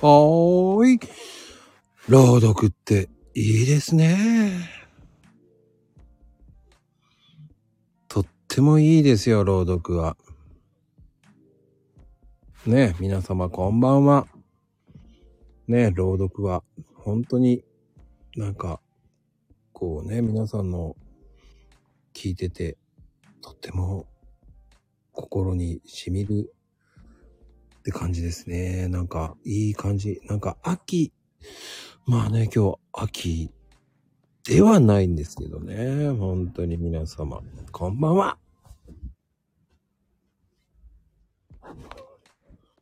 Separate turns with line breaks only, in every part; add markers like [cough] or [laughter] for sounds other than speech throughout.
はーい。朗読っていいですね。とってもいいですよ、朗読は。ねえ、皆様こんばんは。ねえ、朗読は、本当になんか、こうね、皆さんの聞いてて、とっても心に染みるって感じですね。なんか、いい感じ。なんか、秋。まあね、今日、秋ではないんですけどね。本当に皆様、こんばんは。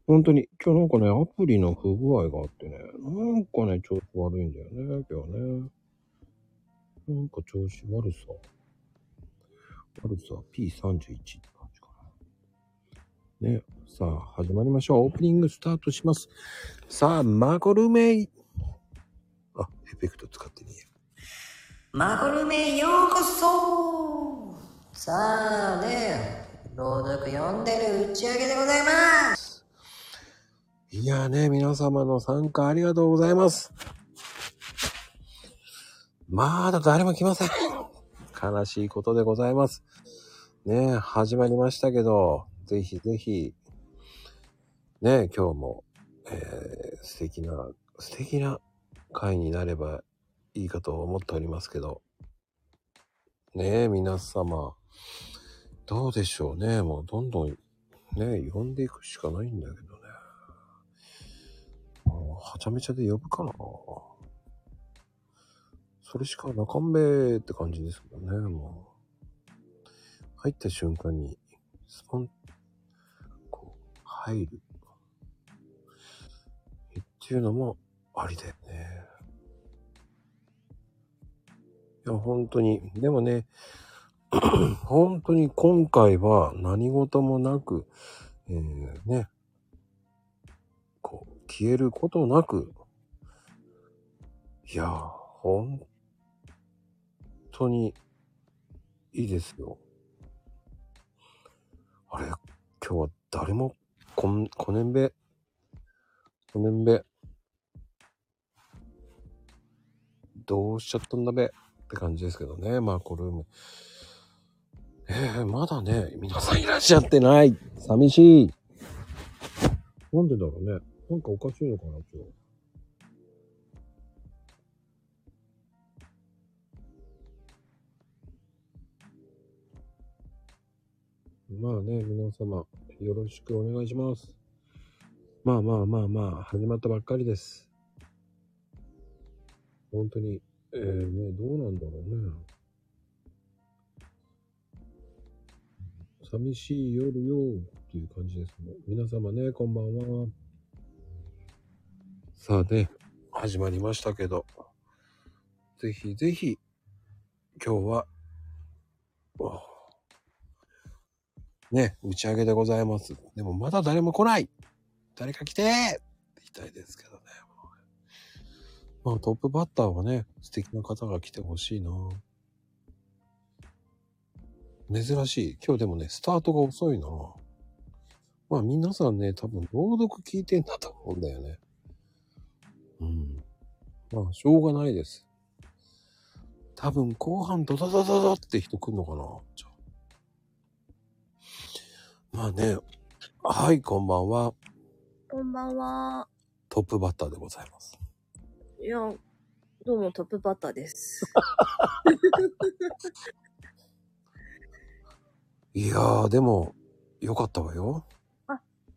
本当に、今日なんかね、アプリの不具合があってね、なんかね、調子悪いんだよね、今日ね。なんか調子悪さ。悪さ P31 って感じかな。ね、さあ、始まりましょう。オープニングスタートします。さあ、マコルメイ。あ、エフェクト使ってねえや。
マコルメへようこそさあね、朗読読んでる打ち上げでございます
いやーね、皆様の参加ありがとうございます。まだ誰も来ません。悲しいことでございます。ねえ始まりましたけど、ぜひぜひ、ねえ今日も、えー素敵な、素敵な回になればいいかと思っておりますけど、ねえ皆様、どうでしょうね。もうどんどん、ねえ呼んでいくしかないんだけどね。もうはちゃめちゃで呼ぶかな。それしか中んべーって感じですもんね、もう。入った瞬間に、スポン、こう、入る。っていうのもありだよね。いや、本当に。でもね、 [clears throat] 本当に今回は何事もなく、えー、ね、こう、消えることなく、いやー、本当に、いいですよ。あれ、今日は誰も、こん、こねんべ、こねんべ、どうしちゃったんだべって感じですけどね、マーコルーム。ええまだね、皆さんいらっしゃってない。寂しい。なんでだろうね。なんかおかしいのかな、今日。まあね、皆様、よろしくお願いします。まあまあまあまあ、始まったばっかりです。本当に、えー、ね、どうなんだろうね。寂しい夜よっていう感じですね。皆様ね、こんばんは。さあね、始まりましたけど、ぜひぜひ、今日は、おうね、打ち上げでございます。でもまだ誰も来ない誰か来てって言いたいですけどね。まあトップバッターはね、素敵な方が来てほしいな珍しい。今日でもね、スタートが遅いな。まあ皆さんね、多分朗読聞いてんだと思うんだよね。うん。まあしょうがないです。多分後半ドドドドドって人来んのかなじゃあまあね、はい、こんばんは。
こんばんは。
トップバッターでございます。
いや、どうもトップバッターです。
[laughs]
いやー、でも、よかったわよ。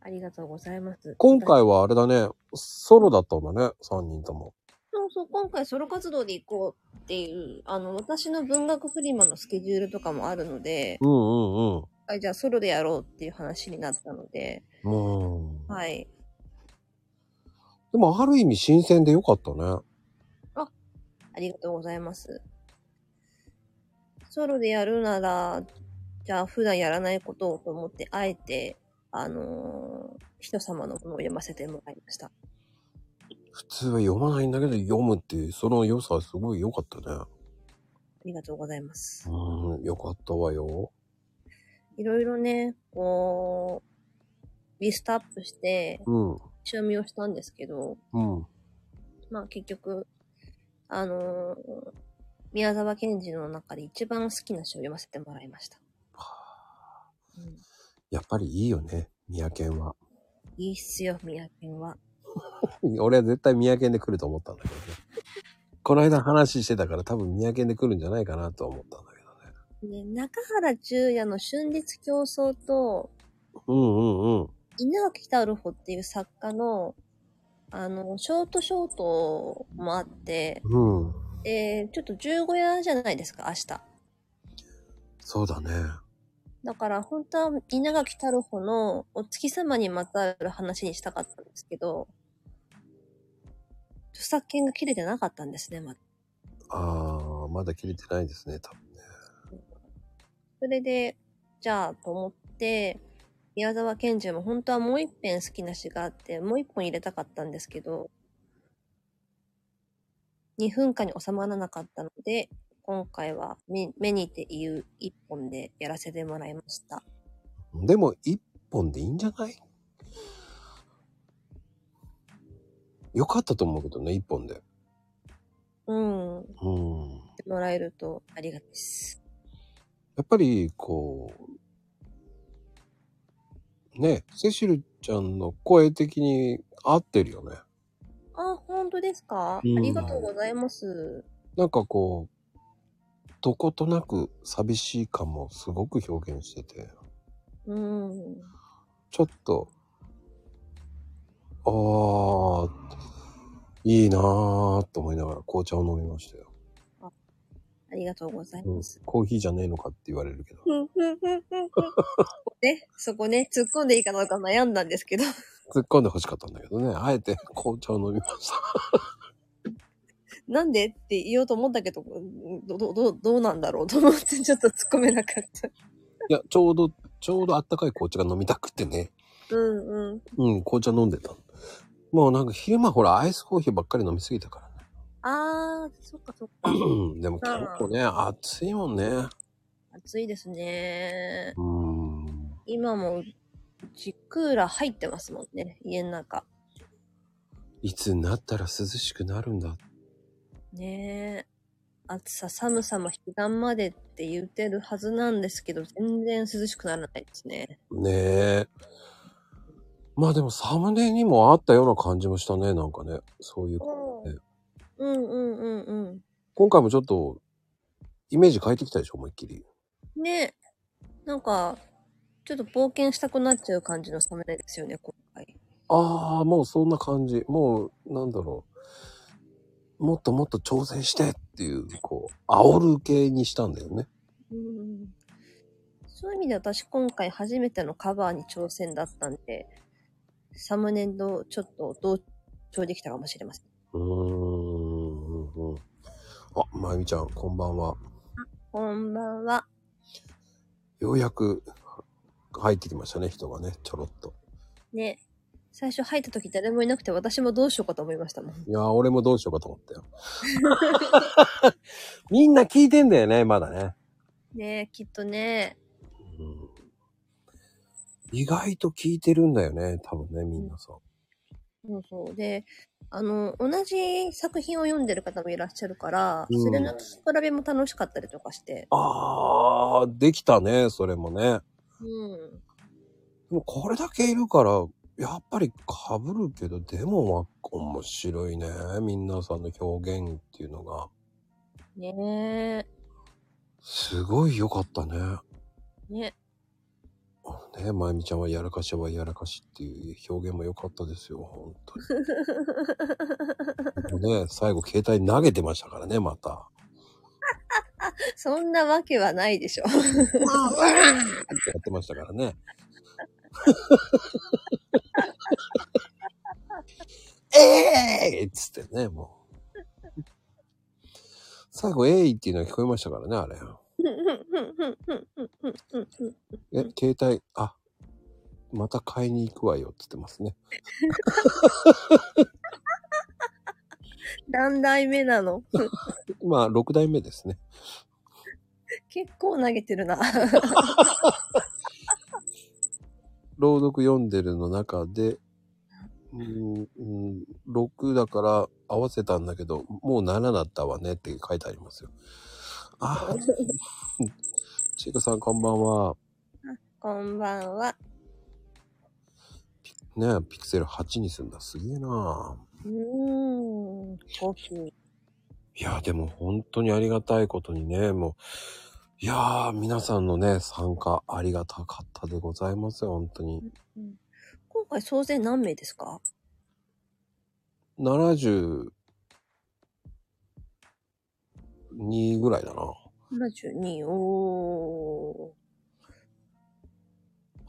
ありがとうございます。
今
私
回はあれだね、ソロだったんだね、3人とも。
そうそう、今回ソロ活動で行こうっていう、あの、私の文学フリマのスケジュールとかもあるので、
うんうんうん。
はい、じゃあソロでやろうっていう話になったので、
もう。
はい。
でもある意味新鮮でよかったね。
ありがとうございます。ソロでやるなら、じゃあ普段やらないことをと思って、あえて、あのー人様のものを読ませてもらいました。
普通は読まないんだけど読むっていう、その良さはすごい良かったね。
ありがとうございます。
うん、良かったわよ。
いろいろね、こう、リストアップして、
うん。
思し読みをしたんですけど、
うん。
まあ結局、あのー宮沢賢治の中で一番好きな詩を読ませてもらいました。うん
やっぱりいいよね、三宅は。
いいっすよ、宮県は。
俺は絶対三宅で来ると思ったんだけどね。この間話してたから多分三宅で来るんじゃないかなとは思ったんだけどね。
ね、中原中也の春律競争と、
うんうんうん。
稲垣太郎穂っていう作家の、あの、ショートショートもあって、
うん。
えー、ちょっと十五夜じゃないですか、明日。
そうだね。
だから、本当は稲垣太郎穂のお月様にまつわる話にしたかったんですけど、著作権が切れてなかったんですね、まだ。
ああ、まだ切れてないですね、多分ね。
それで、じゃあ、と思って、宮沢賢治も本当はもう一編好きな詩があって、もう一本入れたかったんですけど、2分間に収まらなかったので、今回は目目にて言う一本でやらせてもらいました。
でも一本でいいんじゃないよかったと思うけどね、一本で。
うん。
う
やっ
ん。
てもらえるとありがたいです。
やっぱり、こう、ね、セシルちゃんの声的に合ってるよね。
あ、本当ですか、
うん
ありがとうございます。
なんかこう、どことなく寂しい感もすごく表現してて、
うん。
ちょっと、ああ、いいなぁと思いながら紅茶を飲みましたよ、
ありがとうござい
うん
ます。。
コーヒーじゃねえのかって言われるけど。
[laughs] ふんふんふんふんふんね、そこね、突っ込んでいいかどうか悩んだんですけど。
突っ込んで欲しかったんだけどね。あえて [laughs] 紅茶を飲みました。
なんでって言おうと思ったけど、ど、ど、どどうなんだろうと思ってちょっと突っ込めなかった。
いや、ちょうど、ちょうどあったかい紅茶が飲みたくてね。
うんうん。
うん、紅茶飲んでた。もうなんか昼間ほらアイスコーヒーばっかり飲みすぎたからね。
あー、そっかそっか。
うん、でも結構ね、暑いもんね。
暑いですね。
うん。
今もうちクーラー入ってますもんね、家の中。
いつになったら涼しくなるんだ。
ねえ。暑さ、寒さも彼岸までって言ってるはずなんですけど、全然涼しくならないですね。
ねえ。まあでもサムネにもあったような感じもしたね、なんかね。そういう。
う
ね
んうんうんうん。
今回もちょっと、イメージ変えてきたでしょ、思いっきり。
ね、なんか、ちょっと冒険したくなっちゃう感じのサムネですよね、今回。
ああ、もうそんな感じ。もう、なんだろう。もっともっと挑戦してっていう、こう、煽る系にしたんだよね。
うん、そういう意味で私今回初めてのカバーに挑戦だったんで、サムネとちょっと同調できたかもしれません。
うーんうんうん。あ、まゆみちゃん、こんばんは。
こんばんは。
ようやく入ってきましたね、人がね、ちょろっと。
ね、最初入った時誰もいなくて私もどうしようかと思いましたもん。
いやー、俺もどうしようかと思 [laughs] ったよ。みんな聞いてんだよね、まだね。
ねきっとね。
うん意外と聞いてるんだよね、多分ね、みんなさ。
そうそう。で、あの、同じ作品を読んでる方もいらっしゃるから、
うん
それの聞き比べも楽しかったりとかして。
あー、できたね、それもね。
うん。
でもこれだけいるから、やっぱり被るけど、でも、ま、面白いね、みんなさんの表現っていうのが。
ね
すごい良かったね。
え、ね、
ねまゆみちゃんはやらかしはやらかしっていう表現も良かったですよ、本当に。ね、最後携帯投げてましたからね、また。
[laughs] そんなわけはないでしょ。
うわうわーってやってましたからね。えーいっつってね、もう。最後、えいっていうのが聞こえましたからね、あれ。え、携帯、あ、また買いに行くわよって言ってますね。
[laughs] 何代目なの
今、6代目ですね。
結構投げてるな。
朗読読んでるの中で、うん、うん6だから合わせたんだけど、もう7だったわねって書いてありますよ。あ、ちいかさんこんばんは。
こんばんは。
ねえピクセル8にすんだ。すげえな
うーん。ごき。
いや、でも本当にありがたいことにね、もう、いやー、皆さんのね、参加ありがたかったでございますよ、本当に。
今回総勢何名ですか
72ぐらいだな。
?72。お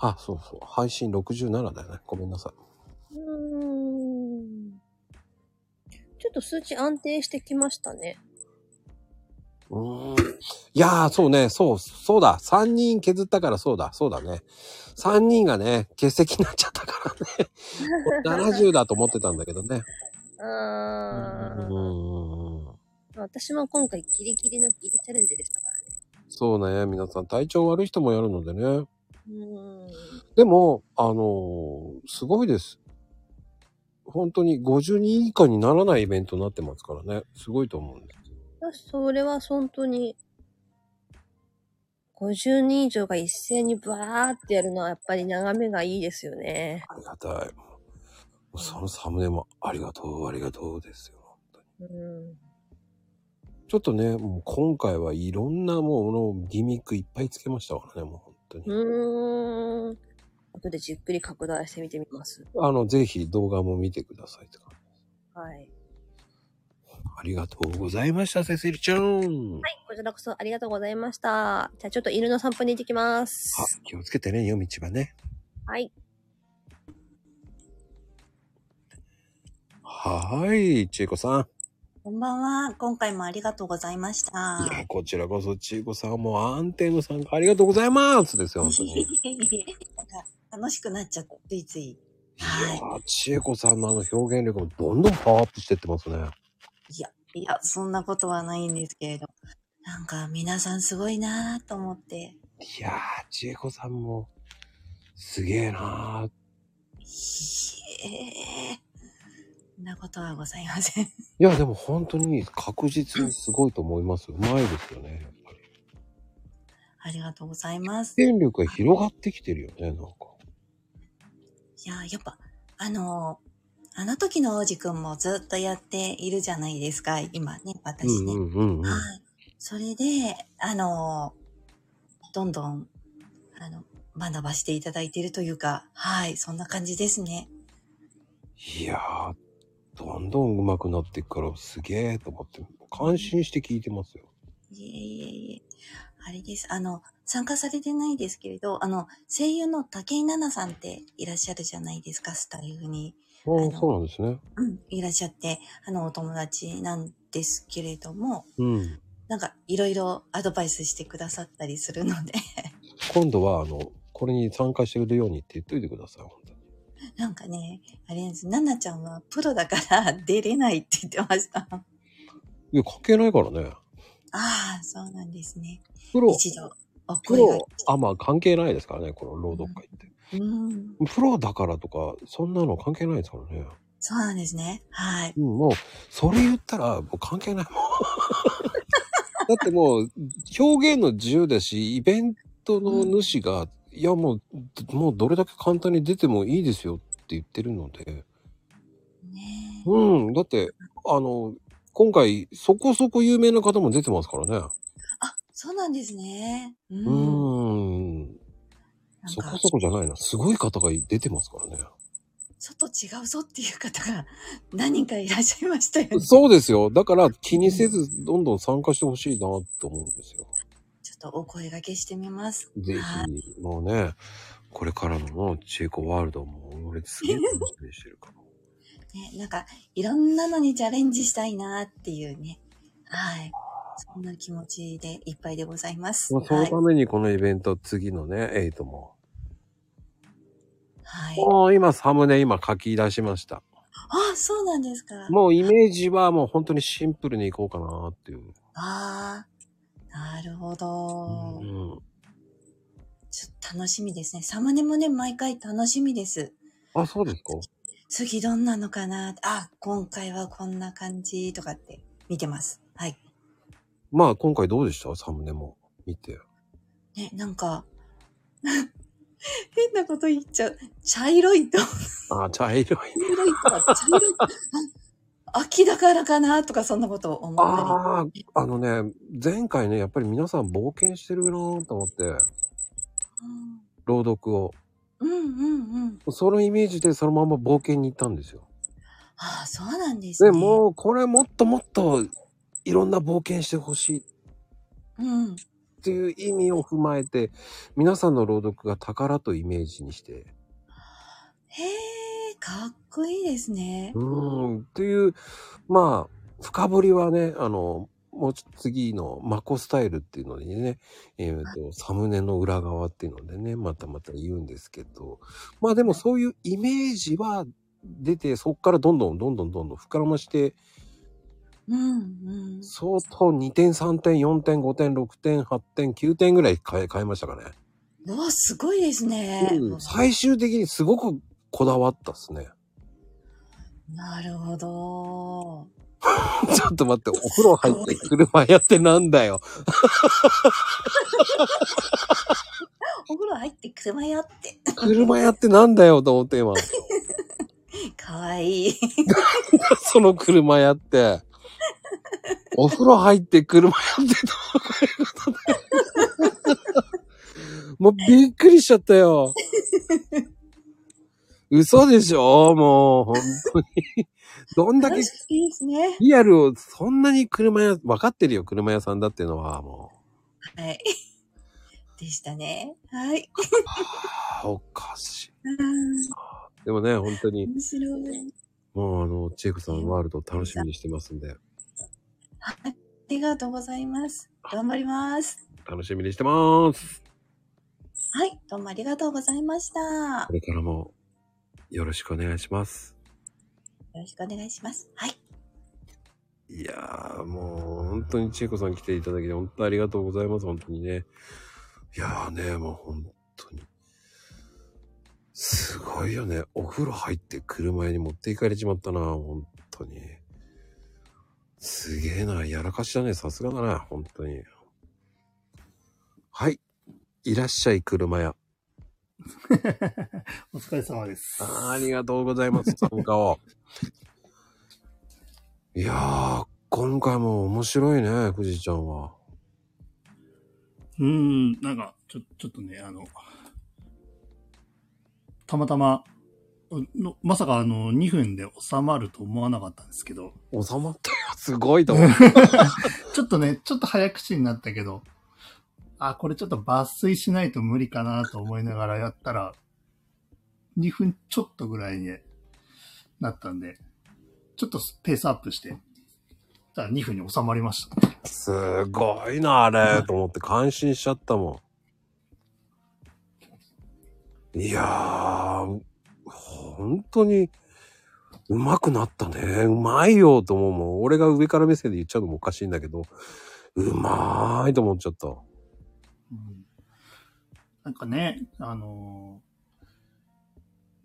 あ、そうそう。配信67だよね。ごめんなさい。
ー。うーん。ちょっと数値安定してきましたね。
うーん。いやー、そうね。そう、そうだ。3人削ったからそうだ。そうだね。3人がね、欠席になっちゃったからね。70だと思ってたんだけどね。う
あ
んう
ー。
んうんうん。
私も今回ギリギリのギリチャレンジでしたからね。
そうね。皆さん、体調悪い人もやるのでね。
うーん。
でも、あのーすごいです。本当に50人以下にならないイベントになってますからね。すごいと思うんです。
私、それは本当に、50人以上が一斉にバーってやるのはやっぱり眺めがいいですよね。
ありがたい。そのサムネもありがとう、ありがとうですよ。本当に
うん。
ちょっとね、もう今回はいろんなものをギミックいっぱいつけましたからね、もう本当に。
うーん。後でじっくり拡大してみてみます。
あの、ぜひ動画も見てくださいとか。
はい。
ありがとうございました、セセリちゃん。はい。
こちらこそありがとうございました。じゃあちょっと犬の散歩に行ってきます。
気をつけてね、夜道はね。
はい。
はーい、ちいこさん。
こんばんは。今回もありがとうございました。
いや、こちらこそ、ちいこさんも安定の参加ありがとうございますですよ、本当に。い
なんか楽しくなっちゃった。ついつい。
や
はい
ー、ちいこさんのあの表現力もどんどんパワーアップしてってますね。
いや、いや、そんなことはないんですけれど。なんか皆さんすごいなぁと思って。
いやー、ちえこさんも、すげえなー。
ええそんなことはございません。 [laughs]
いや、でも本当に確実にすごいと思います。うまいですよね、やっぱり。
ありがとうございます。い
権力が広がってきてるよね、なんか。
や、やっぱ、あのあの時の王子くんもずっとやっているじゃないですか。今ね、私ね。
うんうんうんうん。
はい。それで、あの、どんどん、あの、学ばしていただいているというか、はい、そんな感じですね。
いやー、どんどん上手くなっていくから、すげえと思って、感心して聞いてますよ。
いえいえいえ。あれです。あの、参加されてないですけれど、あの、声優の竹井奈々さんっていらっしゃるじゃないですか、スタイフに。
あ
の
あ、そうなんですね。
うん、いらっしゃって、あの、お友達なんですけれども、
うん。
なんか、いろいろアドバイスしてくださったりするので、
今度は、あの、これに参加してくれるようにって言っといてください、本当に。
なんかね、あれです。奈々ちゃんはプロだから [laughs] 出れないって言ってました。
いや、関係ないからね。
ああ、そうなんですね。
プロ、
一度、お
プ
声が
ロ、あ、まあ関係ないですからね、この朗読会って。
うん。
プロだからとか、そんなの関係ないですからね。
そうなんですね。はい。
うん、もう、それ言ったら、もう関係ない [laughs] もん。だってもう、表現の自由だし、イベントの主が、いやもう、どもうどれだけ簡単に出てもいいですよって言ってるので。
ねえ
うん、だって、あの、今回、そこそこ有名な方も出てますからね。
あ、そうなんですね。う。
うん
な
ん、
ん
そ
か
こ、そこじゃないな。すごい方が出てますからね。
ちょっと違うぞっていう方が何人かいらっしゃいましたよね。ちょ
そうですよ。だから気にせず、どんどん参加してほしいなと思うんですよ。
っとお声掛けしてみます。
ぜ
は
ひ、もうね、これからのもうチェコワールドも俺すげえ楽しみにしてるから。
ね、なんか、いろんなのにチャレンジしたいなっていうね。はい。そんな気持ちでいっぱいでござい [laughs] ます。
まあその
はい
た。めにこのイベント、次のね、エイトも。
はい、
もう今サムネ今書き出しました。
あ、そうなんですか。
もうイメージはもう本当にシンプルにいこうかなっていう。
ああ、なるほ
う
ど。
ん、
ちょっと楽しみですね。サムネもね、毎回楽しみです。
あ、そうですか
次どんなのかなあ、今回はこんな感じとかって見てます。はい。
まあ、今回どうでしたサムネも見て。
ね、なんか、 [laughs] 変なこと言っちゃう。茶色いと、茶
ああ、茶色い。
色いと
[laughs]
か、茶色いとか、あ秋だからかなとか、そんなことを思った
ああ、あのね、前回ね、やっぱり皆さん冒険してるなーと思って、
り。うん
朗読を。
うんうんうん。
そのイメージでそのまま冒険に行ったんですよ。
ああ、そうなんですね。
で、もうこれもっともっといろんな冒険してほしいっ
うん。
ていう意味を踏まえて、皆さんの朗読が宝とイメージにして、
へえ、かっこいいですね
う。ーん、という、まあ、深掘りはね、あの、もうちょっと次のマコスタイルっていうのでね、えっ、と、サムネの裏側っていうのでね、またまた言うんですけど、まあでもそういうイメージは出て、そこからどんどんどんどんどんどん膨らまして、
うんうん。
相当2点、3点、4点、5点、6点、8点、9点ぐらい変え、変えましたかね。
うわ、すごいですね。
うん最終的にすごくこだわったっすね。
なるほど。
[laughs] ちょっと待って、お風呂入って車やってなんだよ。
[laughs] お風呂入って車やって。
車やってなんだよと思って今。
[laughs]
[laughs]
かわいい。
その車やって。お風呂入って車やってともうびっくりしちゃったよ。嘘でしょもう、本当に。どんだけ
楽しいです
[laughs]
ね。
リアルをそんなに車屋、分かってるよ、車屋さんだっていうのは、も
はい。でしたね。はい。
う、おかしい。
うん
でもね、本当に、
面白い。
もうあの、チークさんワールド楽しみにしてますんで、
はい。ありがとうございます。頑張ります。
楽しみにしてます。
はい。どうもありがとうございました。よ
これからも、よろしくお願いします。
ろしくお願いします。はい。
いやー、もう、本当にチークさん来ていただき、本当ありがとうございます、本当にね。いやーね、もう本当に。すごいよね。お風呂入って車屋に持っていかれちまったな、本当に。すげえな、やらかしだね、さすがだな、本当に。はい。いらっしゃい、車屋。
[laughs] お疲れ様です。
あーありがとうございます、参加を。 [laughs] いやー、今回も面白いね、くじちゃんは。
うーん、なんか、ちょ、ちょっとね、あの、たまたま、のまさかあの、2分で収まると思わなかったんですけど、
収まったよ、すごいと思う。
[laughs] ちょっとね、ちょっと早口になったけど、あ、これちょっと抜粋しないと無理かなと思いながらやったら、2分ちょっとぐらいになったんで、ちょっとペースアップして、ただ2分に収まりました。
すごいな、あれ、と思って感心しちゃったもん。いやー、本当に、うまくなったね。うまいよ、と思うもん。俺が上から目線で言っちゃうのもおかしいんだけど、うまーいと思っちゃった。
うんなんかね、あの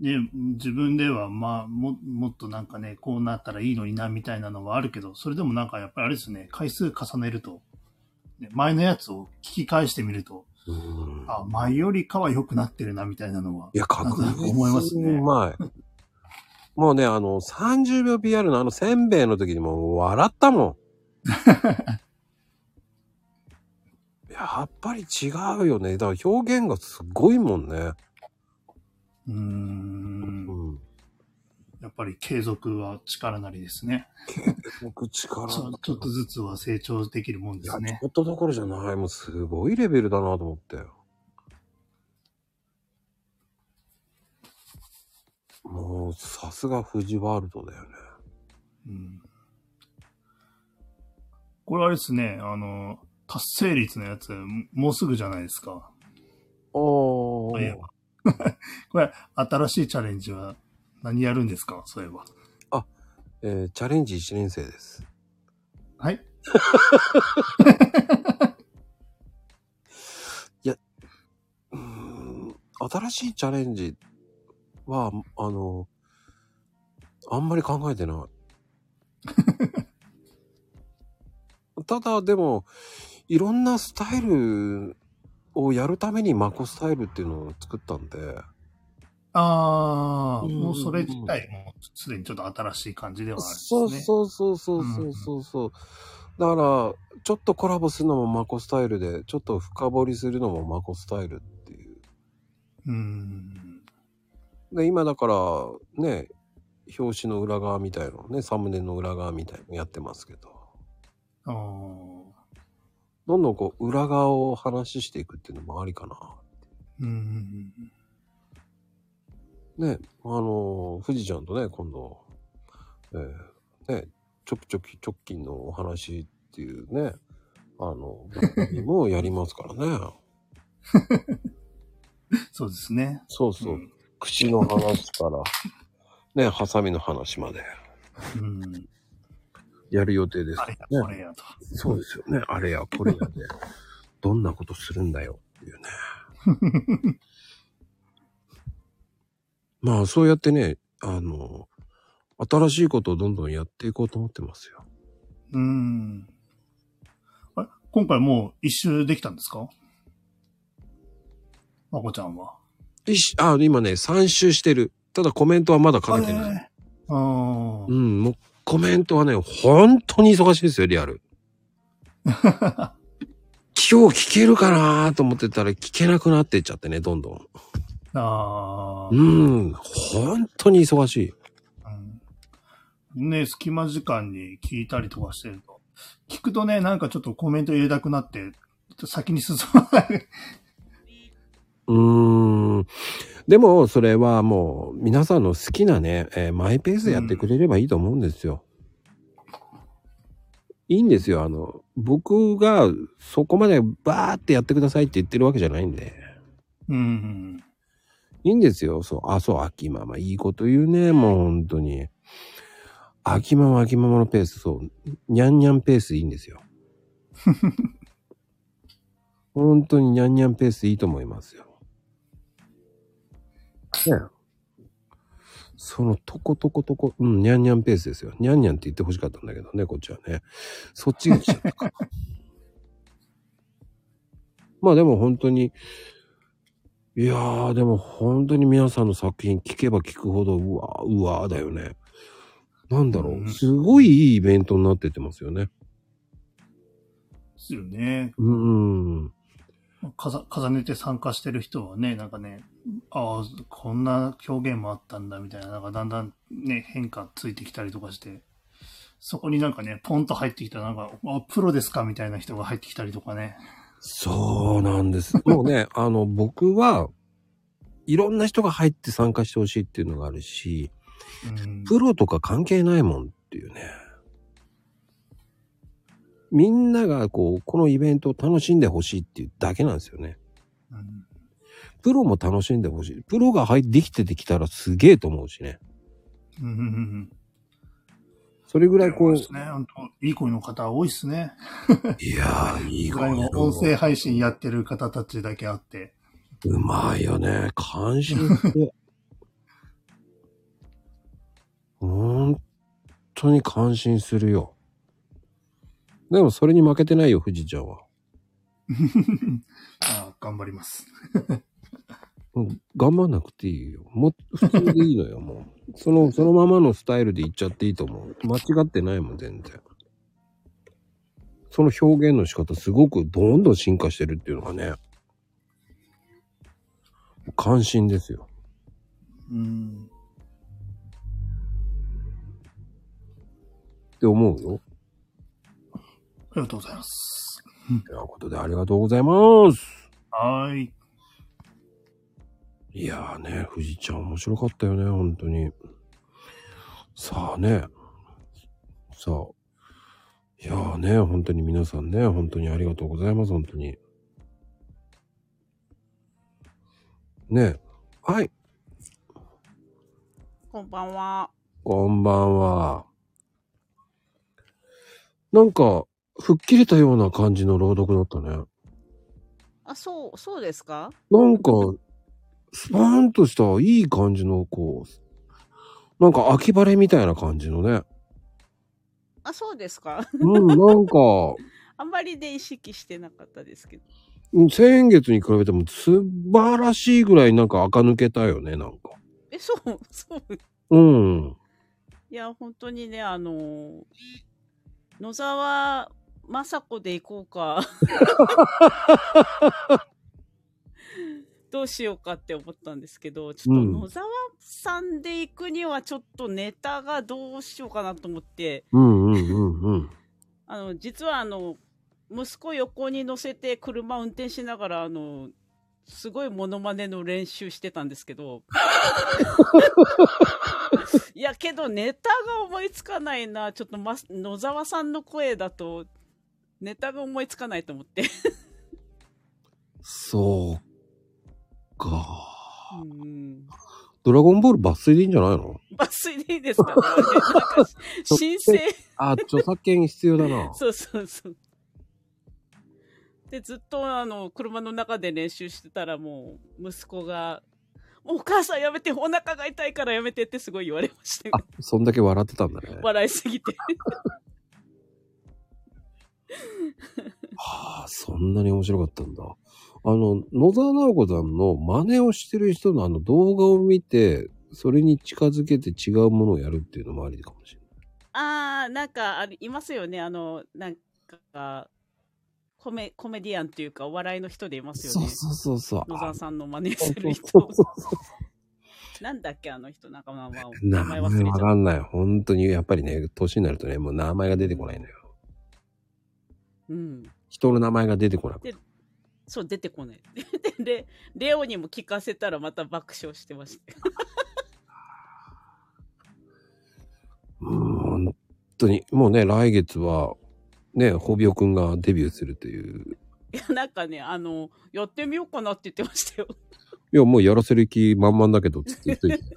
ーね、自分では、まあ、も、もっとなんかね、こうなったらいいのにな、みたいなのはあるけど、それでもなんかやっぱりあれですね、回数重ねると、ね前のやつを聞き返してみると、
うん
あ、前よりかは良くなってるな、みたいなのは。
いや、確
なん
実
か
に
思いますね
うまい。もうね、あの、30秒 PR のあの、せんべいの時にもう笑った
[laughs]
もん。やっぱり違うよね。だから表現がすごいもんね。
うー。
うんん。
やっぱり継続は力なりですね。
僕力。
ちょちょっとずつは成長できるもん
い
で
や、
すね
ち。ょっとどころじゃない。もうすごいレベルだなと思って。もう、さすが富士ワールドだよね。
うんこれあれですね、あの、達成率のやつ、もうすぐじゃないですか。
お
そういえば。 [laughs] これ、新しいチャレンジは何やるんですかそういえば。
えーチャレンジ1年生です。 [laughs]
はい
うーん新しいチャレンジは、あの、あんまり考えてない。
[laughs]
ただ、でも、いろんなスタイルをやるためにマコスタイルっていうのを作ったんで、
ああ、
うん
もうそれ自体もすでにちょっと新しい感じではあるんです
そう
ね。
そうそうそうそうそうそう。だから、ちょっとコラボするのもマコスタイルで、ちょっと深掘りするのもマコスタイルっていう。
うん。
で、今だから、ね、表紙の裏側みたいなのね、サムネの裏側みたいなのやってますけど、
あー
どんどんこう、裏側を話していくっていうのもありか
うん。
な。ね、あの、富士ちゃんとね、今度、えーね、ちょきちょき直近のお話っていうね、あの、番組もやりますからね。
[laughs] そうですね。
そうそう。
うん
口の話から、ね、ハサミの話まで
うん。
やる予定です。
あれや、これやと。
そうですよね。あれや、これやで、 [laughs] どんなことするんだよっていうね。まあ、そうやってね、あの、新しいことをどんどんやっていこうと思ってますよ。
うん。あれ今回もう一周できたんですかまこちゃんは。
いしあ、今ね、3周してる。ただコメントはまだ書けてない。
い。あー
うん、もうコメントはね、本当に忙しいですよ、リアル。今日聞けるかなと思ってたら聞けなくなってっちゃってね、どんどん。
あ
う
ー。
ん、本当に忙しい。
うん、ね隙間時間に聞いたりとかしてると。聞くとね、なんかちょっとコメント入れたくなって、ちょっと先に進まない。
うーん。でも、それはもう、皆さんの好きなね、えーマイペースでやってくれればいいと思うんですよ。いいんですよ。あの、僕がそこまでバーってやってくださいって言ってるわけじゃないんで。
うん。
いいんですよ。そう、あ、そう、秋ママ。いいこと言うね、もう本当に。秋ママ、秋ママのペース、そう、にゃんにゃんペースいいんですよ。本当ににゃんにゃんペースいいと思いますよ。ねえそのとことことこ、うん、にゃんにゃんペースですよ。にゃんにゃんって言ってほしかったんだけどね、こっちはね。そっちが来ちゃったか。まあでも本当に、いやー、でも本当に皆さんの作品聞けば聞くほど、うわー、うわーだよね。なんだろ
う
う、
ん
すごいいいイベントになってってますよね。
ですよね。
うーん。
かざ重ねて参加してる人はね、なんかね、ああ、こんな表現もあったんだみたいな、なんかだんだんね、変化ついてきたりとかして、そこになんかね、ポンと入ってきた、なんか、あ、プロですかみたいな人が入ってきたりとかね。
そうなんです。 [laughs] もうね、あの、僕は、いろんな人が入って参加してほしいっていうのがあるし、
うん。
プロとか関係ないもんっていうね。みんながこう、このイベントを楽しんでほしいっていうだけなんですよね。
うん
プロも楽しんでほしい。プロが入ってきててきたらすげえと思うしね。
うんうんうん
[laughs] それぐら
う
い
ん。
こ
こ
う、
う
い
ですね。本当いい声の方多いですね。
やー、いい
僕ら
声
も
だ
音声配信やってる方たちだけあって。
うまいよね。感心する。本当に感心するよ。でもそれに負けてないよ、富士ちゃんは。
[laughs] ああ頑張
[laughs]
ります。
うん頑張んなくていいよ。もう、普通でいいのよ、もう。その、そのままのスタイルでいっちゃっていいと思う。間違ってないもん、全然。その表現の仕方、すごくどんどん進化してるっていうのがね、感心ですよ。
うん。
って思うよ。
[laughs] ありがとうございます。
ということで、ありがとうございます。
はーい。
いやーね、富士ちゃん面白かったよね、本当に。さあね、さあ、いやーね、本当に皆さんね、本当にありがとうございます、本当に。ね、はい、
こんばんは。
こんばんは。なんか、吹っ切れたような感じの朗読だったね。
あ、そう、そうですか
なんか、スパーンとしたいい感じの、こう、なんか秋晴れみたいな感じのね。
あ、そうですか。
うん、なんか、
[laughs] あんまりで意識してなかったですけど。
うん先月に比べても素晴らしいぐらいなんか垢抜けたよね、なんか。
え、そう、そう。
うん。
いや、本当にね、あのー野沢雅子で行こう
[laughs]
か。どうしようかって思ったんですけど、ちょっと
うん
野沢さんで行くにはちょっとネタがどうしようかなと思って、
うんうんうんうん。
あの、実はあの、息子横に乗せて車運転しながら、あの、すごいモノマネの練習してたんですけど。いや、けどネタが思いつかないな。ちょっと、ま、野沢さんの声だと、ネタが思いつかないと思って。 [laughs]
そうか。
うん。
ドラゴンボール抜粋でいいんじゃないの
抜粋でいいですかね。なんか申請。
あ、著作権必要だ [laughs] な。
そうそうそう。で、ずっとあの、車の中で練習してたらもう、息子が、もうお母さんやめて、お腹が痛いからやめてってすごい言われました
あ
よ。、
そんだけ笑ってたんだね。
[laughs] 笑いすぎ
[laughs]
て。
はあ、そんなに面白かったんだ。あの、野沢直子さんの真似をしてる人のあの動画を見て、それに近づけて違うものをやるっていうのもありかもしれない。
あー、なんか、あれ、いますよね。あの、なんか、コメ、コメディアンっていうか、お笑いの人でいますよ
そう
ね。
そうそうそう。
野沢さんの真似する
そう
人
そう。そう
なんだっけ、あの人、なんか、まあまあ、
名
名
前
前
わ
忘れちゃった。
かんない。本当に、やっぱりね、年になるとね、もう名前が出てこないのよ。
うん。
人の名前が出てこなくて。
そう、出てこない。 [laughs] で、レレオにも聞かせたらまた爆笑してました。 [laughs]
うーん、本当に。もうね、来月は、ね、ホビオくんがデビューするという。
いや、なんかね、あの、やってみようかなって言ってましたよ。
いや、もうやらせる気満々だけど、つって [laughs] 言っといて。
[laughs]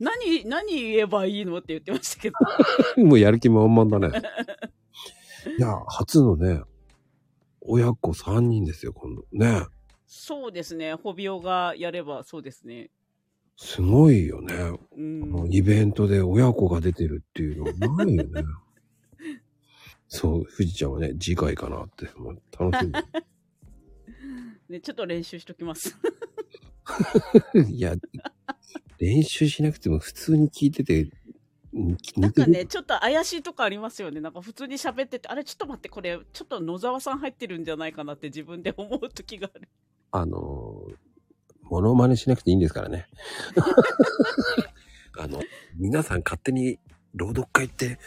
何、何言えばいいのって言ってましたけど。 [laughs]
もうやる気満々だね。いや、初のね、親子3人ですよ、今度。ね。
そうですね、ホビオがやればそうです
[laughs]
ね。
すごいよね。
う
あの
ん。
イベントで親子が出てるっていうのはないよ
[laughs]
ね。そう、富士ちゃんはね、次回かなって。もう楽し
ね、ちょっと練習しとき
[laughs]
ます。
み。 [laughs] いや、練習しなくても普通に聞いてて、に
な
似
ん
て
かね、
る。
ちょっと怪しいとこありますよね。なんか普通に喋ってて、あれ、ちょっと待って、これ、ちょっと野沢さん入ってるんじゃないかなって自分で思う時がある。 [laughs]
あのー、モノマネしなくていいんですからね。あの、皆さん勝手に朗読会って、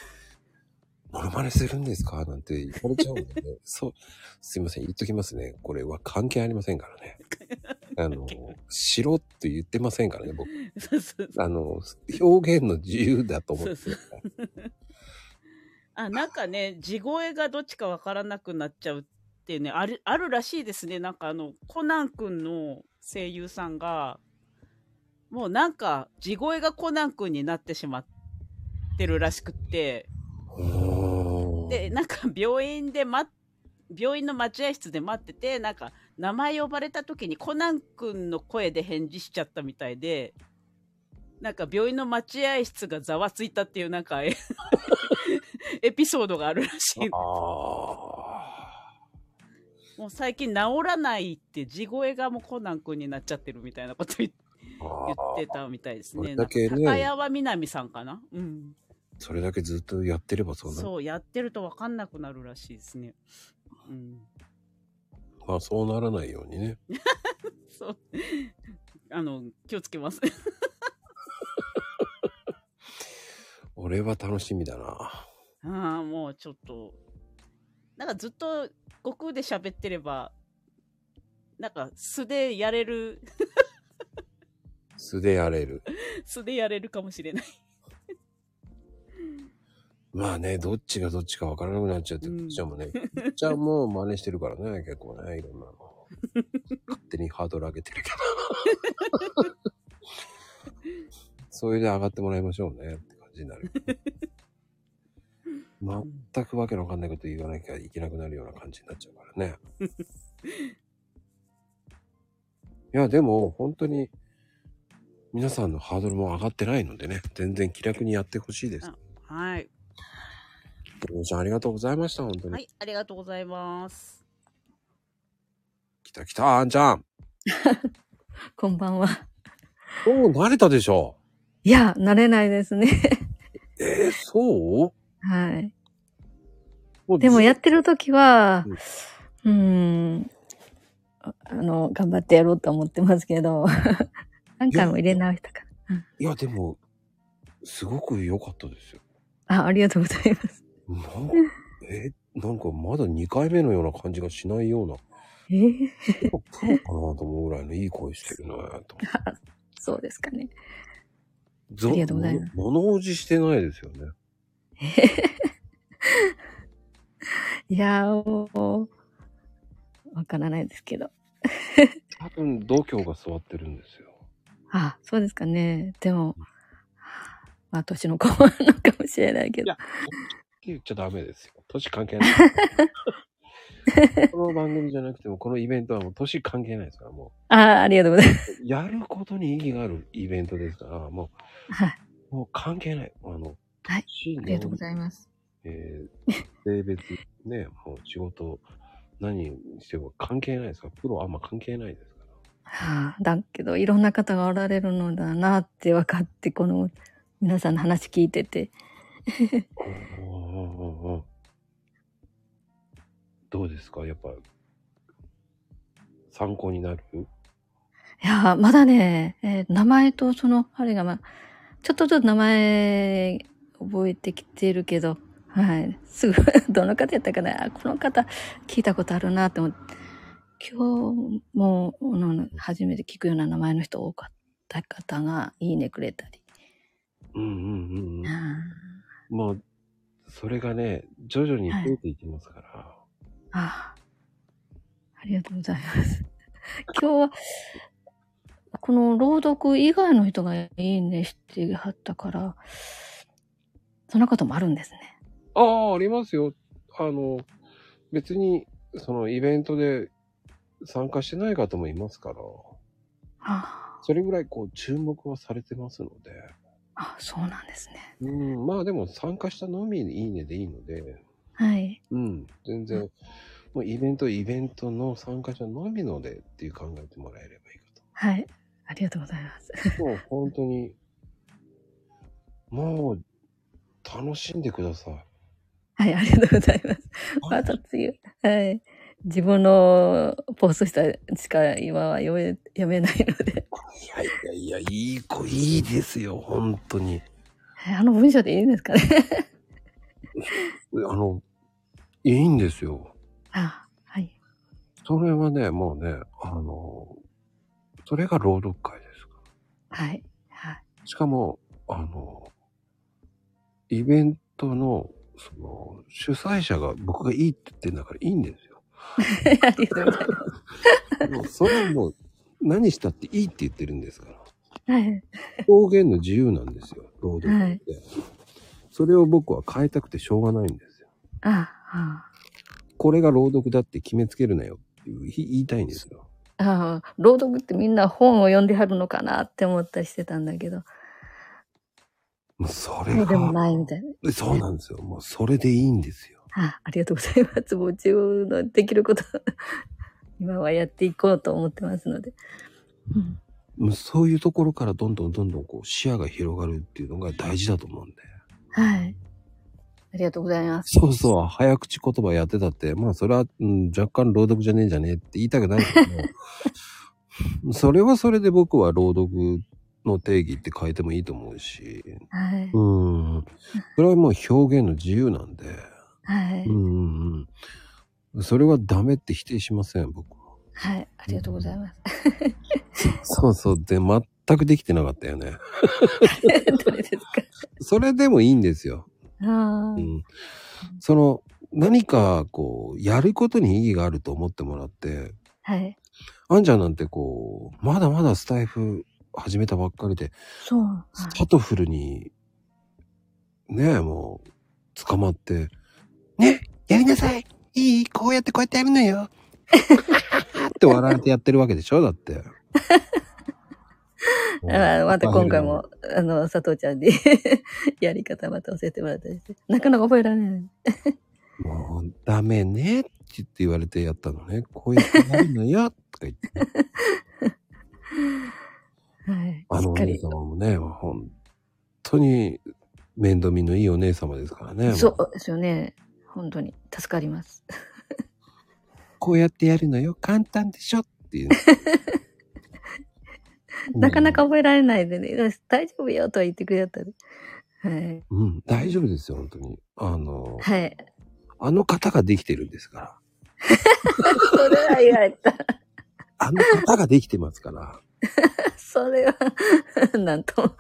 モノマネするんですかなんて言われちゃうんで
[laughs]
ね。そう、すいません、言っときますね。これは関係ありませんからね。あの、しろって言ってませんからね、僕。
そうそう
あの、表現の自由だと思ってるから。
あ、なんかね、地声がどっちかわからなくなっちゃうってね、ある、あるらしいですね。なんかあの、コナン君の声優さんが、もうなんか、地声がコナン君になってしまってるらしくって、
おー
で、なんか病院で待っ病院の待合室で待ってて、なんか、名前呼ばれた時にコナン君の声で返事しちゃったみたいで、なんか病院の待合室がざわついたっていうなんか、 [laughs] えエピソードがあるらしい。
あ
もう最近治らないって地声がもうコナン君になっちゃってるみたいなこと言っ
ーあ
言
ー。
ってたみたいです
それ
ね。
だけね
なんか高山みなみさんかなうん。
それだけずっとやってればそうなる。
そう、やってるとわかんなくなるらしいですね。うん。 [laughs]
まあそうならないようにね。
そう。 [laughs] あの、気をつけます。 [laughs]
俺は楽しみだな。
ああ、もうちょっと。なんかずっと悟空で喋ってれば、なんか素でやれる、 [laughs]
素でやれる。
素でやれるかもしれない。
まあね、どっちがどっちか分からなくなっちゃって、
う
こ
ん
っちゃん
[laughs]
もね、こっちゃんも真似してるからね、結構ね、いろんなの。勝手にハードル上げてるけど。
[laughs]
それで上がってもらいましょうね、って感じになる。全くわけのわかんないこと言わなきゃいけなくなるような感じになっちゃうからね。
[laughs]
いや、でも、本当に、皆さんのハードルも上がってないのでね、全然気楽にやってほしいです。
はい。
ともちゃんありがとうございました、本当に。
はい、ありがとうござい
[laughs]
ます。
来た来た、あんちゃん。
こんばんは。 [laughs]
もう慣れたでしょ。
いや、慣れないですね。 [laughs]
えー、そう
はい。
もう
でもやってる時は
う
う
ん、
ーん、ああの、頑張ってやろうと思ってますけど、 [laughs] 何回も入れ直したか
いや、でも、すごく良かったですよ。
ら。あ、ありがとうございます。 [laughs]
なんか、え、なんかまだ2回目のような感じがしないような、
えー
やっぱプロかなと思うぐらいのいい声してるなぁと。
[laughs] そうですかね。
ず
ありがとうございま
物おじしてないですよね。
いやー、もう、わからないですけど。 [laughs]
多分、度胸が座ってるんですよ。
あ、そうですかね。でも、まあ、年の子なのかもしれないけ
い
ど
や。言っちゃダメですよ。年関
[laughs]
係ない。この番組じゃなくても、このイベントはもう年関係ないですから、も
あ、ありがとうございます。
う、やることに意義があるイベントですから、も
はい。
う、もう関係ない。あの、
はい
年の、
ありがとうございます。
えー性別、ね、もう仕事、何しても関係ないですから、プロあんま関係ないですから。
はあ、だけど、いろんな方がおられるのだなって分かって、この、皆さんの話聞いてて。 [laughs]
うんうんうんうんうんどうですかやっぱ、参考になる
いやー、まだね、えー名前とその、あれがまあ、ちょっとずつ名前覚えてきてるけど、はい。すぐ、どの方やったかなあ、この方聞いたことあるなって思って、今日も、あの初めて聞くような名前の人多かった方が、いいねくれたり。
うんうんうん
あ
うん。もう、それがね、徐々に増えていきますから。
ーあー、ありがとうございます。 [laughs] 今日は、この朗読以外の人がいいねしてはったから、そんなこともあるんですね。
ああ、ありますよ。あの、別に、そのイベントで参加してない方もいますから、
あ
それぐらいこう注目はされてますので。
あ、そうなんですね。
うん、まあでも参加したのみにいいねでいいので、
はい。
うん、全然、もうイベント、イベントの参加者のみのでっていう考えてもらえればいいか
はい。ありがとうございます。
と。もう本当に、もう、楽しんでください。
はい、ありがとうございます。また次、はい。自分のポストしたしか今は読め、読めないので。
いやいやいや、いい子、いいですよ、本当に。
えあの文章でいいんですかね。
[laughs] あの、いいんですよ。
[laughs] あはい。
それはね、もうね、あの、それが朗読会ですか
はい。はい。
ら。しかも、あの、イベントの、その、主催者が僕がいいって言ってんだからいいんですよ。
[laughs] ありがとうございま
もうそれはもう、何したっていいって言ってるんですから。
す。はい。
表現の自由なんですよ、朗読会って。それを僕は変えたくてしょうがないんですよ。
ああ。
これが朗読だって決めつけるなよっていう言いたいんですよ。
ああ、 [laughs] 朗読ってみんな本を読んではるのかなって思ったりしてたんだけど、
もうそれ
そうでも
が、
ないみたいな。
そうなんですよ。もうそれでいいんですよ。
あありがとうございます。もう自分のできること、 [laughs] 今はやっていこうと思ってますので。うん、
もうそういうところからどんどんどんどんこう視野が広がるっていうのが大事だと思うんで。
はい。ありがとうございます。
そうそう、早口言葉やってたって、まあそれは、うん、若干朗読じゃねえんじゃねえって言いたくないけ [laughs] ど、それはそれで僕は朗読の定義って変えてもいいと思うし、
はい。
うん。それはもう表現の自由なんで、
はい。
うんうんうん。それはダメって否定しません、僕は。
はい。ありがとうございます。
そうそう。で、全くできてなかったよね。
[laughs] どれですか
それでもいいんですよ。
あ
うん。その、何か、こう、やることに意義があると思ってもらって、
あ。はい。
あんちゃんなんてこう、まだまだスタイフ始めたばっかりで、
そう。はい
スタトフルに、ねえ、もう、捕まって、ねやりなさいいいこうやってこうやってやるのよって笑われてやってるわけでしょだって。
あまた今回も、あの、佐藤ちゃんに、 [laughs] やり方また教えてもらったりして。なかなか覚えられない。
もうダメねって言って言われてやったのね。こうやってやるの
[laughs]
やとか言って。
はい。
あ
し
の
っ
お
か
姉
り。
様もね、本当に面倒見のいいお姉様ですからね。
そ
もう
うですよね。本当に。助かります。
こうやってやるのよ。簡単でしょっ
[laughs]
ていう。
なかなか覚えられないでね、よし大丈夫よとは言ってくれたね。はい。
うん。うん、大丈夫ですよ、本当に。あの、 [laughs]
はい。
あの方ができてるんですから。
それは言われた。
あの方ができてますから。
[laughs] それは、 [laughs] なんとも。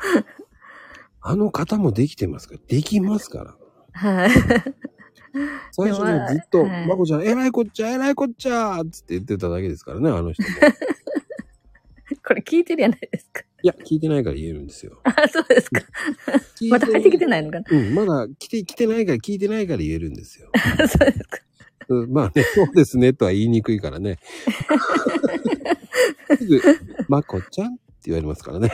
あの方もできてますから。できますから。
はい。
最初
でも
ね、ずっと、
はい
まこちゃん、えらいこっちゃ、えらいこっちゃーっつって言ってただけですからね、
[laughs]
あの人も。
これ聞いてるやないですか。
いや、聞いてないから言えるんですよ。
あ、そうですか。
聞い
また入ってきて
ない。
ないのかな。
うん、まだ来て、来てないから聞いてないから言えるんですよ。
あそうですか。
うん、まあね、 [laughs] そうですね、とは言いにくいか
[laughs]
らね。すぐ、まこちゃんって言われますからね。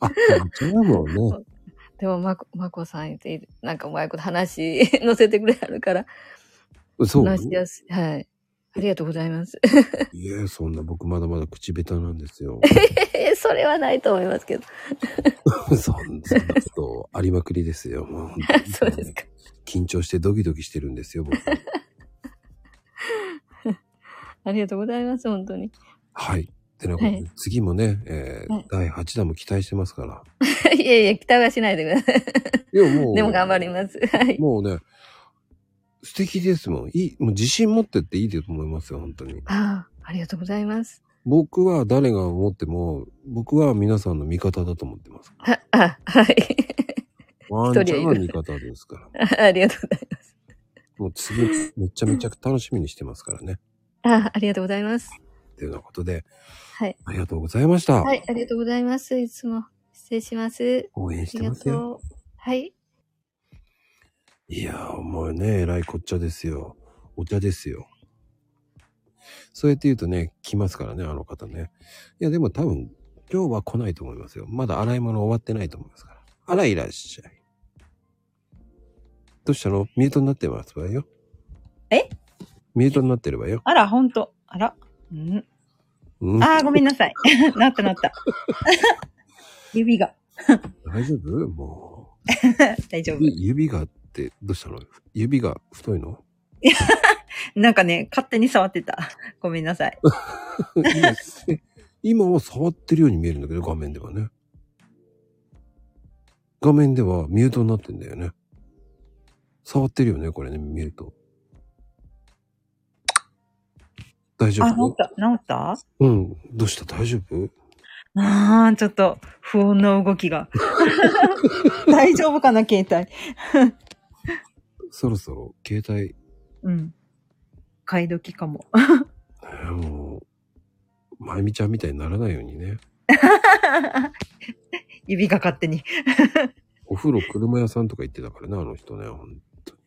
あ、まこちゃんはもうね、
[laughs] でも、まこ、まこさん言って、なんかうまいこと話、 [laughs] 乗せてくれはるから、
そう。
話しやすい。はい。ありがとうございます。
いや、そんな僕まだまだ口下手なんですよ。 [laughs]
それはないと思いますけど。
そんそんなことありまくりですよ。もう本当に
[laughs] そうですか。
緊張してドキドキしてるんですよ、僕。
ありがとうございます、本当に。 [laughs]
はい。てなことで
はい
次もね、えー
はい
第8弾も期待してま
[laughs]
すから。
いやいや、期待はしないでください。
いや、もう。
でも頑張ります。はい。
もうね、素敵ですもん。いい、もう自信持ってっていいと思いますよ、本当に。
ああ、ありがとうございます。
僕は誰が思っても、僕は皆さんの味方だと思ってます。
あ、あはい。
ワンちゃんは味方ですから。
ありがとうございます。
もう次、めちゃめちゃ楽しみにしてますからね。
あありがとうございます。
というようなことで、
はい。
ありがとうございました。
はい、ありがとうございます。いつも失礼します。
応援
あ
し
り
て
が
ますよ。
とう。はい。
いやー、もうね、えらいこっちゃですよ。お茶ですよ。そうやって言うとね、来ますからね、あの方ね。いや、でも多分、今日は来ないと思いますよ。まだ洗い物終わってないと思いますから。あら、いらっしゃい。どうしたのミュートになってますわよ。
え
ミュートになってればよ。
[laughs] あら、ほんと。あら。うん、
うん。
あー、ごめんなさい。 [laughs] なったなった。指が。 [laughs]
大丈夫も
大丈
う。
夫。 [laughs]
指指がって、どうしたの指が太いの
なんかね、勝手に触ってた。ごめんなさい。
今え今は触ってるように見えるんだけど、画面ではね。画面ではミュートになってんだよね。触ってるよね、これね、ミュート。大丈
あ、治っ
夫
た。治った
うん。どうした大丈夫
あー、ちょっと、不穏な動
[laughs]
きが。大丈夫かな、携帯。 [laughs]
そろそろ携帯、
うん。買い時かも。 [laughs]
ねもう、まゆみちゃんみたいにならないようにね。
指が勝手に。
お風呂車屋さんとか行ってたからね、あの人ね、ほんとに。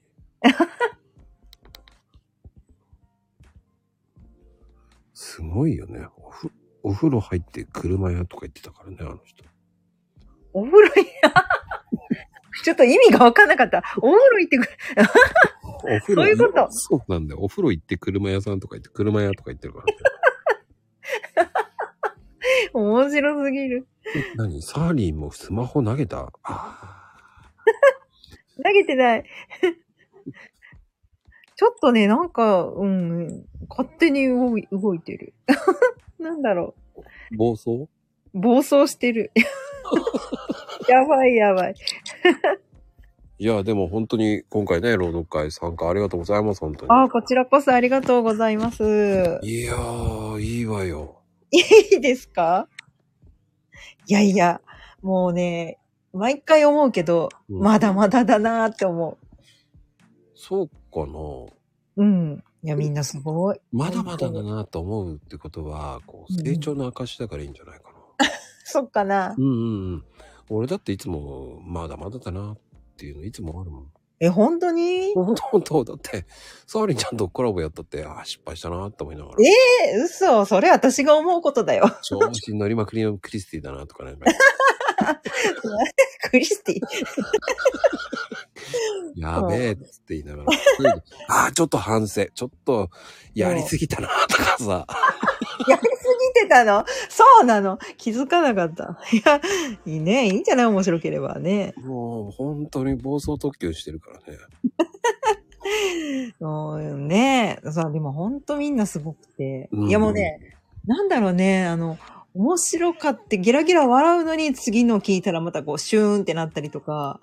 すごいよね。おふお風呂入って車屋とか行ってたからね、あの人。
お風呂や。 [laughs] ちょっと意味がわかんなかった。お風呂行ってく [laughs] る。
お風呂
そういうこと
そうなんだよ。お風呂行って車屋さんとか行って車屋とか行ってるから、ね。
面白すぎる。
え何サーリンもスマホ投げたあ
投げてない。 [laughs] ちょっとね、なんか、うん、勝手に動い動いてる。 [laughs] なんだろ
ー暴走
う。暴走してる。 [laughs] やばいやばい。
いや、でも本当に今回ね、朗読会参加ありがとうございます、本当に。
ああ、こちらこそありがとうございます。
いやー、いいわよ。
いいですかいやいや、もうね、毎回思うけど、
うん
まだまだだなーって思
そうかな
う。うん。いや、みんなすごい。
まだまだだなと思うってことは、こう、
うん
成長の証だからいいんじゃないかな。
そっかな
う。んうんうん。俺だっていつも、まだまだだなっていうのいつもあるもん。
え、本当に
本当本当だって、サーリンちゃんとコラボやったって、ああ、失敗したなって思いながら。
えー、嘘。それ私が思うことだよ。 [laughs]
調子に乗りまくりのクリスティだなとかね。
クリス
[laughs]
ティ。
やべえっつって言いながら。ああ、ちょっと反省。ちょっとやりすぎたなとかさ。
やりすぎてたのそうなの。気づかなかった。いや、いいね。いいんじゃない面白ければね。
もう本当に暴走特急してるからね。
うん、ねえ。さあ、でも本当みんなすごくて。
うん
いやもうね、なんだろうね、あの、面白かってゲラゲラ笑うのに次の聞いたらまたこうシューンってなったりとか、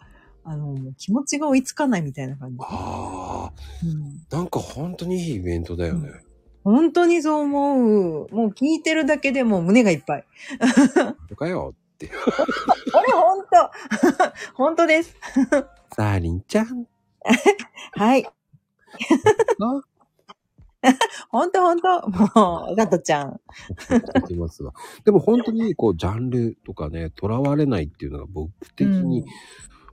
あの、もう気持ちが追いつかないみたいな感じ。
あ
うん
あ、なんか本当にいいイベントだよね。
本当にそう思う。もう聞いてるだけでもう胸がいっ [laughs] ぱい。
とかよって。
あれ本当 [laughs] 本当です。
サーリンちゃん。
[laughs] はい。
な
本当本当もう、ガトちゃん。
ってますわ。 [laughs] でも本当にこうジャンルとかね、とらわれないっていうのが僕的に、
うん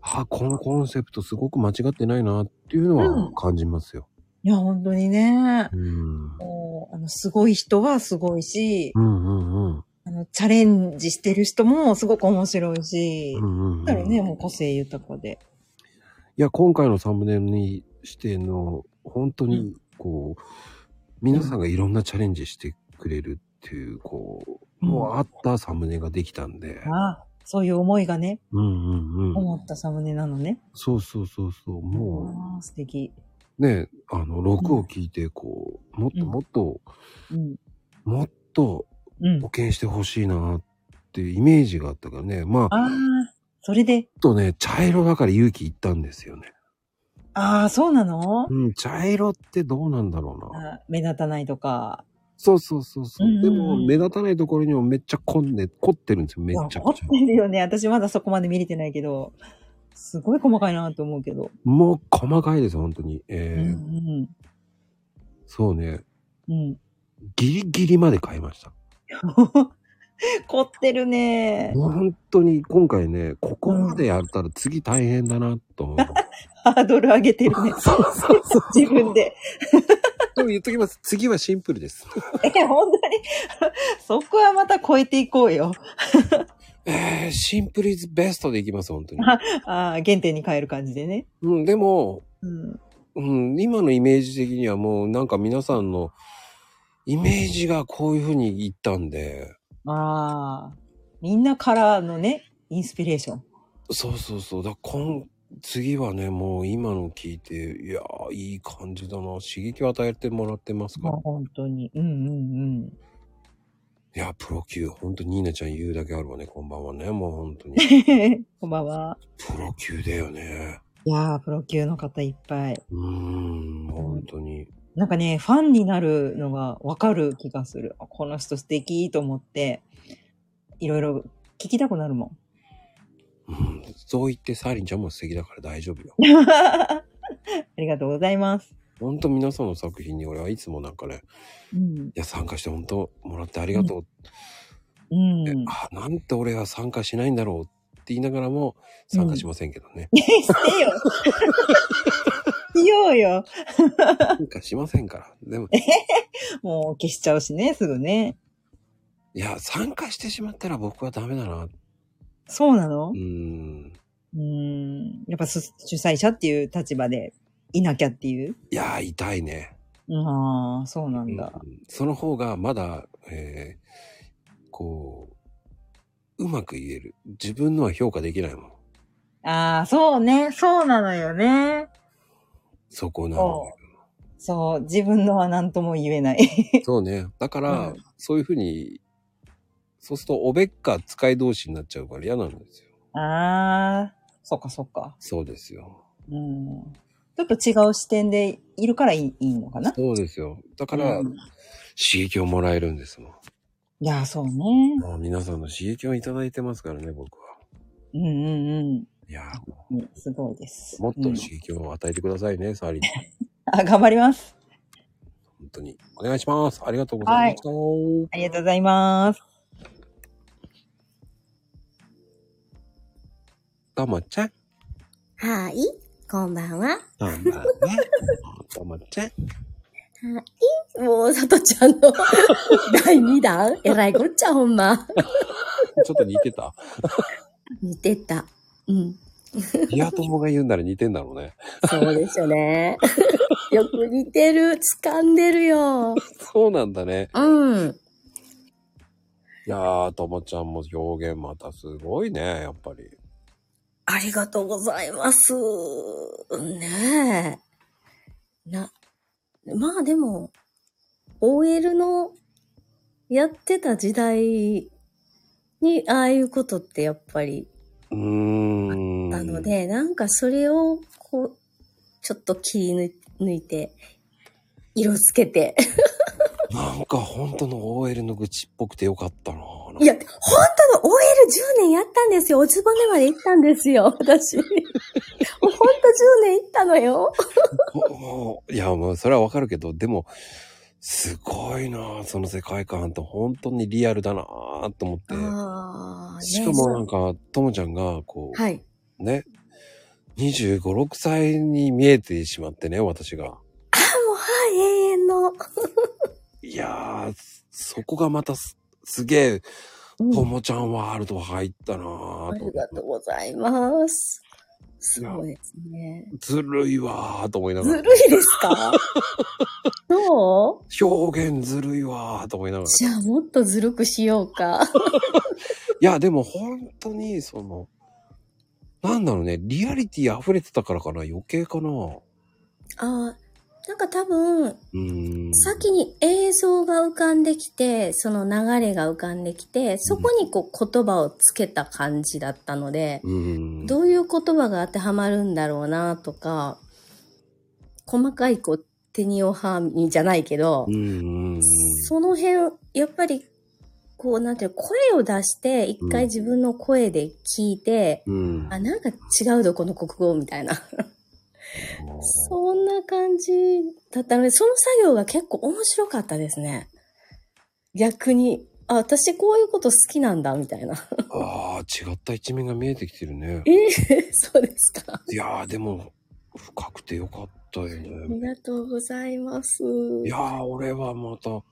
あこのコンセプトすごく間違ってないなっていうのは感じますよ。
いや、本当にね。
うん。
もう、あの、すごい人はすごいし、
うんうんうん。
あの、チャレンジしてる人もすごく面白いし、
うんうんうん
だからね、もう個性豊かで。
いや、今回のサムネにしての、本当に、こう、皆さんがいろんなチャレンジしてくれるっていう、こう、
うん
もうあったサムネができたんで。
ああ、そういう思いがね、
うんうんうん。
思ったサムネなのね。
そうそうそうそう。も
ああ、素敵。
う、ね、あの、録を聞いて、こう、もっともっと、
うん。
もっと
うん
保。険してほしいなっていうイメージがあったからね。まあ、
ああ、それで、
ちょっとね、茶色だから勇気いったんですよね。
ああ、そうなの、
うん、茶色ってどうなんだろうな。
あー目立たないとか。
そうそうそうそう。
うんうんうん
でも、目立たないところにもめっちゃ混んで、凝ってるんですよ、めっちゃ
凝
く
っ
ちゃ。
てるよね。私まだそこまで見れてないけど、すごい細かいなと思うけど。
もう細かいです、本当に。
う
え
ん
ーそうね。
うん。うん。
ギリギリまで買いました。
凝ってるね。
本当に今回ね、ここまでやったら次大変だなと思う。
[laughs] ハードル上げてるね。
そうそうそう。
自分で。
でも言っときます。次はシンプルです。
え、本当に [laughs] そこはまた超えていこうよ。
えー、シンプルイズベストでいきます、本当に。
ああ、原点に変える感じでね。
うん、でも、
うん。
うん、今のイメージ的にはもうなんか皆さんのイメージがこういう風にいったんで、
ああ、みんなからのね、インスピレーション。
そうそうそう。だ今次はね、もう今の聞いて、いやー、いい感じだな。刺激を与えてもらってますか
まあ
ら。
本当に。うんうんうん。
いや、プロ級、ほんと、ニーナちゃん言うだけあるわね、こんばんはね。もう本 [laughs] 当に。
[laughs] こんばんは。
プロ級だよね。
いやー、プロ級の方いっぱい。
うーん、本当に。
なんかね、ファンになるのがわかる気がする。あこの人素敵と思って、いろいろ聞きたくなるもん。 [laughs]
うん、そう言って、サーリンちゃんも素敵だから大丈夫 [laughs] よ。
ありがとうございます。
ほんと、皆さんの作品に俺はいつもなんかね、
うん。
いや、参加して本当もらってありがとう
うん。
って、あ、なんて俺は参加しないんだろうって言いながらも、参加しませんけどね。
[laughs] してよ。 [laughs] しようよ。
参加しませんから。でも、
[laughs] もう消しちゃうしね、すぐね。
いや、参加してしまったら僕はダメだな。う
そうなの
ーん。
うん。やっぱす主催者っていう立場でいなきゃっていう。
いやー、痛いね。
ああ、そうなんだ。
うんその方がまだ、えーこう、うまく言える。自分のは評価できないもん。
ああ、そうね。そうなのよね。
そこなのよ。
そう。自分のは何とも言えない。 [laughs]
そうね。だから、
うん
そういうふうに、そうすると、おべっか使い同士になっちゃうから嫌なんですよ。
ああ、そっかそっか。
そうですよ。
うん。ちょっと違う視点でいるからいいいいのかな。
そうですよ。だから、
うん
刺激をもらえるんですもん。
いやー、そうね。
もう皆さんの刺激をいただいてますからね、僕は。
うんうんうん
いやー
うん。すごいです。
もっと
うん
刺激を与えてくださいね、サーリン。
あ、頑張ります。
本当に。お願いします。ありがとうございました。
ありがとうございます。
どうもちゃん。
はい。こんばんは。は
こんばんは。ともちゃん。
い。もう、さとちゃんの第2弾えらいこっちゃ、ほんま。
ちょっと似てた。
似てた。うん。
リア友が言うなら似てんだろうね。
そうですよね。よく似てる。掴んでるよ。
[laughs] そうなんだね。
うん。
いやー、ともちゃんも表現またすごいね、やっぱり。
ありがとうございます。ねえ。な、まあでも、OL のやってた時代にああいうことってやっぱり
うーん。
なので、なんかそれを、こう、ちょっと切り抜いて、色つけて。
なんか本当の OL の愚痴っぽくてよかったな。なんか
いや、本当の OL10 年やったんですよ。おつぼねまで行ったんですよ、私。もう本当10年行ったのよ。
もういや、もうそれはわかるけど、でも、すごいなその世界観と本当にリアルだなと思って。
ああ、ね
しかもなんか、ともちゃんが、こう、
はい。
ね、25、6歳に見えてしまってね、私が。
もう、はい、永遠の。
いやー、そこがまたす、すげえ、ともちゃんワールド入ったな
[laughs] あり
ぁ
がと
と。
うございます。すごいですね。
ずるいわーと思いなが
ず
ら。
るいです [laughs] かどう
表現ずるいわーと思いながら。
じゃあもっとずるくしよう [laughs] か。
いや、でも本当に、その、なんだろうね、リアリティ溢れてたからかな、余計かな。う
ああ、なんか多分、
ーん。
先に映像が浮かんできて、その流れが浮かんできて、そこにこう言葉をつけた感じだったので、
うーん。
どういう言葉が当てはまるんだろうなとか、細かいこう、手におはみじゃないけど、
うーん。
その辺、やっぱり、こう、なんていうの声を出して、一回自分の声で聞いて、
うん。
あ、なんか違うぞ、この国語、みたいな。そんな感じだったので、その作業が結構面白かったですね。逆に、あ、私こういうこと好きなんだ、みたいな。
ああ、違った一面が見えてきてるね。
ええ [laughs] そうですか。
いやー、でも、深くてよかったよ
あ
ね。
りがとうございます。
いやー、俺はまた、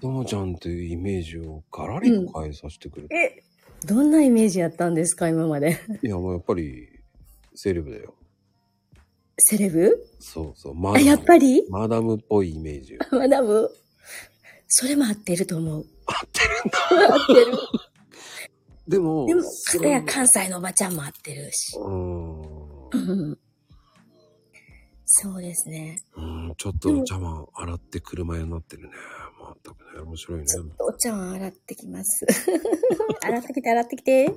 ともちゃんというイメージをガラリと変えさせてくれた。
え、どんなイメージやったんですか、今まで。 [laughs]
いや、もうやっぱり、セレブだよ。
セレブ
そうそう、マ
あ、やっぱり
マダムっぽいイメージよ。
マダムそれも合ってると思う。
合ってるんだ
合ってる。
でも、
でも、
[laughs] そ
か
れ
や関西のおばちゃんも合ってるし。
う
う
ーん
ん [laughs] そうですね。
うん、ちょっとお茶碗洗って車屋になってるね。まったくね、面白いね。
ちょっとお茶碗洗ってきます。 [laughs] 洗ってきて、洗ってき
[laughs]
て。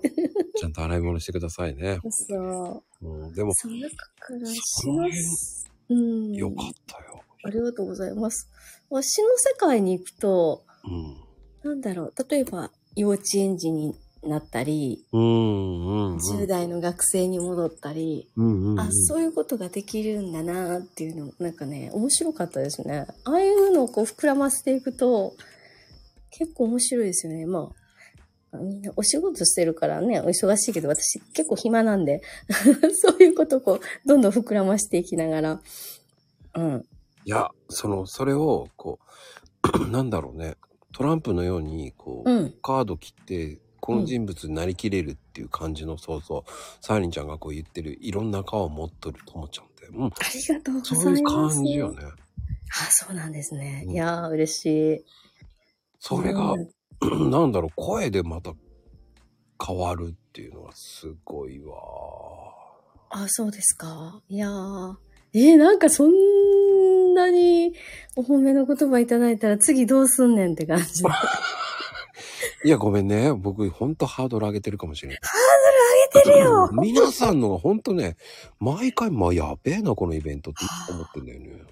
ちゃんと洗い物してくださいね。
そ
うん、でも
う。、そんな暮らし
その
の
辺、
うん。
よかったよ。
ありがとうございます。わしの世界に行くと、
うん。
なんだろう、例えば幼稚園児になったり、
うん、うん。うん
10代の学生に戻ったり、
うんうん。
あ、そういうことができるんだなっていうのも、なんかね、面白かったですね。ああいうのをこう膨らませていくと、結構面白いですよね。まあ、みんなお仕事してるからね、お忙しいけど、私結構暇なんで、 [laughs] そういうことをこう、どんどん膨らましていきながら、うん。
いや、その、それを、こう、 [clears throat] なんだろうね。トランプのように、こう、
うん。
カード切って、この人物になりきれるっていう感じの、そうそう、サーリンちゃんがこう言ってる、いろんな顔を持っとるともちゃんって、うん、
ありがとうございます。
そういう感じよね。
あ、そうなんですね。
うん
いやー、嬉しい。
それが
う、ん
[clears throat] なんだろう、声でまた変わるっていうのはすごいわ。
あ、そうですか。いやー。えーなんかそんなにお褒めの言葉いただいたら次どうすんねんって感
[laughs]
じ。上げ
いや、ごめんね。僕、ほんとハードル上げてるかもしれない。
てるよ
うん皆さんのがほんとね、毎回、まあ、やべえな、このイベントって思ってんだよね。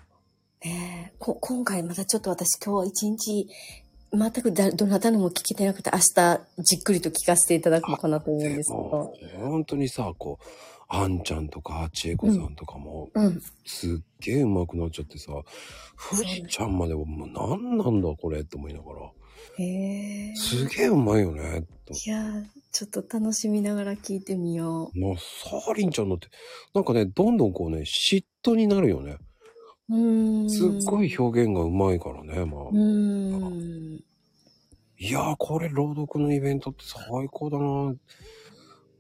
ねえこ、今回またちょっと私今日一日全くだどなたのも聞けてなくて明日じっくりと聞かせていただこうかなと思うんですけど
も。う本当にさ、こう、あんちゃんとか、ちえこさんとかも、
うん。
すっげえ上手くなっちゃってさ、ふじちゃんまでも、もう何なんだこれって思いながら。
えへえ。
すげえうまいよね。
いやー、ちょっと楽しみながら聞いてみよ
もう、サーリンちゃんのって、なんかね、どんどんこうね、嫉妬になるよね。
う。うーん。
すっごい表現がうまいからね、まあ。
うーん。
いやー、これ朗読のイベントって最高だな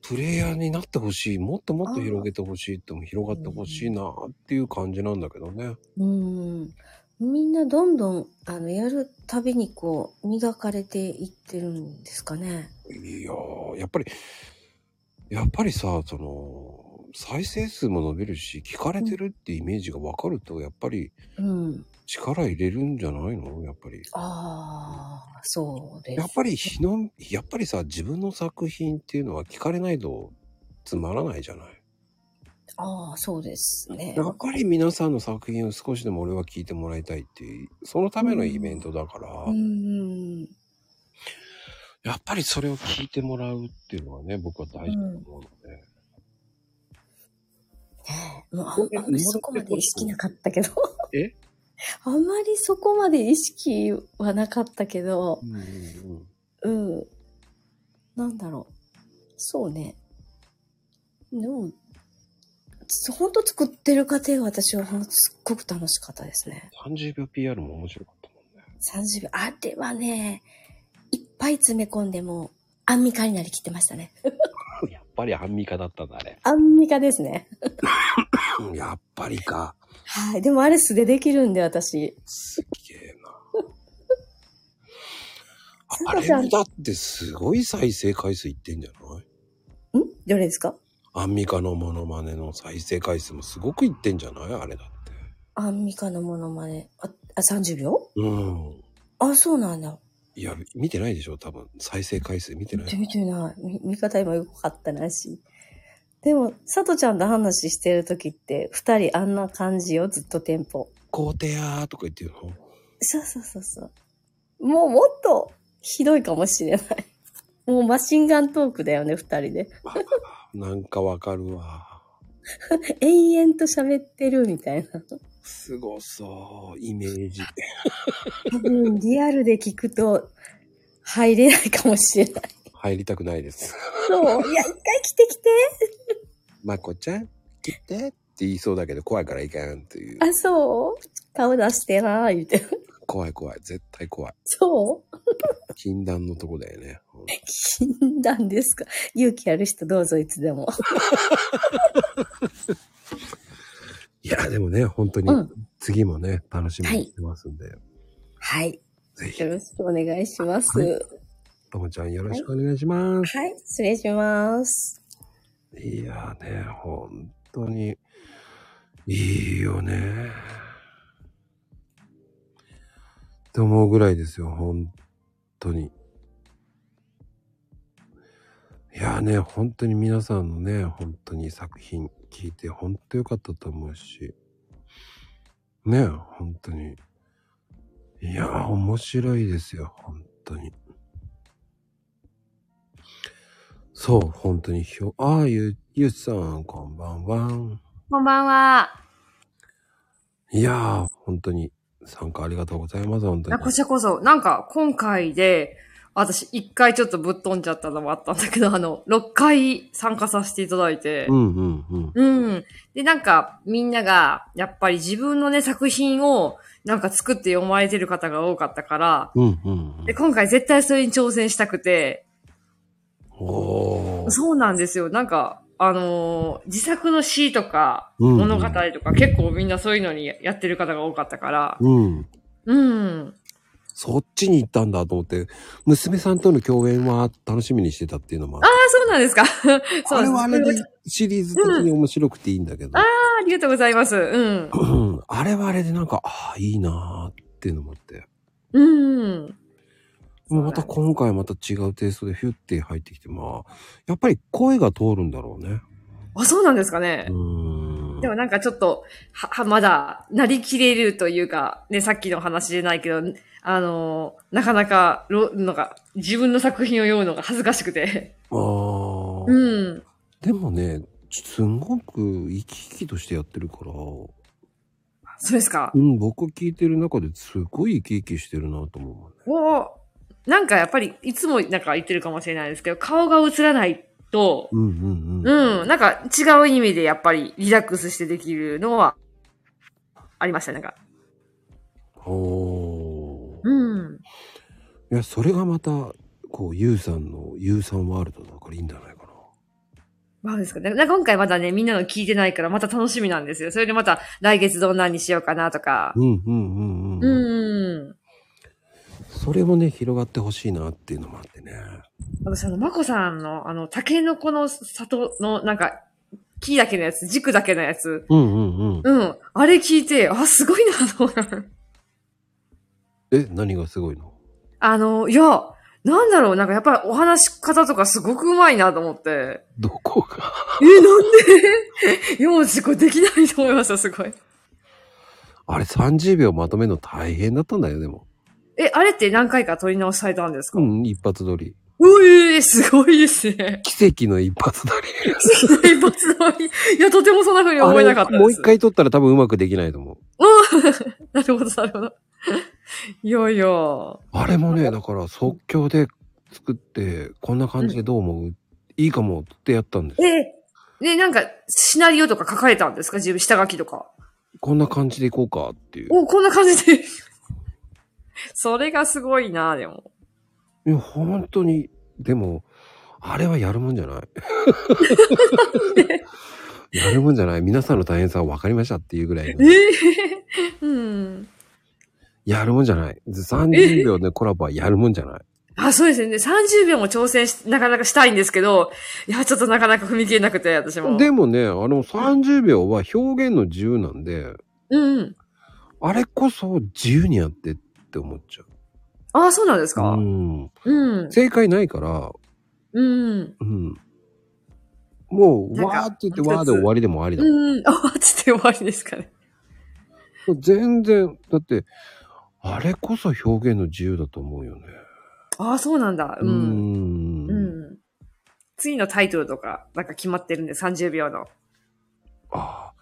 プレイヤーになってほしい。もっともっと広げてほしいっても広がってほしいなっていう感じなんだけどね。
うん。みんなどんどん、あの、やるたびにこう、磨かれていってるんですかね。
いやー、やっぱり、やっぱりさ、その、再生数も伸びるし、聞かれてるってイメージがわかると、やっぱり
うん。
力入れるんじゃないのやっぱり。
ああ、そうです。
やっぱり日の、やっぱりさ、自分の作品っていうのは聞かれないとつまらないじゃない。
ああ、そうですね
や。っぱり皆さんの作品を少しでも俺は聞いてもらいたいっていう、そのためのイベントだから、
うん。
やっぱりそれを聞いてもらうっていうのはね、僕は大事だと思うので、
もうあんあんまりそこまで意識なかったけど。
え
あんまりそこまで意識はなかったけど、
うんうんうん
うん。なんだろう。そうね。でも、つほんと作ってる過程が私はほんとすっごく楽しかったですね。
30秒 PR も面白かったもんね。
30秒。あれはね、いっぱい詰め込んでもう、アンミカになりきってましたね。
やっぱりアンミカだったんだ、あれ。
アンミカですね。
やっぱりか。
はい。でもあれ素でできるんで、私。
すげえな。
す [laughs]
あ
か
れ
ちゃん
もだってすごい再生回数いってんじゃない
んどれですか
アンミカのモノマネの再生回数もすごくいってんじゃないあれだって。
アンミカのモノマネ。あ、あ30秒
うん。
あ、そうなんだ。
いや、見てないでしょ多分。再生回数見て
見
ない。
て見てない。み見方今よかったなし。でも、さとちゃんと話してるときって、二人あんな感じよ、ずっとテンポ。
皇帝やーとか言ってるの
そうそうそうそう。もうもっとひどいかもしれない。もうマシンガントークだよね、二人で。
なんかわかるわ。
永遠と喋ってるみたいな。
すごそう。イメージ。
多分、リアルで聞くと、入れないかもしれない。
入りたくないです。
そう。いや、一回来て来て。
まこちゃん、来てって言いそうだけど、怖いからいかんっていう。
あ、そう顔出してなー、言うて。
怖い怖い。絶対怖い。
そう [laughs]
禁断のとこだよね。うん
禁断ですか勇気ある人どうぞいつで
[laughs]
も。
いや、でもね、本当に
うん、
次もね、楽しみにしてますんで、
はい。
ぜひ
よ、ろしくお願いします。
は
はいい、
ともちゃんよろしくお願いします。
失礼します。
いやね、本当に、いいよね。って思うぐらいですよ、本当に。いやね、本当に皆さんのね、本当に作品聞いて本当良かったと思うし、ね、本当に。いやー、面白いですよ、本当に。そう、本当にひょ、ああ、ゆ、ゆうちさん、こんばんは。
こんばんは。
いやー、本当に、参加ありがとうございます、本当
いやこ
に。
ちらこそ、なんか今回で、私一回ちょっとぶっ飛んじゃったのもあったんだけど、あの、6回参加させていただいて
う、んうんうん。
うん。で、なんか、みんなが、やっぱり自分のね、作品を、なんか作って読まれてる方が多かったから、
うんうんうん
で、。今回絶対それに挑戦したくて、
おー。
そうなんですよ。なんか、あのー自作の詩とか、
うんうん
物語とか、結構みんなそういうのにやってる方が多かったから、
うん。
うん。
そっちに行ったんだと思って、娘さんとの共演は楽しみにしてたっていうのもあ
ああ、そうなんですか。 [laughs] そうなんです
あれはあれでシリーズ的に面白くていいんだけど、
ありがとうございます。うん。
うんあれはあれでなんか、ああ、いいなーっていうのもあって。
うん。
もうまた今回また違うテイストでヒュッて入ってきて、まあ、やっぱり声が通るんだろうね。
あ、そうなんですかね。
うーん。
でもなんかちょっと、は、は、まだ、なりきれるというか、ね、さっきの話じゃないけど、あのーなかなか、ろ、なんか、自分の作品を読むのが恥ずかしくて。 [laughs]
あー
うん。
でもね、すんごく生き生きとしてやってるから、
そうですか
う。ん、僕聞いてる中ですごい生き生きしてるなと思うもんね。
おーなんかやっぱり、いつもなんか言ってるかもしれないですけど、顔が映らないと、
うんうんうん。
うん、なんか違う意味でやっぱりリラックスしてできるのは、ありましたね、なんか。
ほー。
うん。
いや、それがまた、こう、ゆうさんの、ゆうさんワールドだからいいんじゃないかな。
まあですかね。なんか今回まだね、みんなの聞いてないから、また楽しみなんですよ。それでまた来月どんなんにしようかなとか。
うんうんうんうん。
うん。
それもね、広がってほしいなっていうのもあってね。
私、あの、まこさんの、あの、タケノコの里の、なんか、木だけのやつ、軸だけのやつ。
うんうんうん。
うん。あれ聞いて、あ、すごいな、と思う。
え、何がすごいの
あの、いや、なんだろう、なんかやっぱりお話し方とかすごくうまいなと思って。
どこが
え、なんでいや、私これできないと思いました、すごい。
あれ30秒まとめるの大変だったんだよ、でも。
え、あれって何回か撮り直しされたんですか、
う、
うん
一発撮り。
えー、すごいですね。
奇跡の一発撮り。
一発撮り。いや、とてもそんな風に思えなかった
あ
で
れ
す。
もう一。回撮ったら多分うまくできないと思う。
[laughs] なるほど、なるほど。いやいや。
あれもね、だから即興で作って、こんな感じでどう思う、いいかもってやったんですよ。
え、ね、なんか、シナリオとか書かれたんですか自分、下書きとか。
こんな感じでいこうかっていう。
お、こんな感じで。それがすごいな、でも。
いや、本当に、でも、あれはやるもんじゃ [laughs] ない。やるもんじゃない。皆さんの大変さは分かりましたっていうぐらいの。
ええうん。
やるもんじゃ [laughs] ない。30秒でコラボはやるもんじゃない。
あ、そうですね。30秒も挑戦し、なかなかしたいんですけど、いや、ちょっとなかなか踏み切れなくて、私も。
でもね、あの30秒は表現の自由なんで、
うんうん。
あれこそ自由にやってって思っちゃ
あ、そうなんですか
う。うん。
うん。
正解ないから、
うん。
うん。もう、
なんか
わーって言ってわーで終わりでもありだ。
うん。 [laughs] あ、つって終わりですかね。
全然、だって、あれこそ表現の自由だと思うよね。
あ、そうなんだ。うん。
ん
うん。次のタイトルとか、なんか決まってるんで、30秒の。
ああ、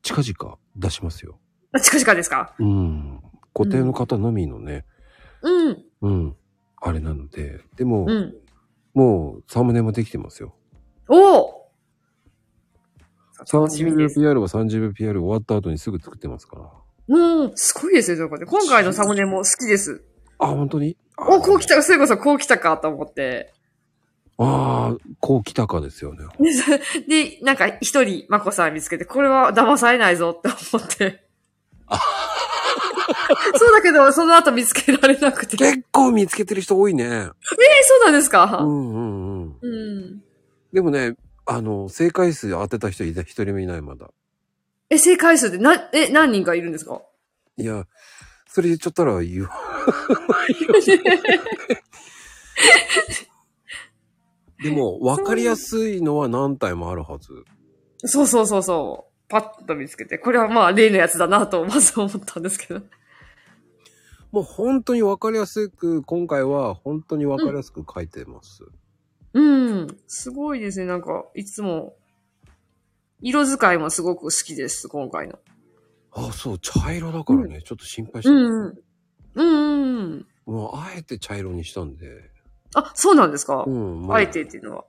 近々出しますよ。
あ、近々ですか
うん。固定の方のみのね、
うん。
うん、あれなので、でも、
うん。
もうサムネもできてますよ。
おお楽しみ
30
で
秒
す。
PR は30秒 PR 終わった後にすぐ作ってますから。
うん。すごいですよ、ということで。今回のサムネも好きです。
あ、本当に
お、こう来
た
た、それこそこう来たかと思って。 [laughs]
ああ、こう来たかですよね。
で、なんか一人、まこさん見つけて、これは騙されないぞって思
[laughs]
って。そうだけど、その後見つけられなくて。え
結構見つけてる人多いね。
そうなんですか、
うんうんうん。
うん。
でもね、あの、正解数当てた人いた一人もいない、まだ。
え、正解数ってな、え、何人かいるんですか
いや、それ言っちゃったら言
[laughs]
わでも、わかりやすいのは何体もあるはず。
そうそうそうそう。パッと見つけて、これはまあ例のやつだなと、まず思ったんですけど。
もう本当にわかりやすく、今回は本当にわかりやすく書いてます。
うん。すごいですね。なんか、いつも、色使いもすごく好きです、今回の。
あ、そう、茶色だからね、ちょっと心配して
うん
た、
うん。うんうん。
もう、あえて茶色にしたんで。
あ、そうなんですか、
うん、
あえてっていうのは。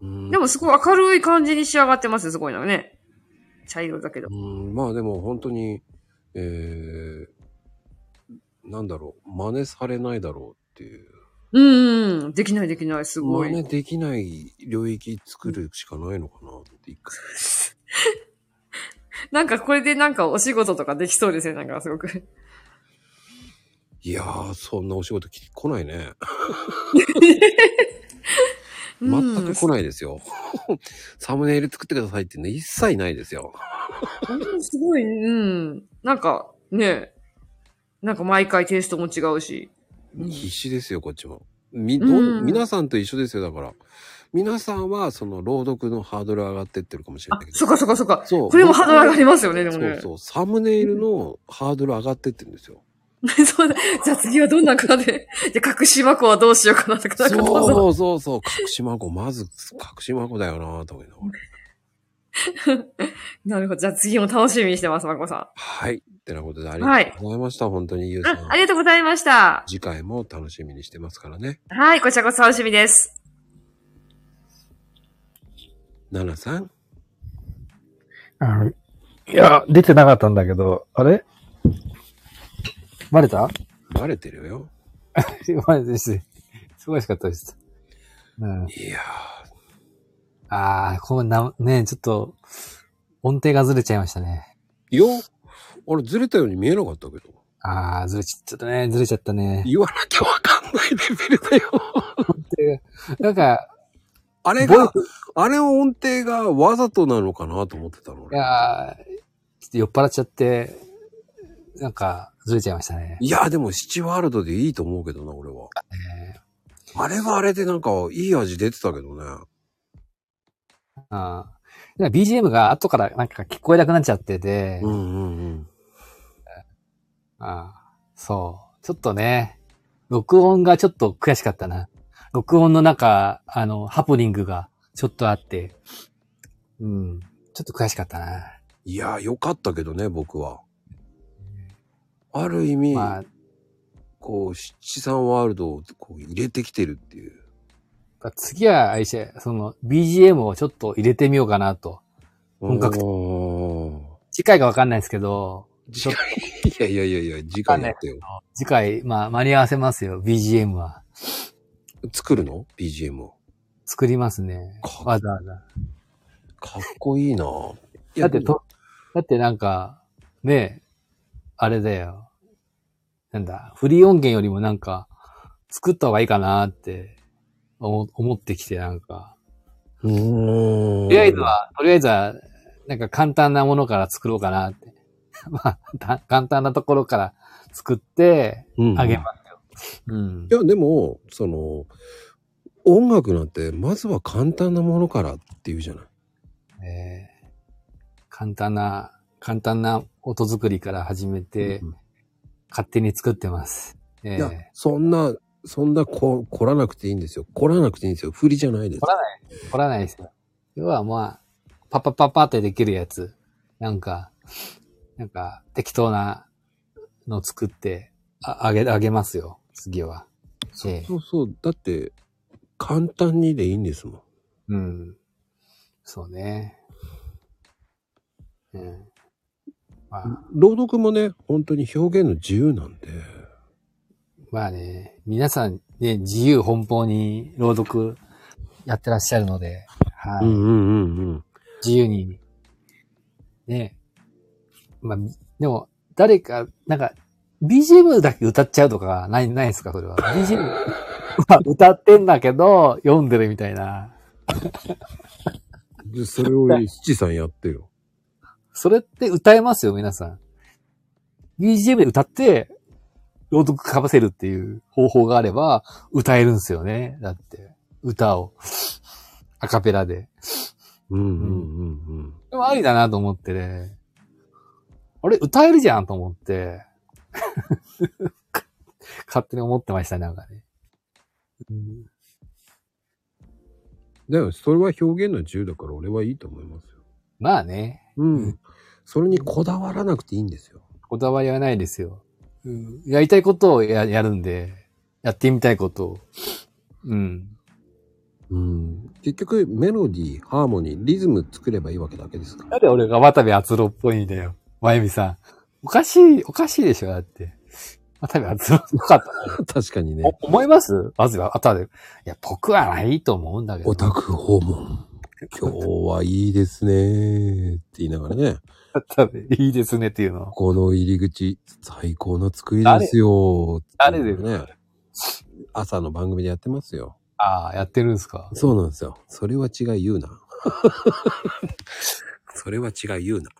うん
でもすごい明るい感じに仕上がってます、すごいのね。茶色だけど
う。ん、まあでも本当に、えー、なんだろう、真似されないだろうっていう。
うんうん。できないできない、すご
真
い。
似できない領域作るしかないのかなって一回。
なんかこれでなんかお仕事とかできそうですね、なんかすごく。
いやー、そんなお仕事き来な
[laughs]
いね。 [laughs] 全く来ないですよ。 [laughs] サムネイル作ってくださいってね、一切ないですよ。
うんすごい、うん。なんか、ねなんか毎回テイストも違うし。うん
必死ですよ、こっちも。み、
う
ど
ん
ん皆さんと一緒ですよ、だから。皆さんは、その、朗読のハードル上がってってるかもしれ
あ
ないけ、ど。
そっかそっかそっか。
そう。
これもハードル上がりますよね、でも
そ
ね
う。そう。サムネイルのハードル上がってってるんですよ。
[laughs] そうだ。じゃあ次はどんなかで、 [laughs] じゃあ隠し箱はどうしようかなとか、
そ
なんかどうぞ
うそうそう。隠し孫、まず隠し孫だよなぁと思いながら。
なるほど。じゃあ次も楽しみにしてます、まこさ。
はい。ってなことで、ありがとうございました。本当に、ゆうん
う
さん。
ん、ありがとうございました。
次回も楽しみにしてますからね。
はい、こちらこそ楽しみです。
ナナさん。
あいや、出てなかったんだけど、あれバレた [laughs]
バレてるよ。
バレてです。すごいしかったです。うん。
いや
ああ、こうな、ね、ちょっと、音程がずれちゃいましたね。
ー、よ、あれずれたように見えなかったけど。
ああ、ずれちゃちょっとね、ずれちゃったね。
言わなきゃわかんないレベルだよ。
なんか、
あれ
ボイ
が、あれの音程がわざとなのかなと思ってたの。
い
俺
やーちょっと酔っ払っちゃって、なんか、ずれちゃいましたね。
いや、でもシチワールドでいいと思うけどな、俺は。あれはあれでなんか、いい味出てたけどね。
あーなんか BGM が後からなんか聞こえなくなっちゃってて、
うんうんうん。
あーそう。ちょっとね、録音がちょっと悔しかったな。録音の中、あの、ハプニングがちょっとあって、うん、ちょっと悔しかったな。
いや、良かったけどね、僕は。ある意味、
まあ、
こう、七三ワールドをこう入れてきてるっていう。
次は、あれして、その、BGM をちょっと入れてみようかなと。本格的
お
次回がわかんないですけど、
ー
ちょっと
いやいやいやいや、時間やってよ。
次回、まあ、間に合わせますよ、BGM は。
作るの ?BGM を。
作りますね。
か
わざわざ。
かっこいいなぁ。い
だ
や
ってと、だってなんか、ねえ、あれだよ。なんだ、フリー音源よりもなんか、作った方がいいかなって思思ってきて、なんか。
うーん
とりあ
[laughs]
えずは、とりあえずは、なんか簡単なものから作ろうかなって。 [laughs] まあ、た簡単なところから作って
うん
あげますよ。うん
い。や、でも、その、音楽なんて、まずは簡単なものからっていうじゃない。
えー簡単な、簡単な音作りから始めて、
うん
勝手に作ってます。え
い
え
や、そんな、そんなこ、凝らなくていいんですよ。凝らなくていいんですよ。振りじゃないです
凝。らない、凝らないですよ。要はまあ、パッパッパッパってできるやつ。なんか、なんか、適当なの作って、ああげ、あげますよ。次は。ええ
そうそう。だって、簡単にでいいんですもん。
うん。そうね。うん。まあ、
朗読もね、本当に表現の自由なんで。
まあね、皆さんね、自由奔放に朗読やってらっしゃるので、はい。
うんうんうんうん。
自由に。ね。まあ、でも、誰か、なんか、BGM だけ歌っちゃうとか、ない、ないですかそれは。BGM。まあ、 [laughs] 歌ってんだけど、読んでるみたいな。
でそれを七さんやってよ。
それって歌えますよ、皆さん。BGM で歌って、朗読かばせるっていう方法があれば、歌えるんですよね。だって、歌を。アカペラで。
うんうんうんうん。
でもありだなと思ってね。あれ、歌えるじゃんと思って。 [laughs] 勝手に思ってましたね、なんかね。うん
でも、それは表現の自由だから俺はいいと思いますよ。
まあね、
うん。それにこだわらなくていいんですよ。
こだわりはないですよ。うんやりたいことをややるんで、やってみたいことを。うん。
うん。結局、メロディー、ハーモニー、リズム作ればいいわけだけですから。
なんで俺が渡部篤郎っぽいんだよ。まゆみさん。おかしい、おかしいでしょ、だって。渡部篤郎っぽかった。
確かにね。
お思いますまずは、渡部。いや、僕はないと思うんだけど。
オタク訪問。今日はいいですね。って言いながらね。
渡部、いいですねっていうのは。
この入り口、最高の作りですよ。
誰
って言いながらね。朝の番組でやってますよ。
ああ、やってるんですか。
そうなんですよ。それは違い
[laughs]
言うな。それは違い言うな。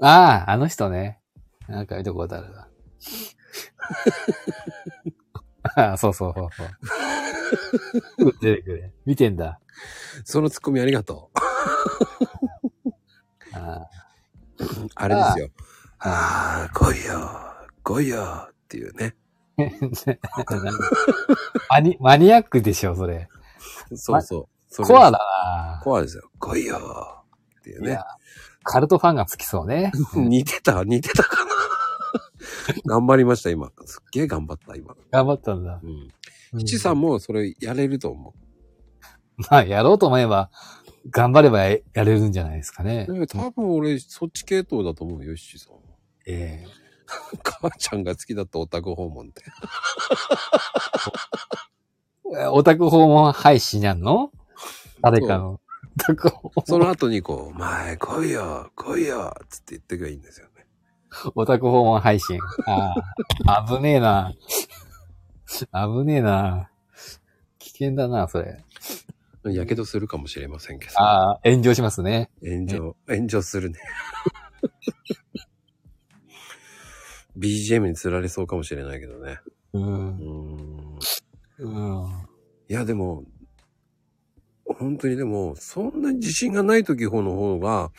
ああ、あの人ね。なんか見たことあるな。 [laughs] ああ、そうそうそうそう。出てくる。見てんだ。
そのツッコミありがとう。
あ
あれですよ。ああ、来いよ。来いよ。っていうね。
あ [laughs] マニマニアックでしょ、それ。
そうそう。それ
コアだな。
コアですよ。来いよ。っていうね。
カルトファンがつきそうね。
[laughs] 似てた似てたかな頑張りました、今。すっげえ頑張った、今。
頑張ったんだ。
七さんもそれやれると思
[laughs] まあ、やろうと思えば、頑張ればややれるんじゃないですかね
う。。ね多分俺、そっち系統だと思うよ、七さん。
ええ
[laughs] 母ちゃんが好きだったオタク訪問って。 [laughs]
オタク訪問配信やんの誰かの。
その後にこう、お前来いよ、来いよ、つって言ってくればいいんですよ。
オタク訪問配信。ああ、危ねえな。危ねえな。危険だな、それ。
やけどするかもしれませんけど。
ああ、炎上しますね。
炎上、炎上するね。BGM に釣られそうかもしれないけどね。
うん。
うん。いや、でも、本当にでも、そんなに自信がない時方の方が、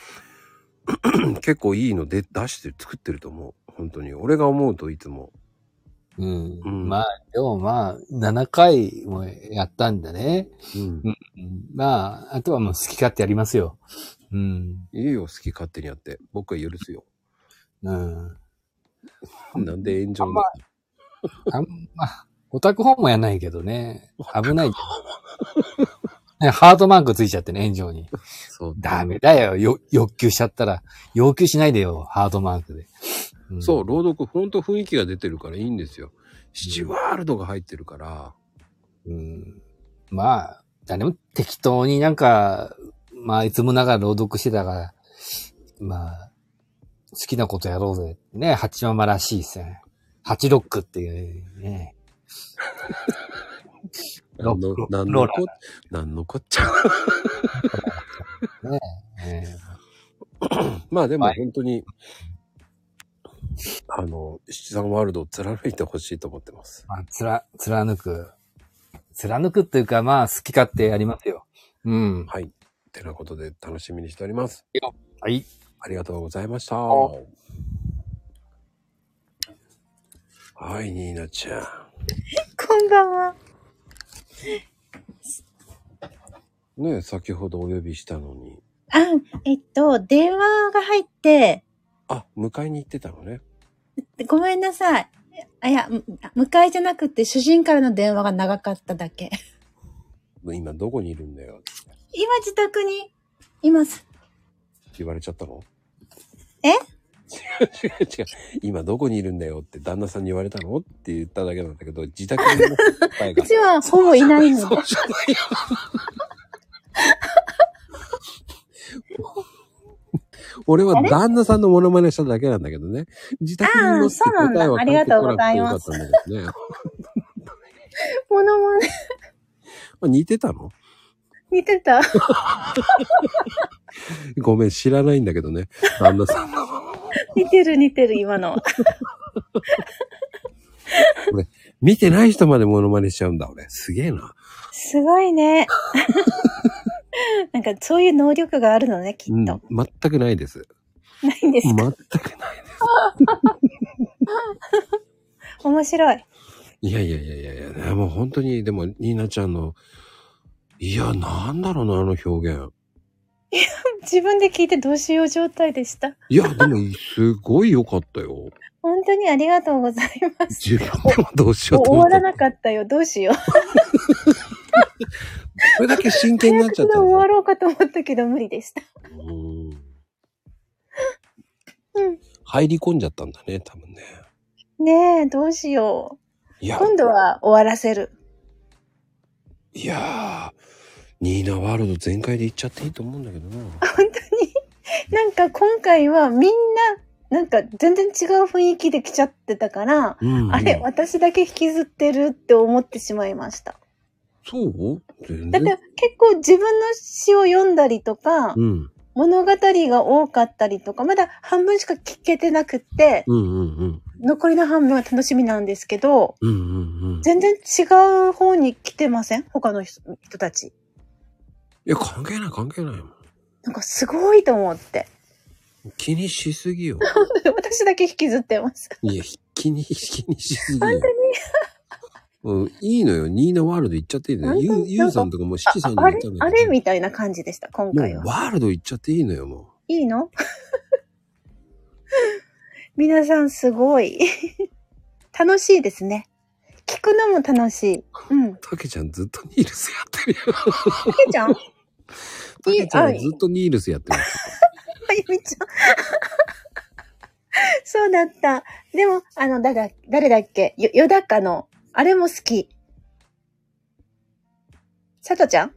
[clears throat] 結構いいので出して作ってると思う。本当に。俺が思うといつも。
うん。まあ、でもまあ、7回もやったんだね。
うん。
まあ、あとはもう好き勝手やりますよ。うん。
いいよ、好き勝手にやって。僕は許すよ。
うん。
なんで炎上なの
あんま、オタク本もやんないけどね。危ない。ねハートマークついちゃってね、炎上に。ダメだよよ。欲求しちゃったら。要求しないでよ、ハートマークで。
そう、朗読、ほんと雰囲気が出てるからいいんですよ。シチワールドが入ってるから。
うん。まあ、誰も適当になんか、まあ、いつもながら朗読してたから、まあ、好きなことやろうぜ。ね、八ママらしいですね。八ロックっていう
[laughs]
ね。
何の、何
ロ
の
ーラ
こ、何のこっちゃ。
ねえ
[coughs] まあでも本当に、あの、七三ワールドを貫いてほしいと思ってます。
まあ、つら、貫く。貫くっていうか、まあ、好き勝手やりますよ。うん。
はい。てなことで楽しみにしております。
はい。
ありがとうございました。はい、ニーナちゃん。
こんばんは。
ねえ先ほどお呼びしたのに。
あ、えっと、電話が入って、
あ、迎えに行ってたのね。
ごめんなさい。あ、いや、む迎えじゃなくて、主人からの電話が長かっただけ。
今どこにいるんだよって
今、自宅にいます。
言われちゃったの
え
違う [laughs] 違う。今どこにいるんだよって旦那さんに言われたのって言っただけなんだけど、自宅にいる答え
う [laughs]
が。
ちはほぼいないので。
[laughs]
俺は旦那さんのモノマネしただけなんだけどね。自宅にいますって答えは返ってこなくてよかったんだけどね。
ものもね、
似てたの
似てた。
ごめん、知らないんだけどね。旦那さんの。
似てる似てる、今の。
俺、 [laughs] 見てない人までモノマネしちゃうんだ、俺。すげえな。
すごいね。なんか、そういう能力があるのね。き
うん、全くないです。
ないんですか
全く。
[laughs]
面白い。
いやいやいやいやいや、ね、もう本当に、でも、ニーナちゃんの、いや、なんだろうな、あの表現。
いや、自分で聞いてどうしよう状態でした。
いや、でも、すごい良かったよ。
本当にありがとうございます。
自分でもどうしようと
終
思っ
わ
た
ら。なかったよ。どうしよう。
これだけ真剣になっちゃっ
終
た。
わろうかと思ったけど無理でした。
入り込んじゃったんだね、多分ね。
ねえ、どうしよう。
いや、
今度は終わらせる。
いやー、ニーナワールド全開で行っちゃっていいと思うんだけどな。
なんか今回はみんな、なんか全然違う雰囲気で来ちゃってたから、
うんうん
あれ、私だけ引きずってるって思ってしまいました。
そう全
だって
然。
結構自分の詩を読んだりとか、
うん。
物語が多かったりとか、まだ半分しか聞けてなくって、
うんうんうん。
残りの半分は楽しみなんですけど、
うんうんうん。
全然違う方に来てません他の人人たち。
いや、関係ない関係ないもん。
なんかすごいと思って。
気にしすぎよ。
私だけ引きずってます。
いや、気に、気にしすぎ
本
よ
当。に
うん、いいのよ。ニーナワールド行っちゃっていいのよ。ゆう、ゆうさんとかもう七さんにも
ああ
行っ
れ
たんだ
あ
け
れみたいな感じでした、今回
ど、も
は
う。ワールド行っちゃっていいのよ、も
いいの皆さんすごい。 [laughs] 楽しいですね。聞くのも楽しい。
[laughs]
うん。
う。たけちゃんずっとニールスやってるよ。
たけ
[laughs]
ちゃんた
けちゃんはずっとニールスやってる。
あゆみちゃん。 [laughs] そうだった。でも、あの、だだ、誰だっけよ、よだかの、あれも好き。さとちゃん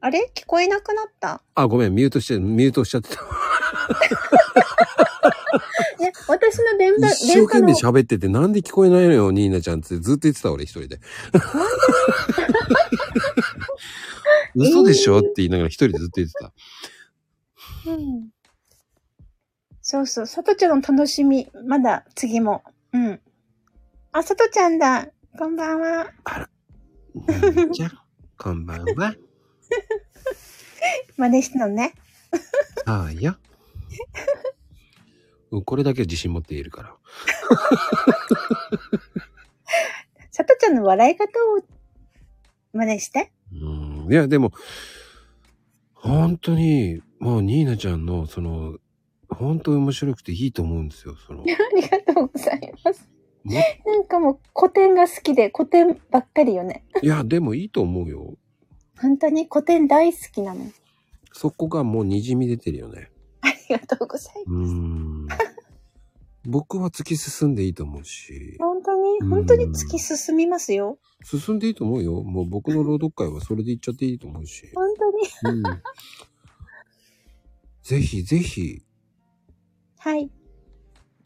あれ聞こえなくなった。
あ、ごめん、ミュートして、ミュートしちゃってた。
ね、私の電話、
一生懸
電
命
話の、
喋ってて、なんで聞こえないのよ、ニーナちゃんってずっと言ってた、俺一人で。嘘でしょって言いながら一人でずっと言ってた。
うん。そうそう、さとちゃんの楽しみ。まだ、次も。うん。あ、さとちゃんだ。こんばんは。 [laughs]
じゃあ、こんばんは。
真似したのね。
ああや。うんこれだけは自信持っているから。
さとちゃんの笑い方を真似して。
うんいや、でも、本当に、もうニーナちゃんの、その、本当に面白くていいと思うんですよ。その、
ありがとうございます。
も
なんかもう古典が好きで古典ばっかりよね。
いや、でもいいと思うよ。
本当に古典大好きなの。
そこがもう滲み出てるよね。
ありがとうございます。
うーん。僕は突き進んでいいと思うし、
本当に、本当に突き進みますよ。
進んでいいと思うよ。もう僕の朗読会はそれで行っちゃっていいと思うし。
本当に。
うん。ぜひぜひ、
はい。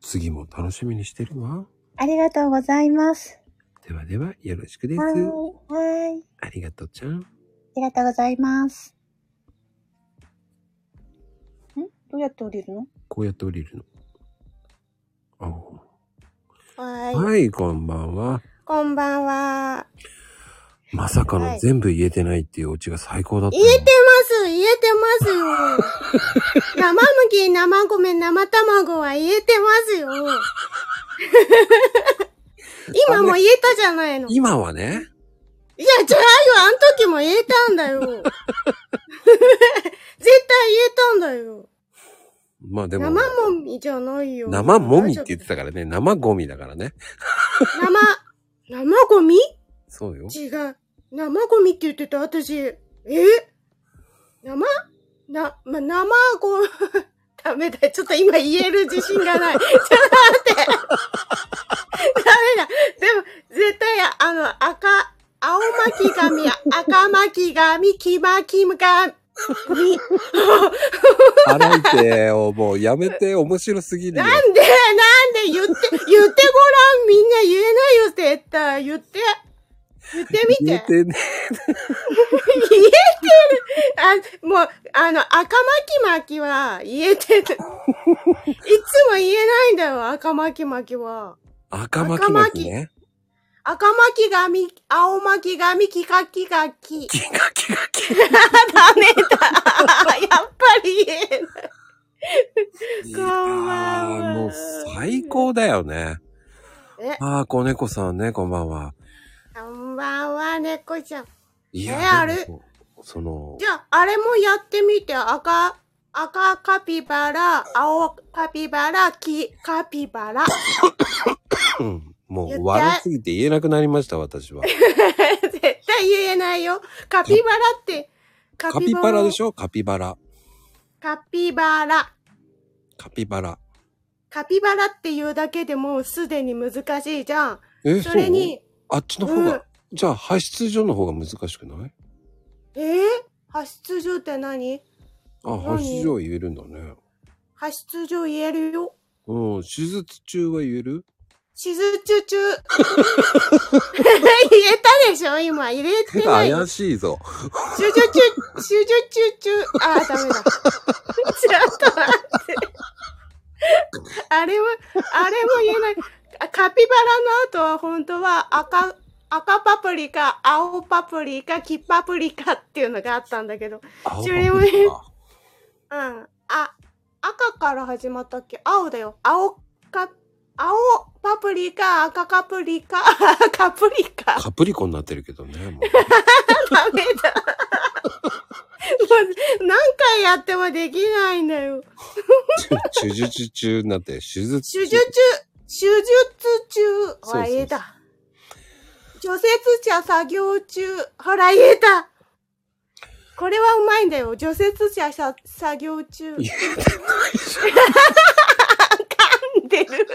次も楽しみにしてるわ。
ありがとうございます。
ではでは、よろしくです。
はーい。はーい。
ありがとうちゃん。
ありがとうございます。んどうやって降りるの
こうやって降りるの。あ
は。
はいい、こんばんは。
こんばんは。
まさか
は
の
い
全部言えてないっていうオチが最高だった
言
よ。
えてます言えてますよ
[laughs]
生麦、生米、生卵は言えてます
[laughs]
よ今も言えたじゃないの。い
今はね、
や、じゃあよ、あの時も言えたんだよ。
[laughs]
絶対言えたんだよ。
まあでも
生、麦じゃないよ。
生もみって言ってたからね、生ゴミだからね。
生、生ゴミ [laughs]
そうよ。
違う。生ゴミって言ってた、私。え生な、ま、生ゴミ、 [laughs] ダメだ。ちょっと今言える自信がない。ちょっと [laughs] 待って。ダメだ。でも、絶対、あの、赤、青巻き髪、赤巻き髪、黄巻き髪。 [laughs]
払いてよ、もうやめて、面白すぎるよ。
なんで、なんで言って、言ってごらん。みんな言えないよ、絶対。言って。言ってみて。
言えてね。
言えてる。あ、もう、あの、赤巻き巻きは言えてる。いつも言えないんだよ、赤巻き巻きは。
赤巻き巻きね。
赤巻き髪、青巻き髪、キカキカキ。キ
カキカ
[laughs] キ。ダメだ。やっぱり言えない。こんばん
あーもう最高だよね。
え、
ああ、子猫さんね、こんばんは。
こんばんは、猫ちゃん。
い
え、あ
や、
れ
でもその、
じゃあ、あれもやってみて。赤、赤カピバラ、青カピバラ、黄カピ
[laughs]
バラ。
うんも
言っ
う
て
悪すぎて言えなくなりました、私は。
絶対言えないよ。カピバラって、カ
カピバラで
ょ
しょカピバラ。
カピバラ。
カピバラ。
カピバラっていうだけでもうすでに難しいじゃん。
え、
そ
そう
れに、
あっちの方が、
うん
じゃあ派出所の方が難しくない
えー、派出所って何
あ、派出所は言えるんだね。
派出所言えるよ。
うん、手術中は言える
しずちゅ
[laughs]
ちゅ。 [laughs] 言えたでしょ今、入れてない。
怪しいぞ。
シュジュチュ、シュジュチュチュ、あー、ダメだ。 [laughs] ちょっと待って。あれも、あれも言えない。あカピバラの後は本当は赤、赤パプリカ、青パプリカ、黄パプリカっていうのがあったんだけど。それも言えうん。あ、赤から始まったっけ青だよ。青か、青パプリカ、赤カプリカ、 [laughs] カプリカ。
カプリコになってるけどね。もう
ダメだ。もう何回やってもできないんだよ。
手術中になって、手術
手術中、手術中。ほら、言えた。除雪車作業中。ほら、言えた。これはうまいんだよ。除雪車さ作業中。 [laughs] 噛んでる。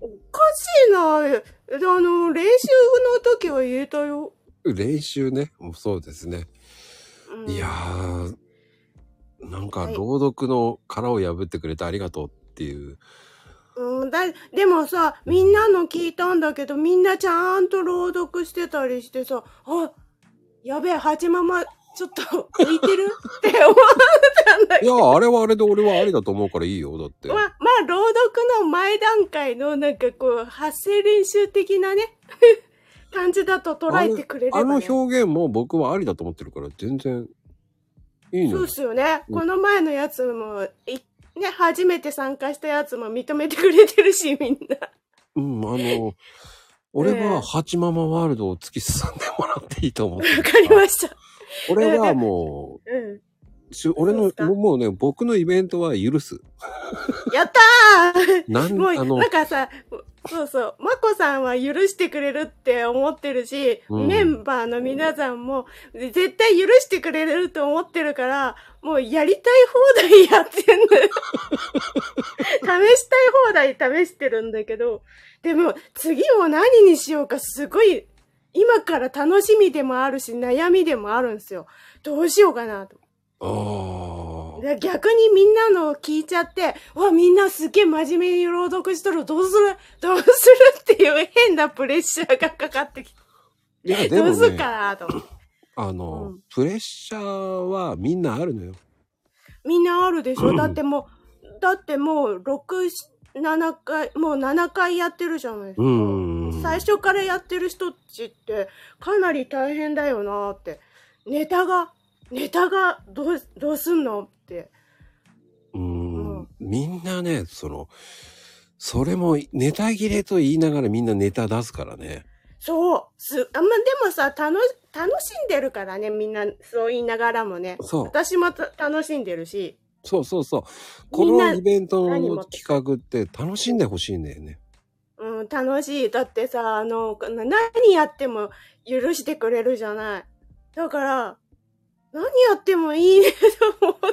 おかしいな。あの、練習の時は言えたよ。
練習ね。もうそうですね。いやー、なんか朗読の殻を破ってくれてありがとうっていう。
うん、だでもさみんなの聞いたんだけどみんなちゃんと朗読してたりしてさあやべえハチママちょっと浮いて
[laughs]
るって思ったんだけ
い
ど
や、あれはあれで俺はありだと思うからいいよ。だって。
まあまあ朗読の前段階のなんかこう発声練習的なね [laughs] 感じだと [laughs] 捉えてくれれば、
あの
ね、
表現も僕はありだと思ってるから、全然いいの
そう
よ
っ。すよね、
うん
この前のやつもいね初めて参加したやつも認めてくれてるしみんな
うん、あ
[laughs]
の、俺はハチママワールドを突き進んでもらっていいと思ってる。
わかりました
俺はも
うん
う、し俺の、もうね、僕のイベントは許す。
やったー
なん
もう、
あの
なんかさ、そうそう、まこさんは許してくれるって思ってるし、
うん
メンバーの皆さんも、絶対許してくれると思ってるから、もうやりたい放題やっ
[laughs]
てんのよ。試したい放題試してるんだけど、でも、次を何にしようかすごい、今から楽しみでもあるし、悩みでもあるんですよ。どうしようかなと。で逆にみんなの聞いちゃって、わ、みんなすげえ真面目に朗読しとる、どうするどうするっていう変なプレッシャーがかかってき
いや、
て、
で
どう
も
する
ね、
かなと思って。
あの、プレッシャーはみんなあるのよ。
みんなあるでしょだってもう、だってもう6、7回、もう7回やってるじゃないですか。
うん。
最初からやってる人っちってかなり大変だよなって。ネタが、ネタがどう、どうすんのって。
みんなね、その、それもネタ切れと言いながらみんなネタ出すからね。
そう。す、あんま、でもさ、楽し、楽しんでるからね、みんな、そう言いながらもね。
そう
私もた楽しんでるし。
そうそうそう。こ
みんな
のイベント
何持
の
って
企画って楽しんでほしいんだよね。
うん、楽しい。だってさ、あの、な何やっても許してくれるじゃない。だから、何やってもいいね、と思うと。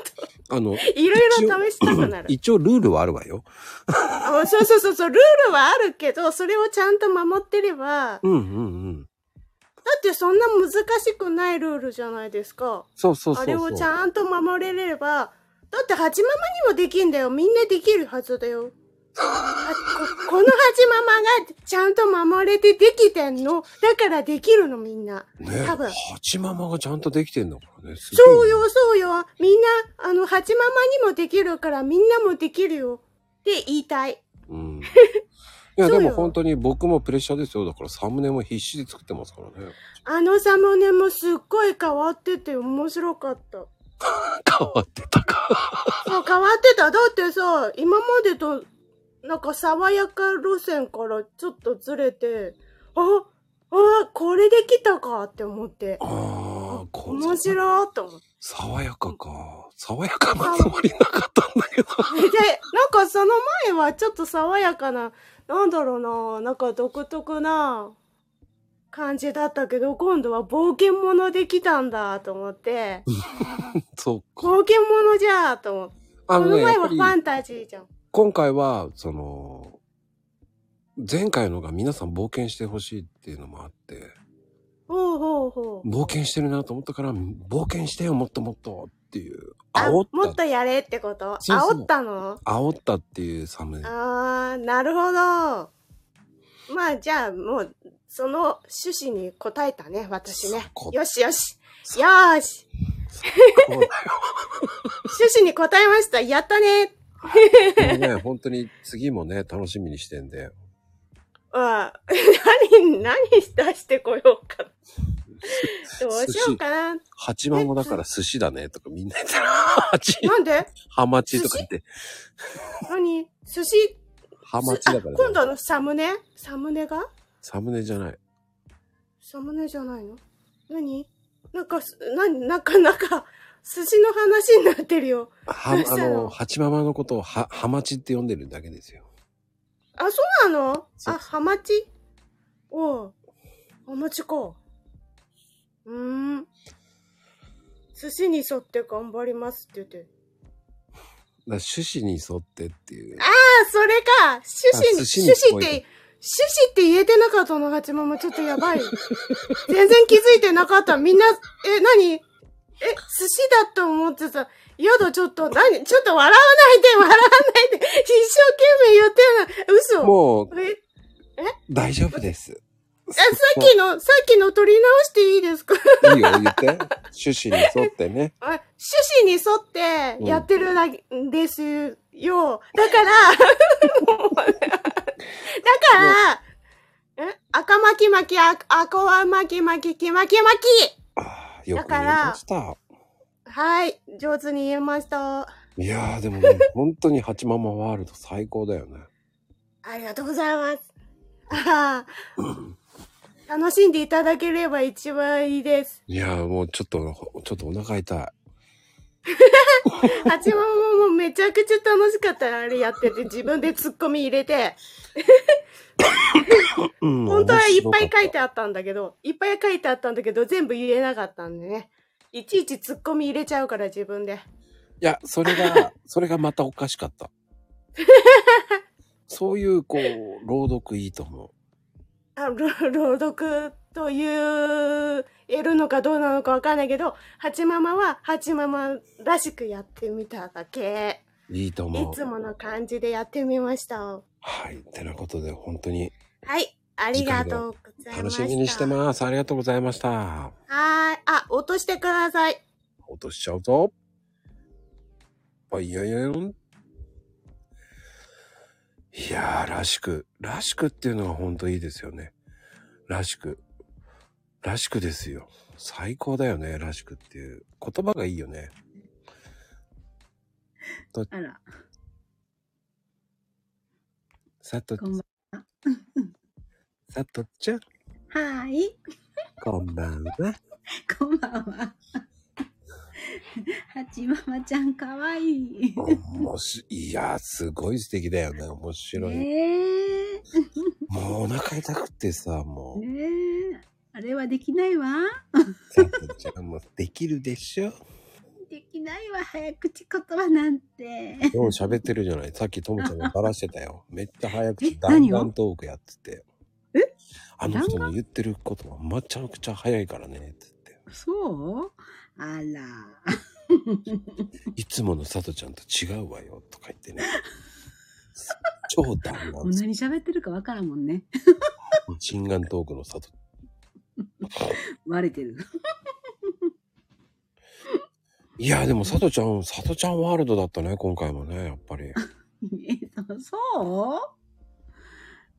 あ
[laughs]
の、
いろいろ試したくなる。
一応ルールはあるわよ。
あそうそうそうそう、ルールはあるけど、それをちゃんと守ってれば、だ
うんうんうん。
ってそんな難しくないルールじゃないですか。
そうそうそうそう。
あれをちゃんと守れれば、だってハチママにもできんだよ。みんなできるはずだよ。あここのハチママがちゃんと守れてできてんの。だからできるのみんな。
ね
多分。
ハチママがちゃんとできてんだからね。すごい
そうよ、そうよ。みんな、あの、ハチママにもできるからみんなもできるよ。って言いたい。
うん。いや、でも本当に僕もプレッシャーですよ。だからサムネも必死で作ってますからね。
あのサムネもすっごい変わってて面白かった。
[laughs] 変わってたか。
そう、変わってた。だってさ、今までと、なんか爽やか路線からちょっとずれて、あ、あ、これできたかって思って。
あ
面白いと思って。
爽やかか。爽やかなつもりなかったんだけど。
[laughs] で、なんかその前はちょっと爽やかな、なんだろうな、なんか独特な感じだったけど、今度は冒険者できたんだと思って、
そう。
冒険者じゃあと思って。
あ
こ
の
の
ね、
前
やっ
は
ぱ
フ
り
ァンタジーじゃん。
今回は、その、前回のが皆さん冒険してほしいっていうのもあって、
ほうほうほう。
冒険してるなと思ったから、冒険してよ、もっともっとっていう、煽っ
もっとやれってこと
そうそう
煽ったの
た、煽ったっていうサムネ。
あー、なるほど。まあじゃあもう、その趣旨に答えたね、私ね。よしよし。よーし。趣旨に答えました。やったね。
でもね、本当に次もね、楽しみにしてんで、
うん何、何出してこようか。どうしようかな。
八番もだから寿司だねとかみんな言ってたら、
なんで
ハマチとか言って、
何寿司、
ハマチだから、
今度のサムネサムネが
サムネじゃない。
サムネじゃないの何なんかす、な、なんか、なんか、寿司の話になってるよ。
は、
どうし
あ
た
の、八ママのことをは、ハマチって呼んでるだけですよ。
あ、そうなのあ、ハマチおう。ハマチか。うーん。寿司に沿って頑張りますって言って。
だから趣旨に沿ってっていう。
ああ、それか趣旨
あ
に、
寿司に
趣旨っ
聞こえ
て
る、
趣旨って言えてなかったの、八ママ。ちょっとや
[laughs]
ばい。全然気づいてなかった。みんな、え、何え、寿司だと思ってた。やだ、ちょっと、何ちょっと笑わないで、笑わないで。一生懸命言ってるの。嘘。
もう
ええ
大丈夫です。
え、さっきの、さっきの取り直していいですか [laughs]
いいよ、言って。趣旨に沿ってね。
あ趣旨に沿ってやってるだけですよ。だから、
[laughs]
だから、え赤巻き巻き、あ、あこわ巻き巻き、き巻き巻き
よ
だ
く言
か
い
ら
まし、た。
はい、上手に言えました。
いやー、で
[laughs]
もね、本当に八ママワールド最高だよね。
ありがとうございます。あ
[laughs]
ー楽しんでいただければ一番いいです。
いやー、もうちょっと、ちょっとお腹痛い。
[laughs] 八幡ももうめちゃくちゃ楽しかったあれやってて、自分でツッコミ入れて。
うん
[laughs] 本当はいっぱい
い
書いてあったんだけど、いっぱい書いてあったんだけど、全部言えなかったんでね。いちいちツッコミ入れちゃうから自分で。
や、それ
[laughs]
が、それがまたおかしかった。そういう、こう、朗読いいと思う。
あろ [laughs] 朗読と言えるのかどうなのかわかんないけど、八ママは八ママらしくやってみただけ。
いいと
い
思う。
つもの感じでやってみました。
はい。ってなことで、本当に
はい、ありがとうござい
楽
ま
しみに
し
して
た。は
ます。ありがとうございました。
ーい。あ、落としてください。
[laughs]
落としちゃうぞ。バイヤヤン。いやー、らしく。らしくっていうのが本当いいですよね。らしく。らしくですよ。最高だよね、らしくっていう。言葉がいいよ
[laughs]
ね。と
あら。
さと、
こんばん
さとちゃん、
[laughs] は。はーい。
こんばんは。
こんばんは。 [laughs] はちままちゃんかわいい。
もし、いやー、すごい素敵だよね。面白い。
ね
もうお腹痛くてさ、も
え。ねえ。あれはできないわ。 [laughs]
う、じゃあもうできるでしょ
できないわ、早口言葉なんて。
よう喋ってるじゃない。さっきともちゃんがバラしてたよ。めっちゃ早口、だん
何を
だんトークやってて。
え
あの人の言ってることはめちゃくちゃ早いからね。
そうあら。
いつものさとちゃんと違うわよ、とか言ってね。超弾
[laughs] も
丸
う、何喋ってるかわからんもんね。 [laughs]
心眼トークのさと。
バレてる。 [laughs]
いや、でもさとちゃん、さとちゃんワールドだったね、今回もね、
[laughs]
やっぱり。
えそそう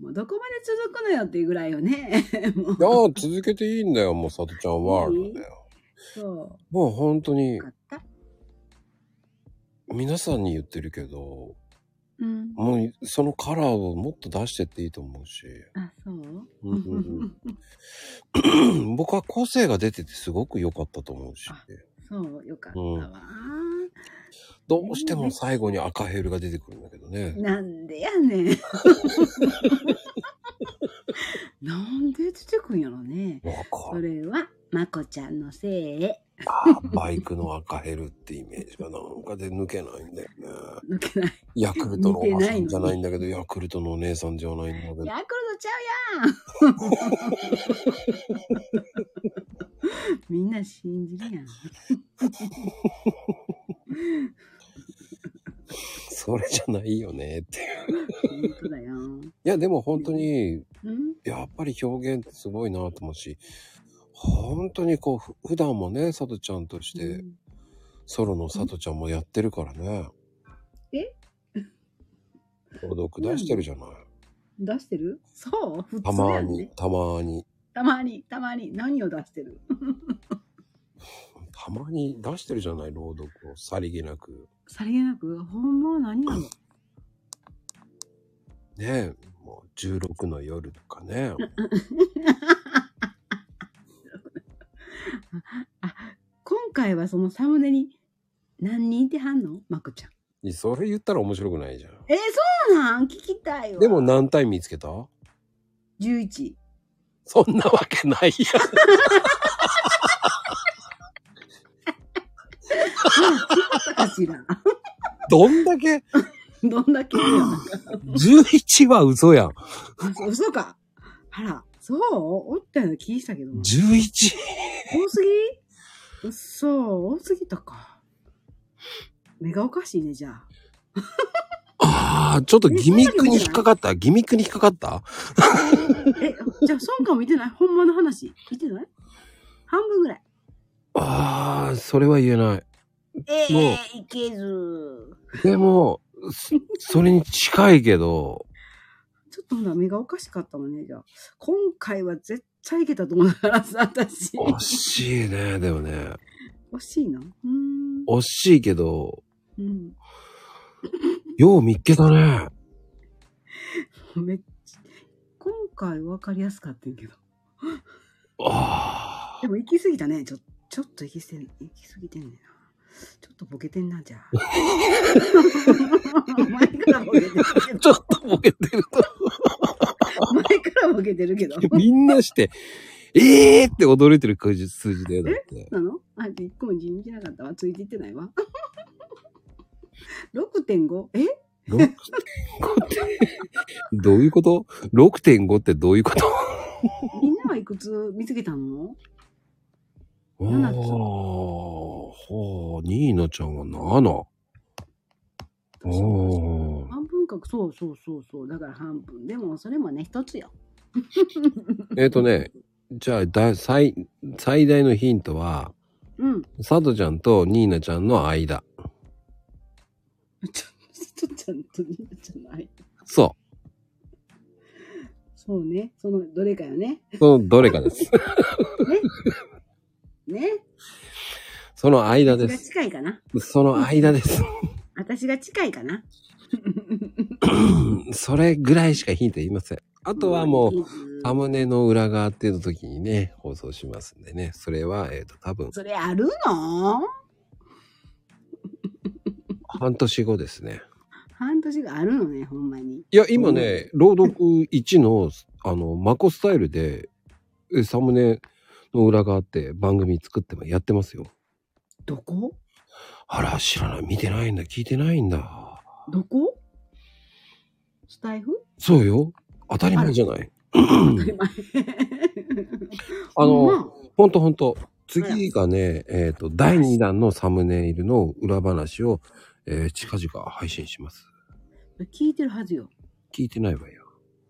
もうどこまで続くのよっていうぐらいよね。
いやー、続けていいんだよ、もうさとちゃんワールド。
[laughs] そ
もう本当に、皆さんに言ってるけど、
う。うん。
もうそのカラーをもっと出してっていいと思うし、
あ、そう
うんうんうん僕は個性が出ててすごく良かったと思うし、
[laughs] そう、よかった
う
わ。
ん、どうしても最後に赤ヘルが出てくるんだけどね。
なんでやねん。 [laughs] なんで出てくんやろね。
そ
れは、まこちゃんのせい。
バイクの赤ヘルってイメージがなんかで抜けないんだよね。
抜けない。
ヤクルトのおばさん
似
じ
て
ゃ
な
ない
のに
いんだけど、ヤクルトのお姉さんじゃないんだけど。
ヤクルトちゃうやんみんな信じるやん。
[laughs] それじゃないよねっていう。
本 [laughs] 当だよ。
いや、でも本当に、
うん
やっぱり表現ってすごいなと思うし、本当にこうふ、普段もね、さとちゃんとして、ソロのさとちゃんもやってるからね、
え
朗読出してるじゃない。
出してるそう普通
た
や
ま
ん
に、たまに。
たまに、たまに、何を出してる
たまに出してるじゃない、朗読を。さりげなく。
さりげなく、ほんま何なの
ねえ、もう16の夜とか
[laughs]
ね。
今回はそのサムネに、何人いてはんのまくちゃん。
それ言ったら面白くないじゃん。
えー、そうなん聞きたいわ。
でも何体見つけた
11。
そんなわけないやん。
かしら。
どんだけ
[laughs] どんだけよ
?11 は嘘やん。
あそ嘘か。あら、そうおったような気したけど
11?
な。多すぎうっそう、多すぎたか。目がおかしいね、じゃあ。 [laughs]
ああ、ちょっとギミックに引っかかったギミックに引っかかった
え、じゃあ、孫かも見てないほんまの話。見てない半分ぐらい。
ああ、それは言えない。
え
も
えいけず。
う、でも、そそれに近いけど、
ちょっとほら、目がおかしかったもんね、じゃあ。今回は絶対いけたと思うからさ、私。
惜しいね、でもね。
惜しいな。うーん。
惜しいけど、
うん。
よう見っけたね。
めっちゃ、今回わかりやすかったんやけど。でも行き過ぎたね。ちょ、ちょっと行き過ぎ、行き過ぎてんねんな。ちょっとボケてん
[laughs]
な、じゃあ。前からボケてるけど。
ちょっとボケてると。
前からボケてるけど。
みんなして、ええーって驚いてる数字数字だよ、だって。
なのあ、一個も地味じゃなかったわ。ついていってないわ。6.5? え
6.5って、どういうこと ?6.5 ってどういうこと
みんなはいくつ見つけたの
おー、ほー、ニーナちゃんは7。おー、
半分か、そうそうそうそう。だから半分。でも、それもね、一つよ。
えっ、とね、じゃあだ最、最大のヒントは、
うん。
サトちゃんとニーナちゃんの間。
ちょっとちゃんと見るじゃない。
そ
そうね。その、どれかよね。
う。そのどれか [laughs] です。
ね。
その間
私
で
が
す。
近いかな。
その間です。
私が近いかな。
うんそれぐらいしかヒント言いません。あとはもう、サムネの裏側っていう時にね、放送しますんでね。それは、えっ、と、多分、
それあるの
半年後ですね。
半年があるのね、ほんまに。
いや、今ね、朗読1の、あの、マコスタイルで、えサムネの裏側って番組作ってもやってますよ。
どこ
あら、知らない。見てないんだ。聞いてないんだ。
どこスタイフ
そうよ。当たり前じゃない。あの、ほんとほんと。次がね、えっ、と、第2弾のサムネイルの裏話を、えー近々配信します。
聞いてるはずよ。
聞いてないわよ。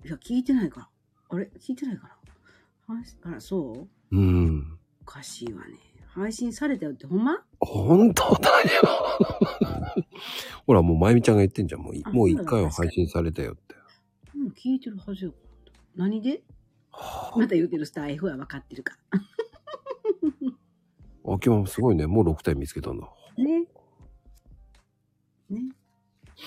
いや、聞いてないから。あれ聞いてないから。配信あら、そう
うん。
おかしいわね。配信されたよってほんま
本当だよ。 [laughs] ほら、もう、まゆみちゃんが言ってんじゃん。もうい、
あ
もう
そ
一
うだ
回は配信されたよって。
うん、聞いてるはずよ。何でまた言うてるスタイフは分かってるか
秋もすごいね。もう6体見つけたんだ。
ら。ね。ね。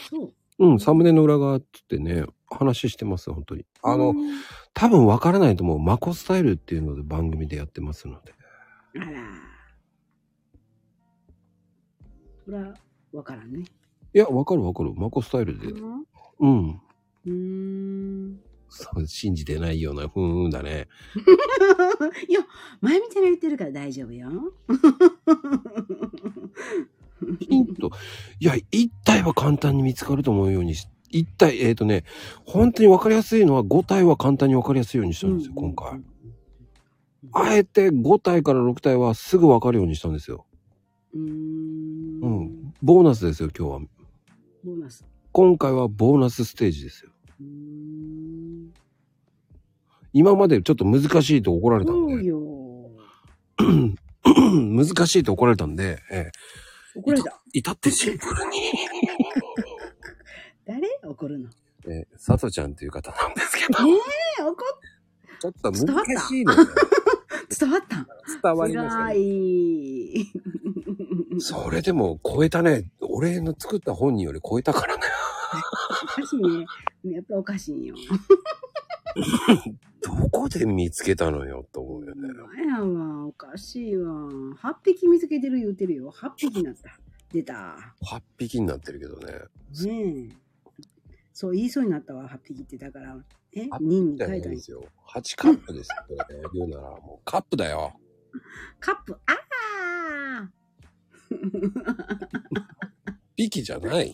そう。
うん、サムネの裏側っつってね、話してます、本当に。あの、多分わからないと思う。マコスタイルっていうので番組でやってますので。
あら。そら、分からん [laughs] ね。
いや、わかるわかる。マコスタイルで。うん。
うーん。
そう信じてないような、ふーんだね。
いや、前みたいに言ってるから大丈夫よ。
ヒント。いや、1体は簡単に見つかると思うようにし、1体、えっ、とね、本当にわかりやすいのは5体は簡単にわかりやすいようにしたんですよ、今回。あえて5体から6体はすぐわかるようにしたんですよ。うん。ボーナスですよ、今日は。
ボーナス。
今回はボーナスステージですよ。今までちょっと難しいと怒ら [coughs] れた。
そうよ。
難しいと怒られたんで、え
怒られ [laughs] た。
え、至ってシンプルに、
誰怒るの
ええ、さとちゃんという方なんですけど、
ええ怒っ
ちょっと難
伝わった
しいのよ。
[laughs] 伝わった
[laughs] 伝わりましたね
辛い。
[laughs]
[laughs]
それでも超えたね。俺の作った本人より超えたからね。 [laughs]
おかしいね。やっぱおかしいよ。
どこで見つけたのよと思うよね。
あやはおかしいわ。8匹見つけてる言うてるよ。8匹になった。出た。
8匹になってるけどね。
ねえ。そう、言いそうになったわ、8匹って。だから、え、2に
じゃな
変え
い
たん
ですよ。8カップですよ。これね、言うならもうカップだよ。
カップ、あ
匹じゃない。
ー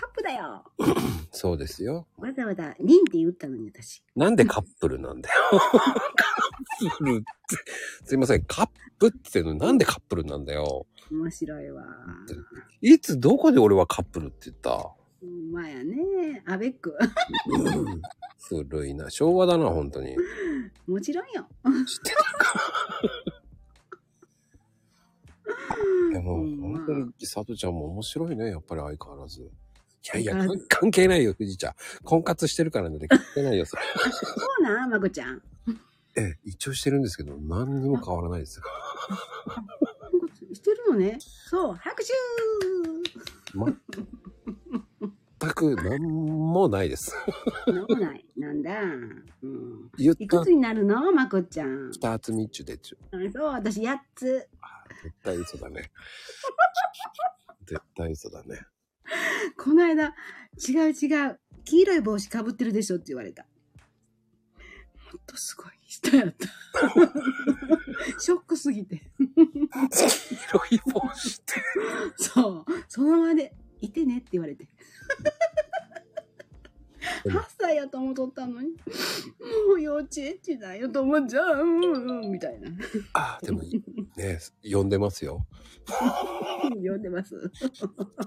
カップだ
[laughs]
よ
そうですよ。
わざわざ2って言ったのに私。
なんでカップルなんだよ。カップルって。すいません。カップってのなんでカップルなんだよ。
面白いわ。
いつどこで俺はカップルって言った
ほんまやねアベック。
古いな。昭和だな、本当に。
もちろんよ。
でも、本当に、さとちゃんも面白いね、やっぱり相変わらず。いやいや、関 [laughs] 関係ないよ、富士ちゃん。婚活してるからなんて関係ないよ、 [laughs] それ。
そうなんまこちゃん。
ええ、一応してるんですけど、何にも変わらないですよ。
してるのね。そう、拍手
全く、何もない [laughs] です。
飲まない。なんだ。うん。
言っ
い
た
くつ、になるのまこちゃん。
北厚みっちゅでっちゅ。
あそう、私8つ。
絶対嘘だね。絶対嘘だね。
[laughs] この間、違う違う。黄色い帽子かぶってるでしょって言われた。もっとすごい人やった。
[laughs]
ショックすぎて。
白い帽子って。
そう。その場で、いてねって言われて。8歳やと思っとったのに、もう幼稚園児だよと思っちゃう、うんうん、みたいな。 [laughs]
ああ、でも、ね呼んでますよ。
読んでます。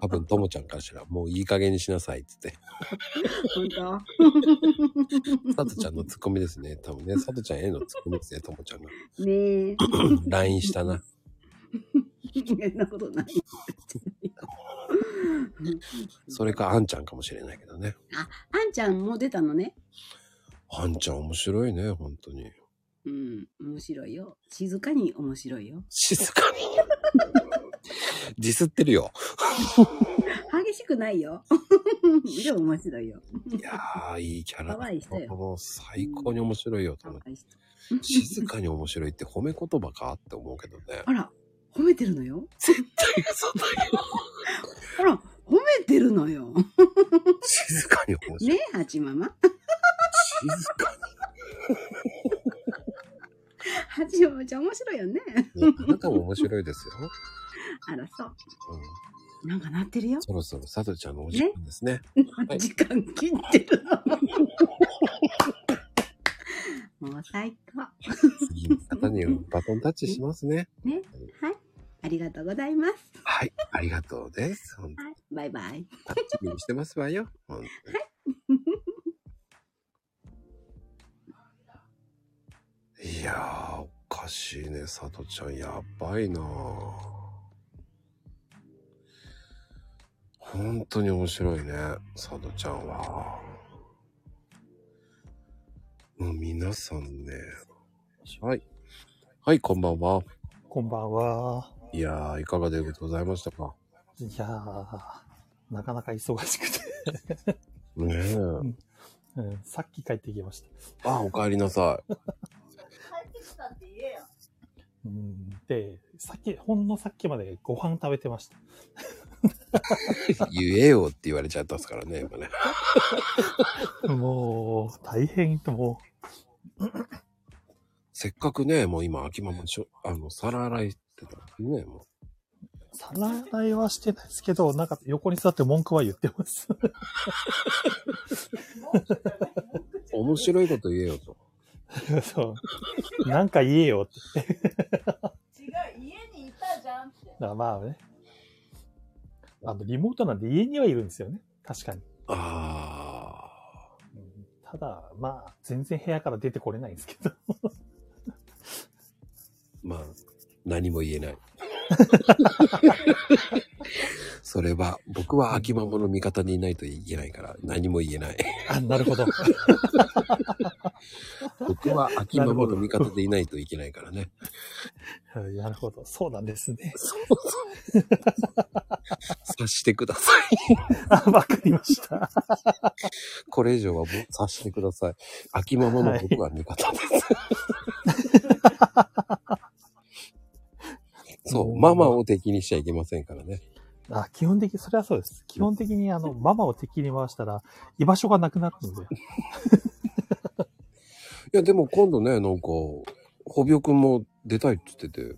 多分、ともちゃんからしたら、もういい加減にしなさいって [laughs] 言って。
本
さとちゃんのツッコミですね。多分ね、さとちゃんへのツッコミですね、ともち [laughs] ゃんの。
当ねえ。
LINE したな。
そんなこと
[laughs]
ない。
それか、あんちゃんかもしれないけどね。
あ、あんちゃんも出たのね。
あんちゃん面白いね、本当に。
うん、面白いよ。静かに面白いよ。
静かにディスってるよ。
激しくないよ。でも面白いよ。
いやー、いいキャラだ。
可愛い人よ
もう最高に面白いよ、と思って。静かに面白いって褒め言葉かって思うけどね。
あら、褒めてるのよ。
絶対嘘だよ。
あら、褒めてるのよ。
静かに面白い。
ねえ、ハチママ。
静か
ハチママちゃん面白いよね。
に。あなたも面白いですよ。
あら、そう。
う
[laughs] なんかなってるよ
ん、。そろそろさとちゃんのお時間ですね。
[laughs] 時間切ってる。
[laughs]
もう最高。
次の方にバトンタッチしますね。
ね。はい。ありがとうございます。
はい、ありがとうです。本当に
バイバ [laughs] イ。
楽しみにしてますわよ。本当にいやー、おかしいね、さとちゃん。やばいなぁ本当に面白いね、さとちゃんは。もう皆さんね。はい。はい、こんばんは。
[laughs] こんばんは。
いやー、いかがでございましたか
いやー、なかなか忙しくて、 [laughs]
ねえ。
うんさっき帰ってきました。
あ、お帰りなさい。
うんで、さっき、ほんのさっきまでご飯食べてました。
[laughs] 言えよって言われちゃったっすからね、今ね。
もう、大変と、も
せっかくね、もう今、秋ママしょ、あの、皿洗いってたのね、も
う、皿洗いはしてないですけど、なんか横に座って文句は言ってます。
う、 [laughs] 面白いこと言えよと。
[laughs] そう。なんか言えよって。
違う、家にいたじゃんって。
まあまあね。あの、リモートなんで家にはいるんですよね。確かに。
あ
あ。ただ、まあ、全然部屋から出てこれないんですけど。
まあ、何も言えない。 [laughs] それは、僕は秋ママの味方にいないといけないから、何も言えない。
あ、なるほど。
[laughs] 僕は秋ママの味方でいないといけないからね。
はい [laughs] なるほど。そうなんですね。
察してください。
[laughs] あ、わかりました。
[laughs] これ以上はもう察してください。秋ママの僕は味方です。
[laughs]
そう、ママを敵にしちゃいけませんからね。
[laughs] あ基本的に、それはそうです。基本的に、あの、ママを敵に回したら、居場所がなくなるので。
いや、でも今度ね、なんか、ホビオくんも出たいって言ってて、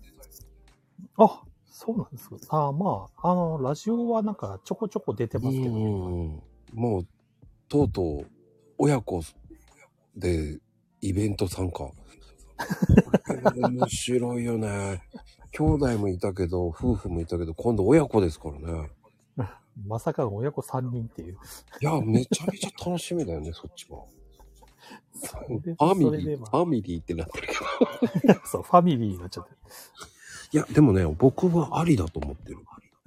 あ、そうなんですか。あまあ、あの、ラジオはなんか、ちょこちょこ出てますけど。
もう、とうとう、親子でイベント参加。これ面白いよね。兄弟もいたけど、夫婦もいたけど、今度親子ですからね。
まさかの親子3人っていう。
いや、めちゃめちゃ楽しみだよね、そっちは。
それ
ファ
そ
ミ
れ
リ
で
ー、フ
まあ
ァミリーってなってるけど。
[laughs] そう、ファミリーになっちゃって。
いや、でもね、僕はありだと思ってる。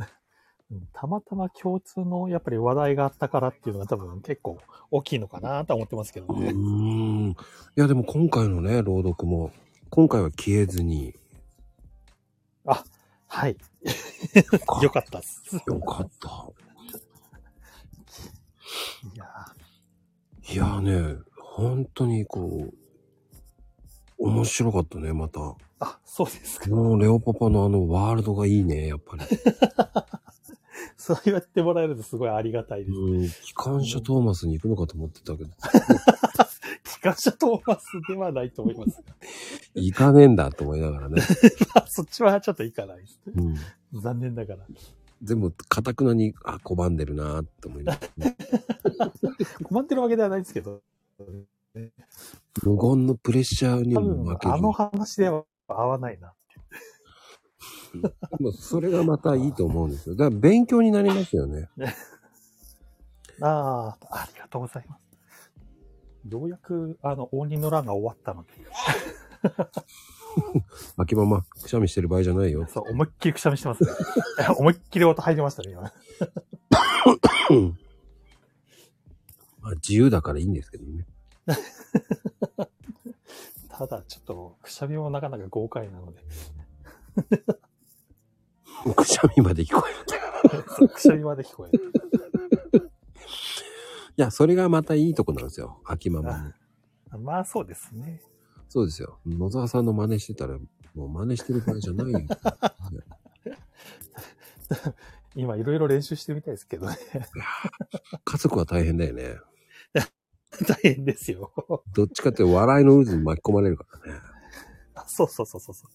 [laughs] うんたまたま共通のやっぱり話題があったからっていうのが多分結構大きいのかなとは思ってますけど
う
ね。
ーん。いや、でも今回のね、朗読も、今回は消えずに。
あ、はい。よかったっす。
よかった。
いや
いやね、本当にこう、面白かったね、また。
あ、そうです
か。もう、レオパパのあのワールドがいいね、やっぱり。
ー [laughs] そう言ってもらえるとすごいありがたいです。
うん、機関車トーマスに行くのかと思ってたけど、
[laughs] 機関車トーマスではないと思います。 [laughs]
行かねえんだと思いながらね。
まあそっちはちょっといかないです。
うん、
残念ながら。
全部、かたくなに、あ、拒んでるなって思いながらね。
困ってるわけではないですけど、
無言のプレッシャーにも負け
あ
る。
の話では合わないな。
でもそれがまたいいと思うんですよ。だから勉強になりますよね。
ああ、ありがとうございます。ようやく、あの、応仁の乱が終わったので、
秋ママ、くしゃみしてる場合じゃないよ。
そう思いっきりくしゃみして [laughs] ますね。思いっきり音入りましたね、今。
[coughs] まあ、自由だからいいんですけどね。 [laughs]
ただ、ちょっと、くしゃみもなかなか豪快なので、
くしゃみまで聞こえ
そうくしゃみまで聞こえる。
る。 [laughs] いや、それがまたいいとこなんですよ。秋ママの。
まあ、そうですね。
そうですよ。野沢さんの真似してたら、もう真似してる場合じゃないよ。
今、いろいろ練習してみたいですけどね。
家族は大変だよね。
[laughs] 大変ですよ。
どっちかって笑いの渦に巻き込まれるからね。
あそうそうそうそうそう。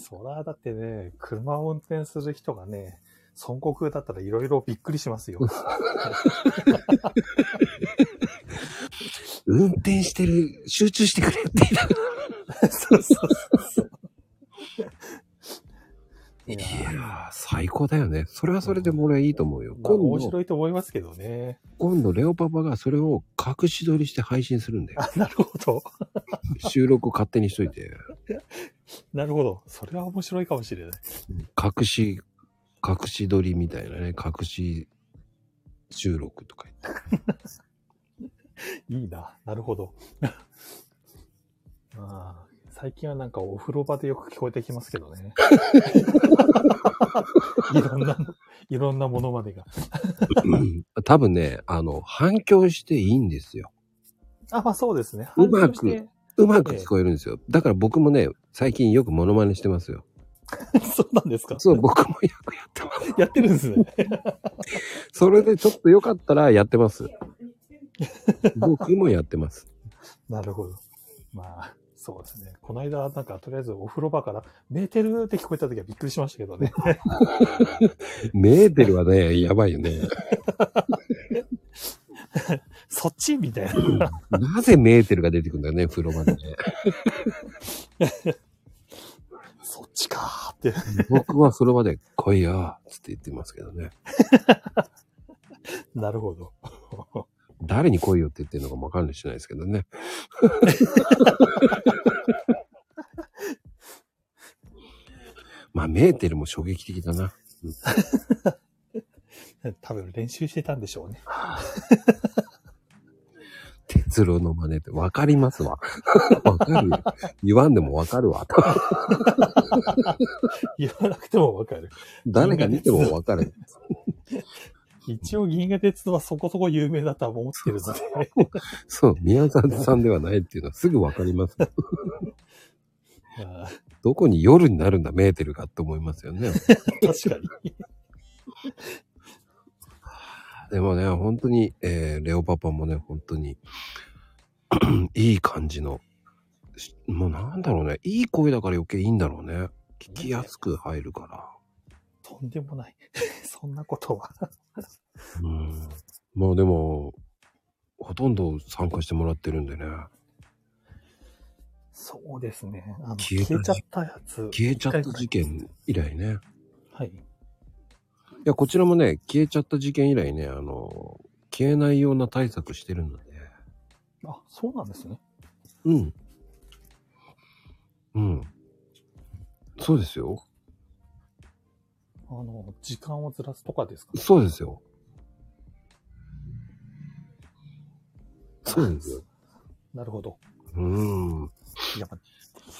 そら、だってね、車を運転する人がね、孫悟空だったらいろいろびっくりし
[laughs]
ますよ。
運転してる、集中してくれって言いながら。
そうそうそう
いやー、最高だよね。それはそれでも俺はいいと思うよ。
まあ
今
面
度、
白いと思いますけどね。
今度レオパパがそれを隠し撮りして配信するんだよ。
なるほど。
収録勝手にしといて。
なるほど。それは面白いかもしれない。 [laughs]
隠し、隠し撮りみたいなね、隠し収録とか言って。
いいな。なるほど。 [laughs] ああ最近はなんかお風呂場でよく聞こえてきますけどね。 [laughs] いろんな、いろんなものまでが。 [laughs]
多分ね、あの、反響していいんですよ。
あ、まあそうですね。
うま
反響して
く、うまく聞こえるんですよ。だから僕もね、最近よくモノマネしてますよ。
[laughs] そうなんですか
そう、僕もよくやって
ます。 [laughs] やってるんですね。
[laughs] それでちょっとよかったらやってます。僕もやってます。
[laughs] なるほど。まあ、そうですね。この間、なんか、とりあえずお風呂場から、メーテルって聞こえた時はびっくりしました
[laughs]
けどね。
メーテルはね、やばいよね。
[laughs] そっちみたいな。
なぜメーテルが出てくるんだよね、風呂場でね。
そっちかーって。
僕は風呂場で来いよ、つって言ってますけどね。
[laughs] なるほど。
誰に来いよって言ってるのかもわかんないしないですけど
[laughs]
ね。まあ、メーテルも衝撃的だな。
多分練習してたんでしょうね。
[laughs] 鉄郎の真似ってわかりますわ。 [laughs] わかるよ。言わんでもわかるわ。
[laughs] 言わなくてもわかる。
誰が見てもわか
[laughs]
る。
一応銀河鉄道はそこそこ有名だとは思ってるので。
そう、宮沢さんではないっていうのはすぐわかります。どこに夜になるんだ、メーテルがって思いますよね。
[laughs] 確かに。
[laughs] でもね、本当に、えーレオパパもね、本当に、 [clears throat] いい感じの、しもうなんだろうね、いい声だから余計いいんだろうね。聞きやすく入るから。
とんでもない。 [laughs] そんなことは。
うん。まあでも、ほとんど参加してもらってるんでね。
そうですね。あの
消
消
え
え
た
ちゃったやつ。
消えちゃった事件以来ね。
はい。
いや、こちらもね、消えちゃった事件以来ね、あの、消えないような対策してるんだね。
あ、そうなんですね。
うん。うん。そうですよ。
あの、時間をずらすとかですか
そうですよ。そうですよ。
なるほど。
うん。
やっぱ、い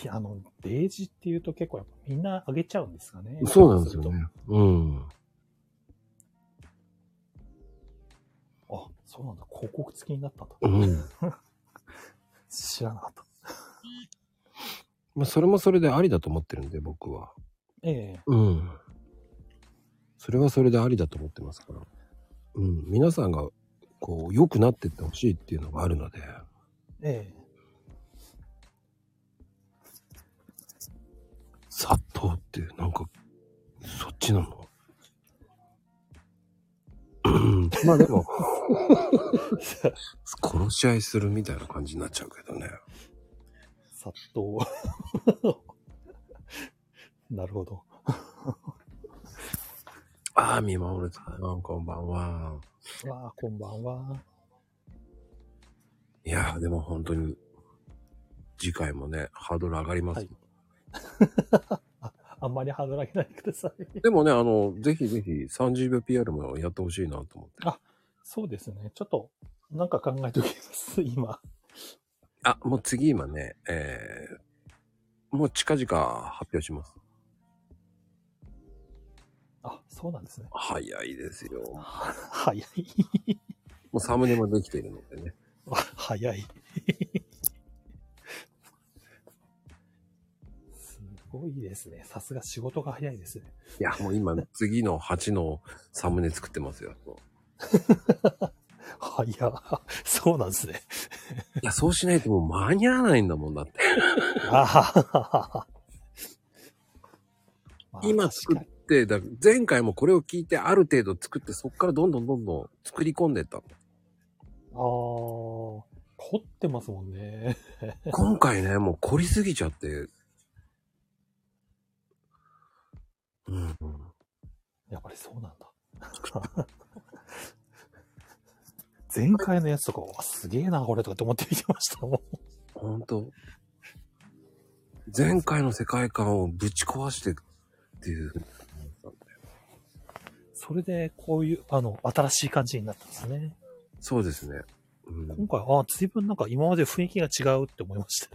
やあの、デイジっていうと結構やっぱみんなあげちゃうんですかね。
そうなんですよね。うん。
あ、そうなんだ。広告付きになったと。
うん。
知らなかった。
まあ、それもそれでありだと思ってるんで、僕は。
[laughs] ええ
うん。それはそれでありだと思ってますから。うん。皆さんが、こう、良くなってってほしいっていうのがあるので。
ええ
砂糖って、なんか、そっちなのうんまあでも、 [laughs] 殺し合いするみたいな感じになっちゃうけどね。
殺到。 [laughs] なるほど。
[laughs] ああ、見守るさん、こんばんは。
わあ、こんばんは。
いやー、でも本当に、次回もね、ハードル上がります。
あんまりハードル上げないでください。 [laughs]
でもね、あの、ぜひぜひ30秒 PR もやってほしいなと思って。
あ、そうですね。ちょっと、なんか考えておきます、今。
あ、もう次今ね、えー、もう近々発表します。
あ、そうなんですね。
早いですよ。
[laughs] 早い。
もうサムネもできているのでね。
わ [laughs] 早い。すごいですね。さすが仕事が早いですね。
いや、もう今、次の8のサムネ作ってますよ。
早 [laughs] い。そうなんですね。
いや、そうしないともう間に合わないんだもんだって。
あ
[laughs] 今作って、だ前回もこれを聞いてある程度作って、そこからどんどんどんどん作り込んでったの。
あー、凝ってますもんね。
今回ね、もう凝りすぎちゃって。うん。
やっぱりそうなんだ。前回のやつとか、わすげえな、これとかって思って見てましたもん。
本当前回の世界観をぶち壊してっていう。
それで、こういう、あの、新しい感じになったんですね。
そうですね。
今回、ああ、随分なんか今まで雰囲気が違うって思いました。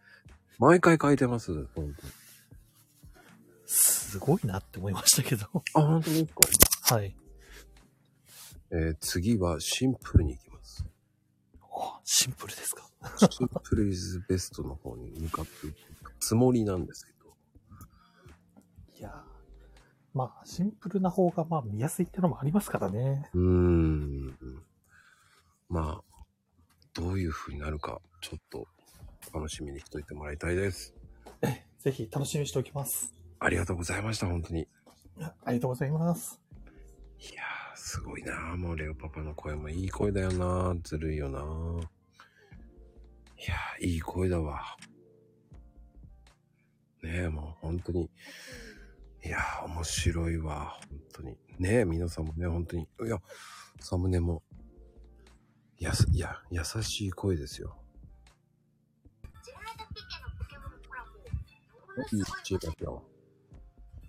[laughs]
毎回書いてます。本当に
すごいなって思いましたけど。
あ、本当です
かはい。
えー次はシンプルに行きます。
シンプルですか
シンプルイズベストの方に向かっていくつもりなんですけど。
いやーまあ、シンプルな方が、まあ、見やすいってのもありますからね。
うーん。まあ、どういう風になるか、ちょっと楽しみにしといてもらいたいです。
ぜひ、楽しみにしておきます。
ありがとうございました、本当に。
ありがとうございます。
あすごいなあもうレオパパの声もいい声だよなあずるいよなあいやあいい声だわ。ねえ、もう本当に。いやあ面白いわ、本当に。ねえ、皆さんもね、本当に。いや、サムネも。やす、いや、優しい声ですよ。いいチームだよ。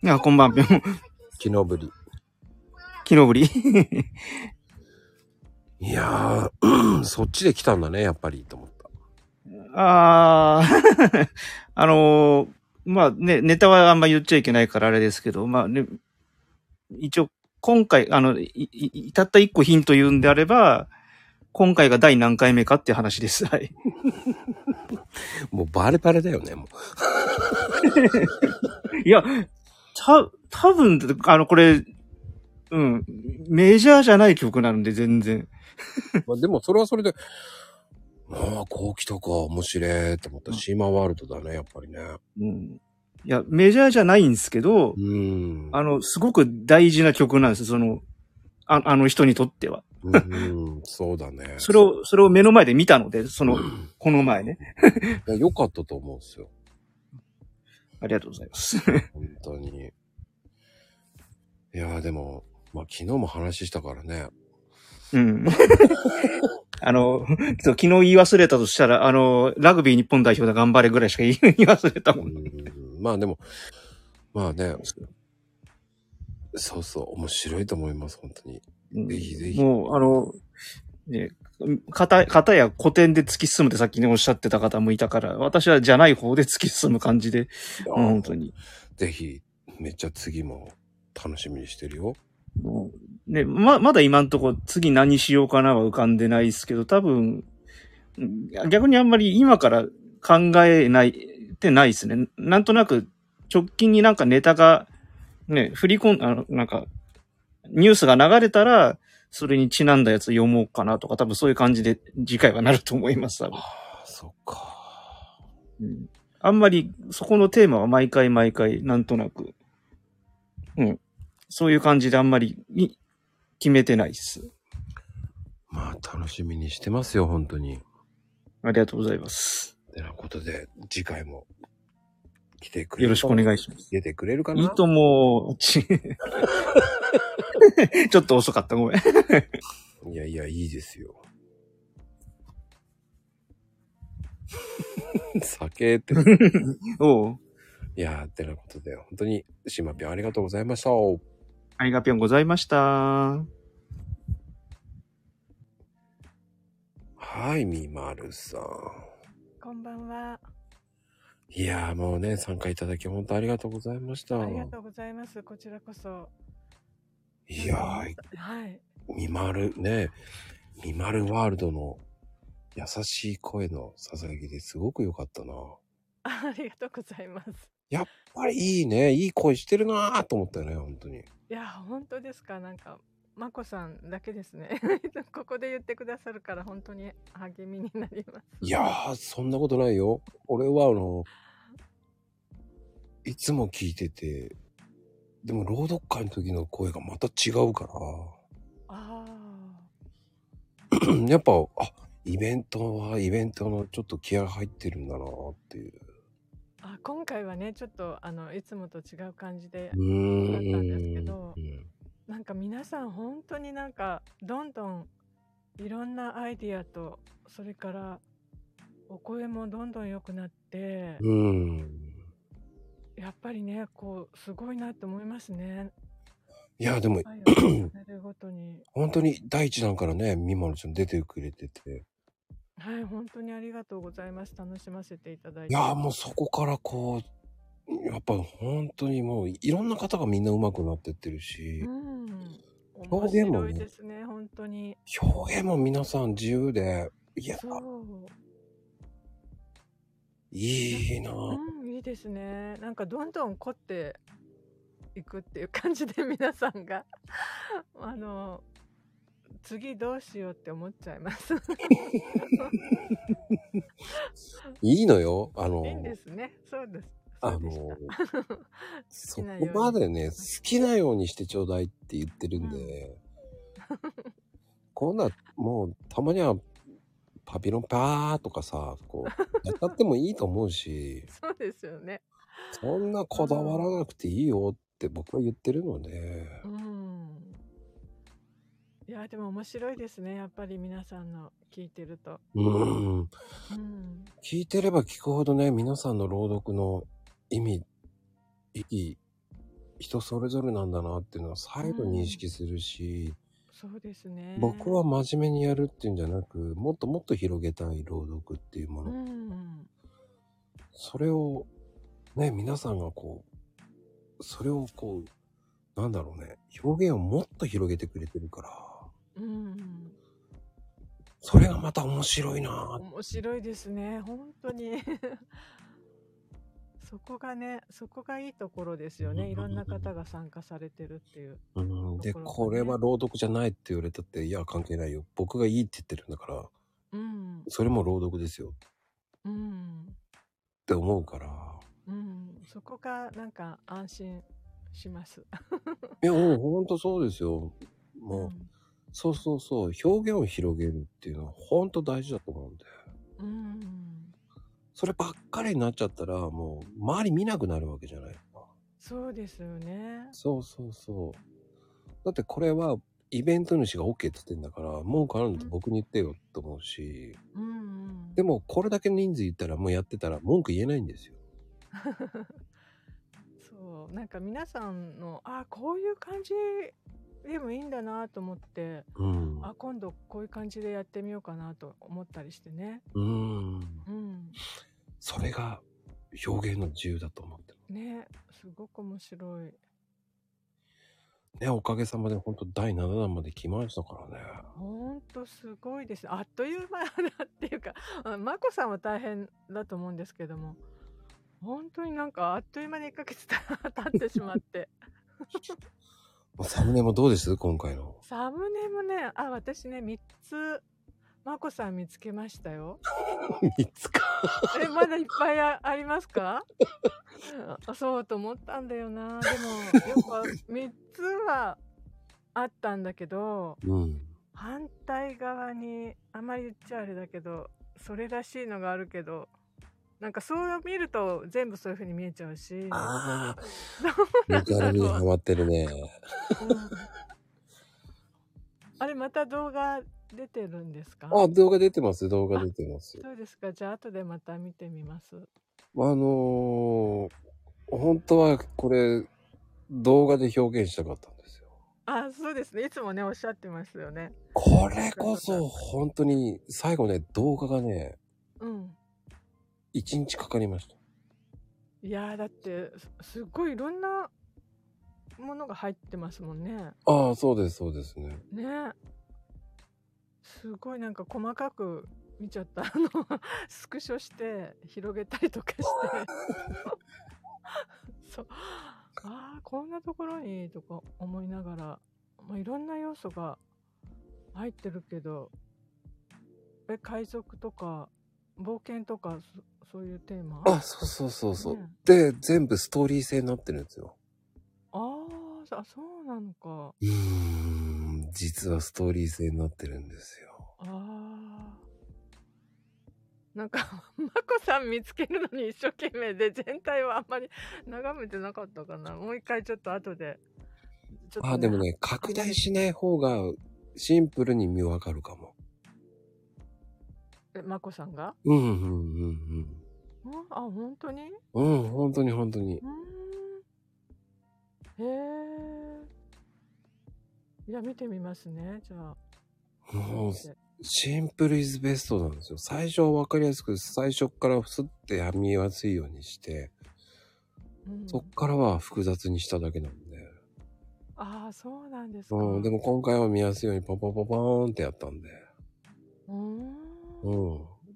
いや、こんばんぴょん。
昨日ぶり。
[laughs]
[clears throat]
昨日ぶり。
いやー、そっちで来たんだね、やっぱり、と思って。
ああ、 [laughs] あのーまあね、ネタはあんま言っちゃいけないからあれですけど、まあね、一応今回、あの、いいいたった一個ヒント言うんであれば、今回が第何回目かっていう話です。 [laughs] はい。
[laughs] もうバレバレだよね、も
[laughs] いや、た、多分あの、これ、うん、メジャーじゃない曲なんで全然。 [laughs]
まあでもそれはそれで、ああ、こう来たか、面白い、と思った。シーマワールドだね、やっぱりね。
うん。いや、メジャーじゃないんですけど、あの、すごく大事な曲なんです。その、ああの人にとっては。
うん、そうだね。
[laughs] それを、それを目の前で見たので、その、この前ね。
いや、良かったと思うんですよ。
ありがとうございます。
本当に。いやーでも、まあ昨日も話したからね。
うん。 [laughs] あの、そう昨日言い忘れたとしたら、あの、ラグビー日本代表だ頑張れぐらいしか言い言い忘れたもん。
まあでも、まあね、そうそう、面白いと思います、本当に。ぜひぜひ。
もう、あの、ね、かた、かたや古典で突き進むってさっきねおっしゃってた方もいたから、私はじゃない方で突き進む感じで、うん本当に。
ぜひ、めっちゃ次も楽しみにしてるよ。
ね、ま、まだ今んとこ次何しようかなは浮かんでないですけど、多分、うん逆にあんまり今から考えない、ってないですね。なんとなく直近になんかネタが、ね、振り込ん、あの、なんか、ニュースが流れたら、それにちなんだやつ読もうかなとか、多分そういう感じで次回はなると思います、多分。
そっか。
うん。あんまり、そこのテーマは毎回毎回、なんとなく、うん。そういう感じであんまり、い決めてないです。
まあ楽しみにしてますよ、本当に。
ありがとうございます。
てなことで、次回も来てくれる
よろしくお願いします。
出てくれるか
いい
な
とも、ち [laughs] ちょっと遅かった、ごめん。
いやいや、いいで
[laughs]
すよ。酒って。
[laughs] おう
いやー、てなことで、本当に、しまぴょんありがとうございました。
ありがぴょんございました。
はい、みまるさん。
こんばんは。
いやー、もうね、参加いただき本当ありがとうございました。
ありがとうございます。こちらこそ。
いやー、
はい。
みまる、ね、みまるワールドの優しい声のささやきですごく良かったな。
あありがとうございます。
やっぱりいいね、いい声してるなーと思ったよね、本当に。
いや、本当ですか。なんか、まこさんだけですね。ここで言ってくださるから、本当に励みになります。
いやー、そんなことないよ。俺は、あの、いつも聞いてて、でも朗読会の時の声がまた違うから。 [clears throat] やっぱ、あ、イベントはイベントのちょっと気合入ってるんだなーっていう。
あ今回はね、ちょっと、あの、いつもと違う感じで、だっ
う
た
ー
んですけ
ん。
ど、なんか皆さん本当になんか、どんどんいろんなアイディアと、それから、お声もどんどん良くなって、
うん。
やっぱりね、こう、すごいなと思いますね。
いやでも
はい重ねるごとに。
本当に第一弾からね、みまるちゃん出てくれてて。
はい、本当にありがとうございます。楽しませていただい
い
て。
やーもうそこからこう、やっぱ本当にもういろんな方がみんな上手くなってってるし、
うん。面
表現も
白
ね
いですね、本当に。
表現も皆さん自由で、いや、
そう。
いいなぁ
うん、いいですね。なんかどんどん凝っていくっていう感じで皆さんが、 [laughs] あの、次どうしようって思っちゃいます。
[laughs] いいのよ。あの
いいんですね。そうです。
あの、
好きな
ここ
よ
ま
うに。
でね、好きなようにしてちょうだいって言ってるんで、こんな、もう、たまには、パピロンパーとかさ、こう、やったってもいいと思
[laughs]
うし、
そうですよね。
そんなこだわらなくていいよって僕は言ってるので、
うん。いや、でも面白いですね。やっぱり皆さんの聞いてると。
うん。聞いてれば聞くほどね、皆さんの朗読の意味、意義、人それぞれなんだなっていうのは再度認識するし、
そうですね。
僕は真面目にやるっていうんじゃなく、もっともっと広げたい朗読っていうもの。
うん。
それを、ね、皆さんがこう、それをこう、なんだろうね、表現をもっと広げてくれてるから、
うん。
それがまた面白いなぁ
面白いですね。本当に。 [laughs] そこがね、そこがいいところですよね。いろんな方が参加されてるっていう。
うん、で、これは朗読じゃないって言われたって、いや、関係ないよ。僕がいいって言ってるんだか
う
ら、
ん。
それも朗読ですよっ
うん。
て思うから。
うん。そこがなんか安心します。 [laughs]
いや、もうほんとそうですよ。もう、そうそうそう、表現を広げるっていうのはほんと大事だと思うんで。
うん。
そればっかりになっちゃったら、もう、周り見なくなるわけじゃない。
そうですよね。 [laughs]
そうそうそう。だってこれは、イベント主が OK って言ってんだから、文句あるんだと僕に言ってよと思うし、
うん。
でもこれだけの人数いたら、もうやってたら文句言えないんですよ。
そうなんか皆さんのあこういう感じでもいいんだなと思って、
うん
あ今度こういう感じでやってみようかなと思ったりしてね、
うーん。
うん、
それが表現の自由だと思って。
ねすごく面白い
ね、おかげさまで本当第7弾まで来ましたからね。
ほんとすごいですあっという間だっていうかあ眞子さんは大変だと思うんですけども本当になんかあっという間に1ヶ月た経ってしまって
もうサムネもどうです今回の。
サムネもねあ私ね3つ眞子さん見つけましたよ。
3つか。
[laughs] えまだいっぱいあありますか [laughs] あそうと思ったんだよなでもやっぱ3つはあったんだけど、反対側にあまり言っちゃあれだけどそれらしいのがあるけどなんかそう見ると全部そういう風に見えちゃうし
あ
どうな [laughs]
メ
んだ
タルに
ろう
ハマってるね。
あれまた動画出てるんですか
あ、動画出てます動画出てます。
そうですかじゃあ後でまた見てみます
あのー、本当はこれ、動画で表現したかった。
あそうですねいつもねおっしゃってますよね
これこそ本当に最後ね、動画がね、
うん
1日かかりました。
いやーだってすすっごいいろんなものが入ってますもんね。
ああ、そうです、そうですね。
ねすごいなんか細かく見ちゃったあのスクショして広げたりとかしてそうああこんなところにとか思いながら、まあ、いろんな要素が入ってるけどえ海賊とか冒険とかそそういうテーマ
あ、そうそうそうそう。で、全部ストーリー性になってるんですよ。
あーそあ、そうなのか。
うーん、実はストーリー性になってるんですよ。
ああ。なんか、 [laughs] まこさん見つけるのに一生懸命で、全体はあんまり眺めてなかったかな。もう一回ちょっと後で。ちょっとね
あ、でもね、拡大しない方がシンプルに見わかるかも。
えまこさんが
うん、うん、うん、
うんあ、本当に
うん。うん、本当に本当に。
へえ。いや、見てみますね、じゃあ。
もう、シンプルイズベストなんですよ。最初はわかりやすく、最初からスッてやみやすいようにして、そっからは複雑にしただけなんで。
ああ、そうなんです [laughs] か。
うん、でも今回は見やすいようにポンポンポンポーンってやったんで。うん。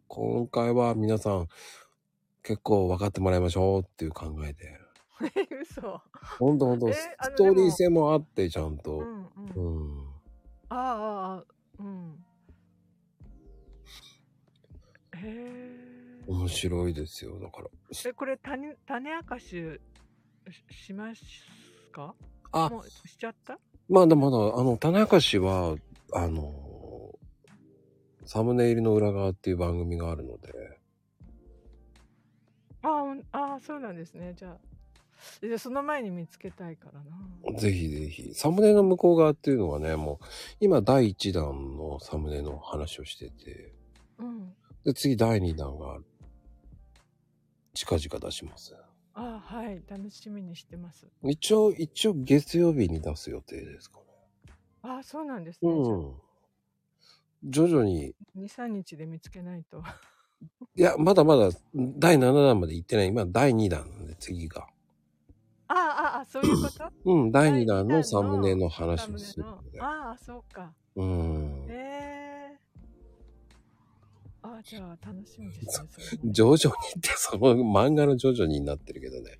今回は皆さん、結構分かってもらいましょうっていう考えで。
え、嘘。
ほんとほんと、ス
あの
トーリー性もあって、ちゃんと。
うん
うん。
ああああ、うん。へえ。
面白いですよ。だから。
え、これ種、種明かしししますか
あ
もうしちゃった
まあ、でもまだ、あの、田中氏は、あの、サムネイルの裏側っていう番組があるので、
ああうんああ、そうなんですね。じゃあ。じゃあその前に見つけたいからな。
ぜひぜひ、サムネの向こう側っていうのはね、もう、今第1弾のサムネの話をしてて、
うん。
で、次第2弾が、近々出します。
あはい楽しみにしてます
一応、一応月曜日に出す予定ですかね。
あそうなんですね、
うん。徐々に、
23日で見つけないと [laughs]
いや、まだまだ第7弾まで行ってない。今第2弾なんで、次が。
あああそういうこと
うん、第2弾のサムネの話をする。
ああそうか
うん。
へえあじゃあ楽しみですねそれも
ジョジョにって、その漫画のジョジョになってるけどね。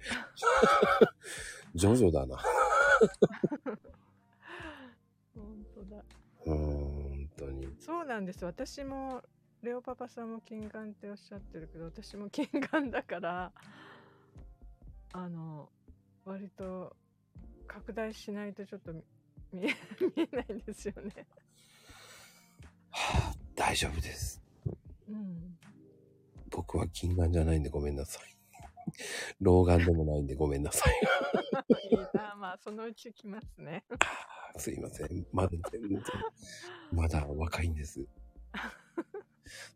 [laughs] ジョジョだな。 [laughs]
本当だ
うーん、本当に。
そうなんです私もレオパパさんも金眼っておっしゃってるけど私も金眼だからあの割と拡大しないとちょっと見 [laughs] 見え見えないんですよね。
大丈夫です。
うん、
僕は金眼じゃないんでごめんなさい。 [laughs] 老眼でもないんでごめんなさい。 [laughs]
いいなまあそのうち来ますね。
すいません。まだ全然、まだ若い
[laughs]
んです。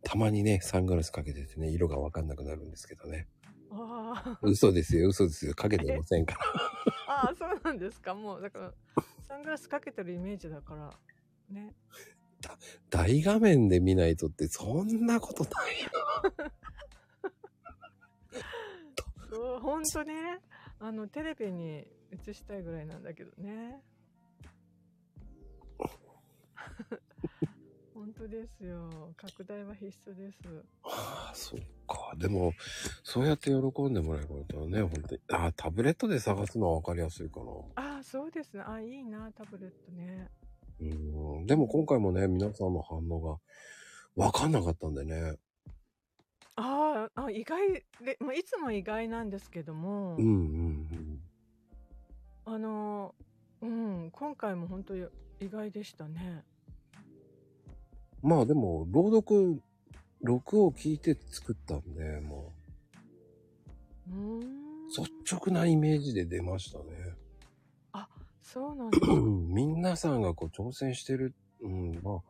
たまにね、サングラスかけててね、色がわかんなくなるんですけどね。
あー
[laughs] 嘘ですよ、嘘ですよ。かけてませんから。
ああそうなんですかもうだからサングラスかけてるイメージだからね。
大画面で見ないとって、そんなことないよ。
そう本当ねあのテレビに映したいぐらいなんだけどね。本当ですよ拡大は必須です。
あそっか。でも、そうやって喜んでもらえることはね、本当に。あ、タブレットで探すのはわかりやすいかな。
ああそうですねあいいなタブレットね。
うーん。でも今回もね、皆さんの反応がわかんなかったんでね。
あーあ意外で、まあ、いつも意外なんですけども、
うんうん
あのうん今回も本当に意外でしたね
うん。まあでも、朗読、録を聞いて作ったんで、も
うーん
う、率直なイメージで出ましたね。
そうなんです
皆さんがこう挑戦してる、うん、まあ、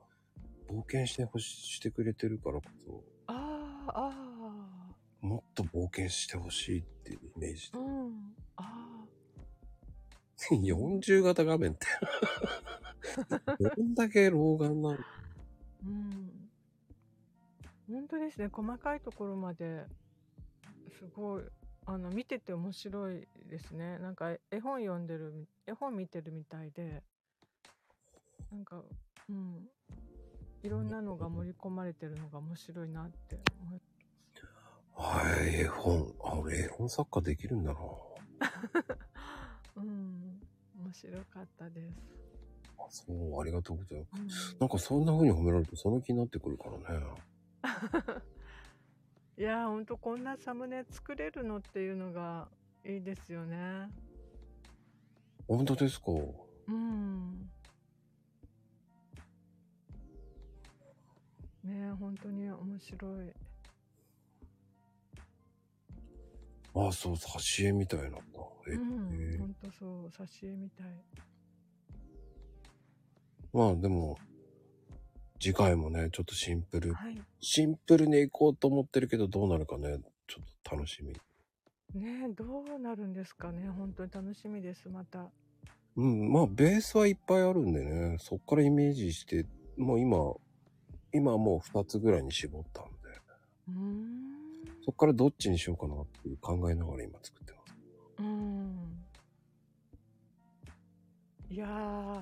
冒険してほし、してくれてるからこそ、
あーあ
もっと冒険してほしいっていうイメージ
ーうんあ
[laughs] で。40型画面って。 [laughs] どんだけ老眼なの
ーうん本当ですね細かいところまですごいあの見てて面白いですねなんか絵本読んでるみ絵本見てるみたいでなんかうんいろんなのが盛り込まれてるのが面白いなって思い
はい、絵本。あ、俺絵本作家できるんだな。
うん面白かったです
あそう、ありがとうございます。なんかそんな風に褒められるとその気になってくるからね。
いやーほんとこんなサムネ作れるのっていうのがいいですよね
本当ですか。
うんねえ本当に面白い
あ、そう、挿絵みたいなんだ。え
うん本当そう挿絵みたい
まあでも、次回もね、ちょっとシンプル、
はい
シンプルに行こうと思ってるけど、どうなるかね、ちょっと楽しみ。
ねえどうなるんですかね本当に楽しみですまた
うん、まあベースはいっぱいあるんでね、そっからイメージして、もう今、今もう2つぐらいに絞ったんで、そっからどっちにしようかなっていう考えながら今作ってます。
うんいやー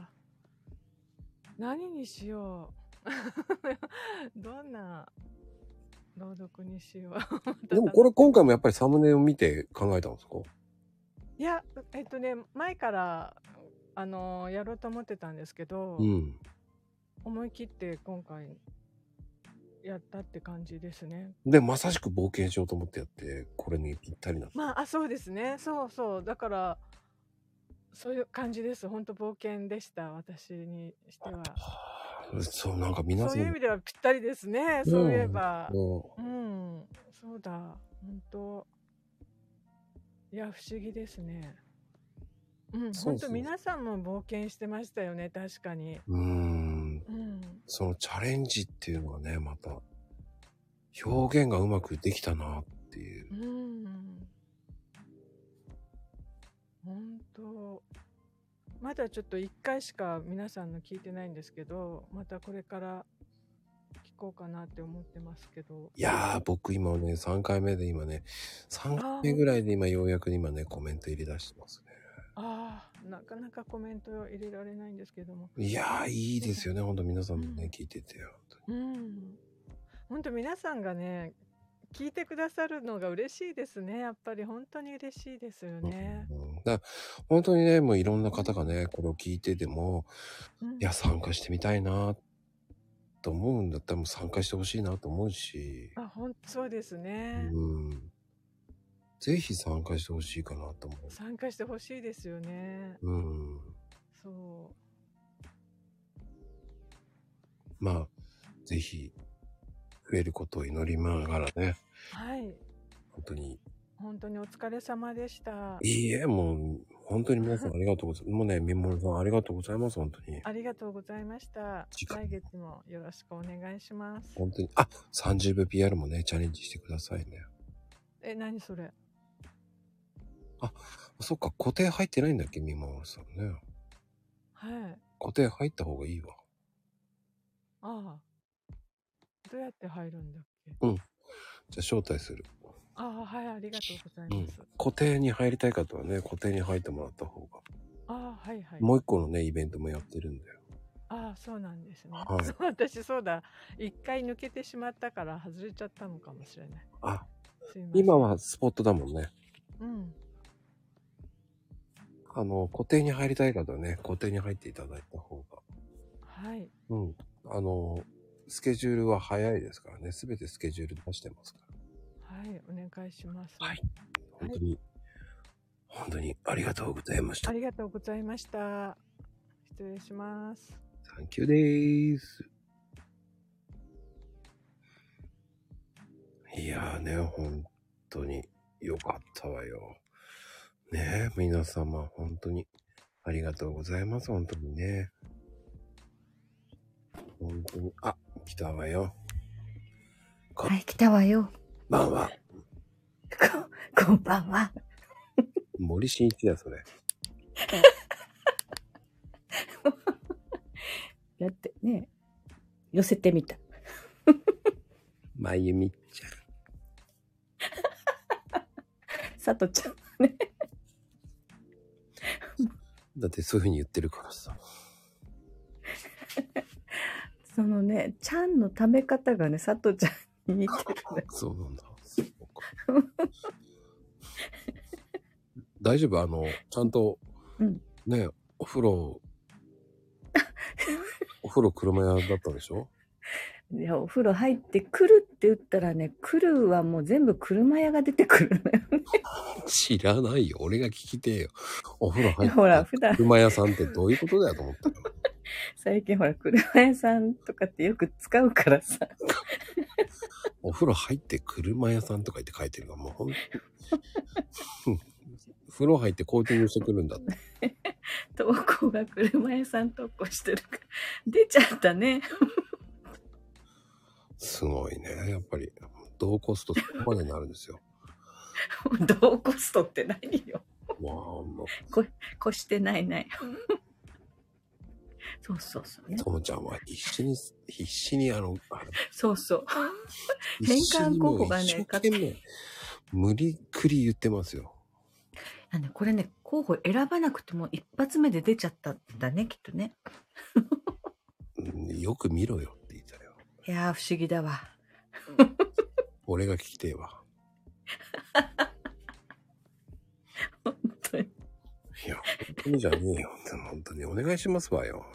何にしよう [laughs] どんな朗読にしよう
でもこれ今回もやっぱりサムネを見て考えたんですか
いやえっとね前からあのーやろうと思ってたんですけど、
うん。
思い切って今回やったって感じですね
で、まさしく冒険しようと思ってやって、これにぴったりな。
まああそうですねそうそうだからそういう感じです本当冒険でした私にしては
そう、なんか皆さ
そ
ん
ういう意味ではぴったりですね、そういえば。
う
うん、そうだ、本当。いや、不思議ですね。うん、
そう
本
そ
当
う
皆さんも冒険してましたよね、確かに。
うーん
うん、
そのチャレンジっていうのがね、また、表現がうまくできたなっていう。
うん。本当まだちょっと1回しか皆さんの聞いてないんですけど、またこれから聞こうかなって思ってますけど。
いやー、僕今ね、3回目で今ね、3回目ぐらいで今ようやく今ね、コメント入れ出してますね。
ああ、なかなかコメント入れられないんですけども。
いやー、いいですよね。ほんと皆さんもね、聞いててよ。
うん。本当皆さんがね、聞いてくださるのが嬉しいですね。やっぱり本当に嬉しいですよね。
だから本当にね、もういろんな方がね、これを聞いてても、いや、参加してみたいな、と思うんだったらもう参加してほしいなと思うし、
あ、本当そうですね。
うん。ぜひ参加してほしいかなと思
参加してほしいですよね。
う。うん。
そ
まあ、ぜひ、増えることを祈りながらね、
う。はい。
本当に、
本当にお疲れ様でした。
いいえ、もう、本当に皆さんありがとうございます。もうね、みもるさんありがとうございます、本当に。
ありがとうございました。来月もよろしくお願いします。
本当に、あ、30分 PR もね、チャレンジしてくださいね。
え、何それ
そっか、固定入ってないんだっけ、みもるさんね。
はい。
固定入った方がいいわ。
ああ。どうやって入るんだ
うん。じゃあ、招待する。
ああ、はい、ありがとうござい
うん
ます。。
固定に入りたい方はね、固定に入ってもらった方が。
ああ、はいはい。
もう一個のね、イベントもやってるんだよ。
ああ、そうなんですね。
は
[laughs]
い
そう私、そうだ。一回抜けてしまったから外れちゃったのかもしれない。
あ、
すいません。
今はスポットだもんね。
うん。
あの、固定に入りたい方はね、固定に入っていただいた方が。
はい。
うん。あの、スケジュールは早いですからね、すべてスケジュール出してますから。
はい。お願いします。
はい。本当に、本当にありがとうございました。
ありがとうございました。失礼します。
サンキューでーす。いやーね、本当によかったわよ。ねえ、皆様、本当にありがとうございます、本当にね。本当に、あ、来たわよ。
はい、来た
[laughs]
わよ。
ばんは。
こんばんは。
森進一だ、それ。
[laughs] だってね、寄せてみた。
まゆみち
さとちゃん
ゃ
ね。
ん。だってそういう風に言ってるからさ。
そのね、ちゃんのため方がね、さとちゃんに似てるね。
そうなんだ。大丈夫あの、ちゃんと、
うん
ねえお風
[laughs]
呂、お風呂車屋だったでしょ
いや、お風呂入ってくるって言ったらね、来るはもう全部車屋が出てくるのよね。
知らないよ。俺が聞きてえよ。お風呂入って。
ほら普段
車屋さんってどういうことだよと思った。
最近ほら、車屋さんとかってよく使うからさ。
お風呂入って車屋さんとか言って書いてるのもうほん風呂入ってコーティングしてくるんだって。
投稿が車屋さん投稿してるから。出ちゃったね。 [laughs]
すごいね。やっぱり、同コストそこまでになるんですよ。
同コストって何よ。
わあ、も
[laughs] こ、こしてないない。そうそうそうね
う、。ともちゃんは必死に、必死にあの、あの
そうそう。
一
変
緒に
換
も
候
う
補が
一生
ね、
懸命無理くり言ってますよ。
あのこれね、候補選ばなくても一発目で出ちゃったんだね、きっとね。
うんよく見ろよ。
いやー、不思議だわ。
俺が聞きてえ
[laughs]
わ。本当に。いや、本当にじゃねえよ。本当にお願いしますわよ。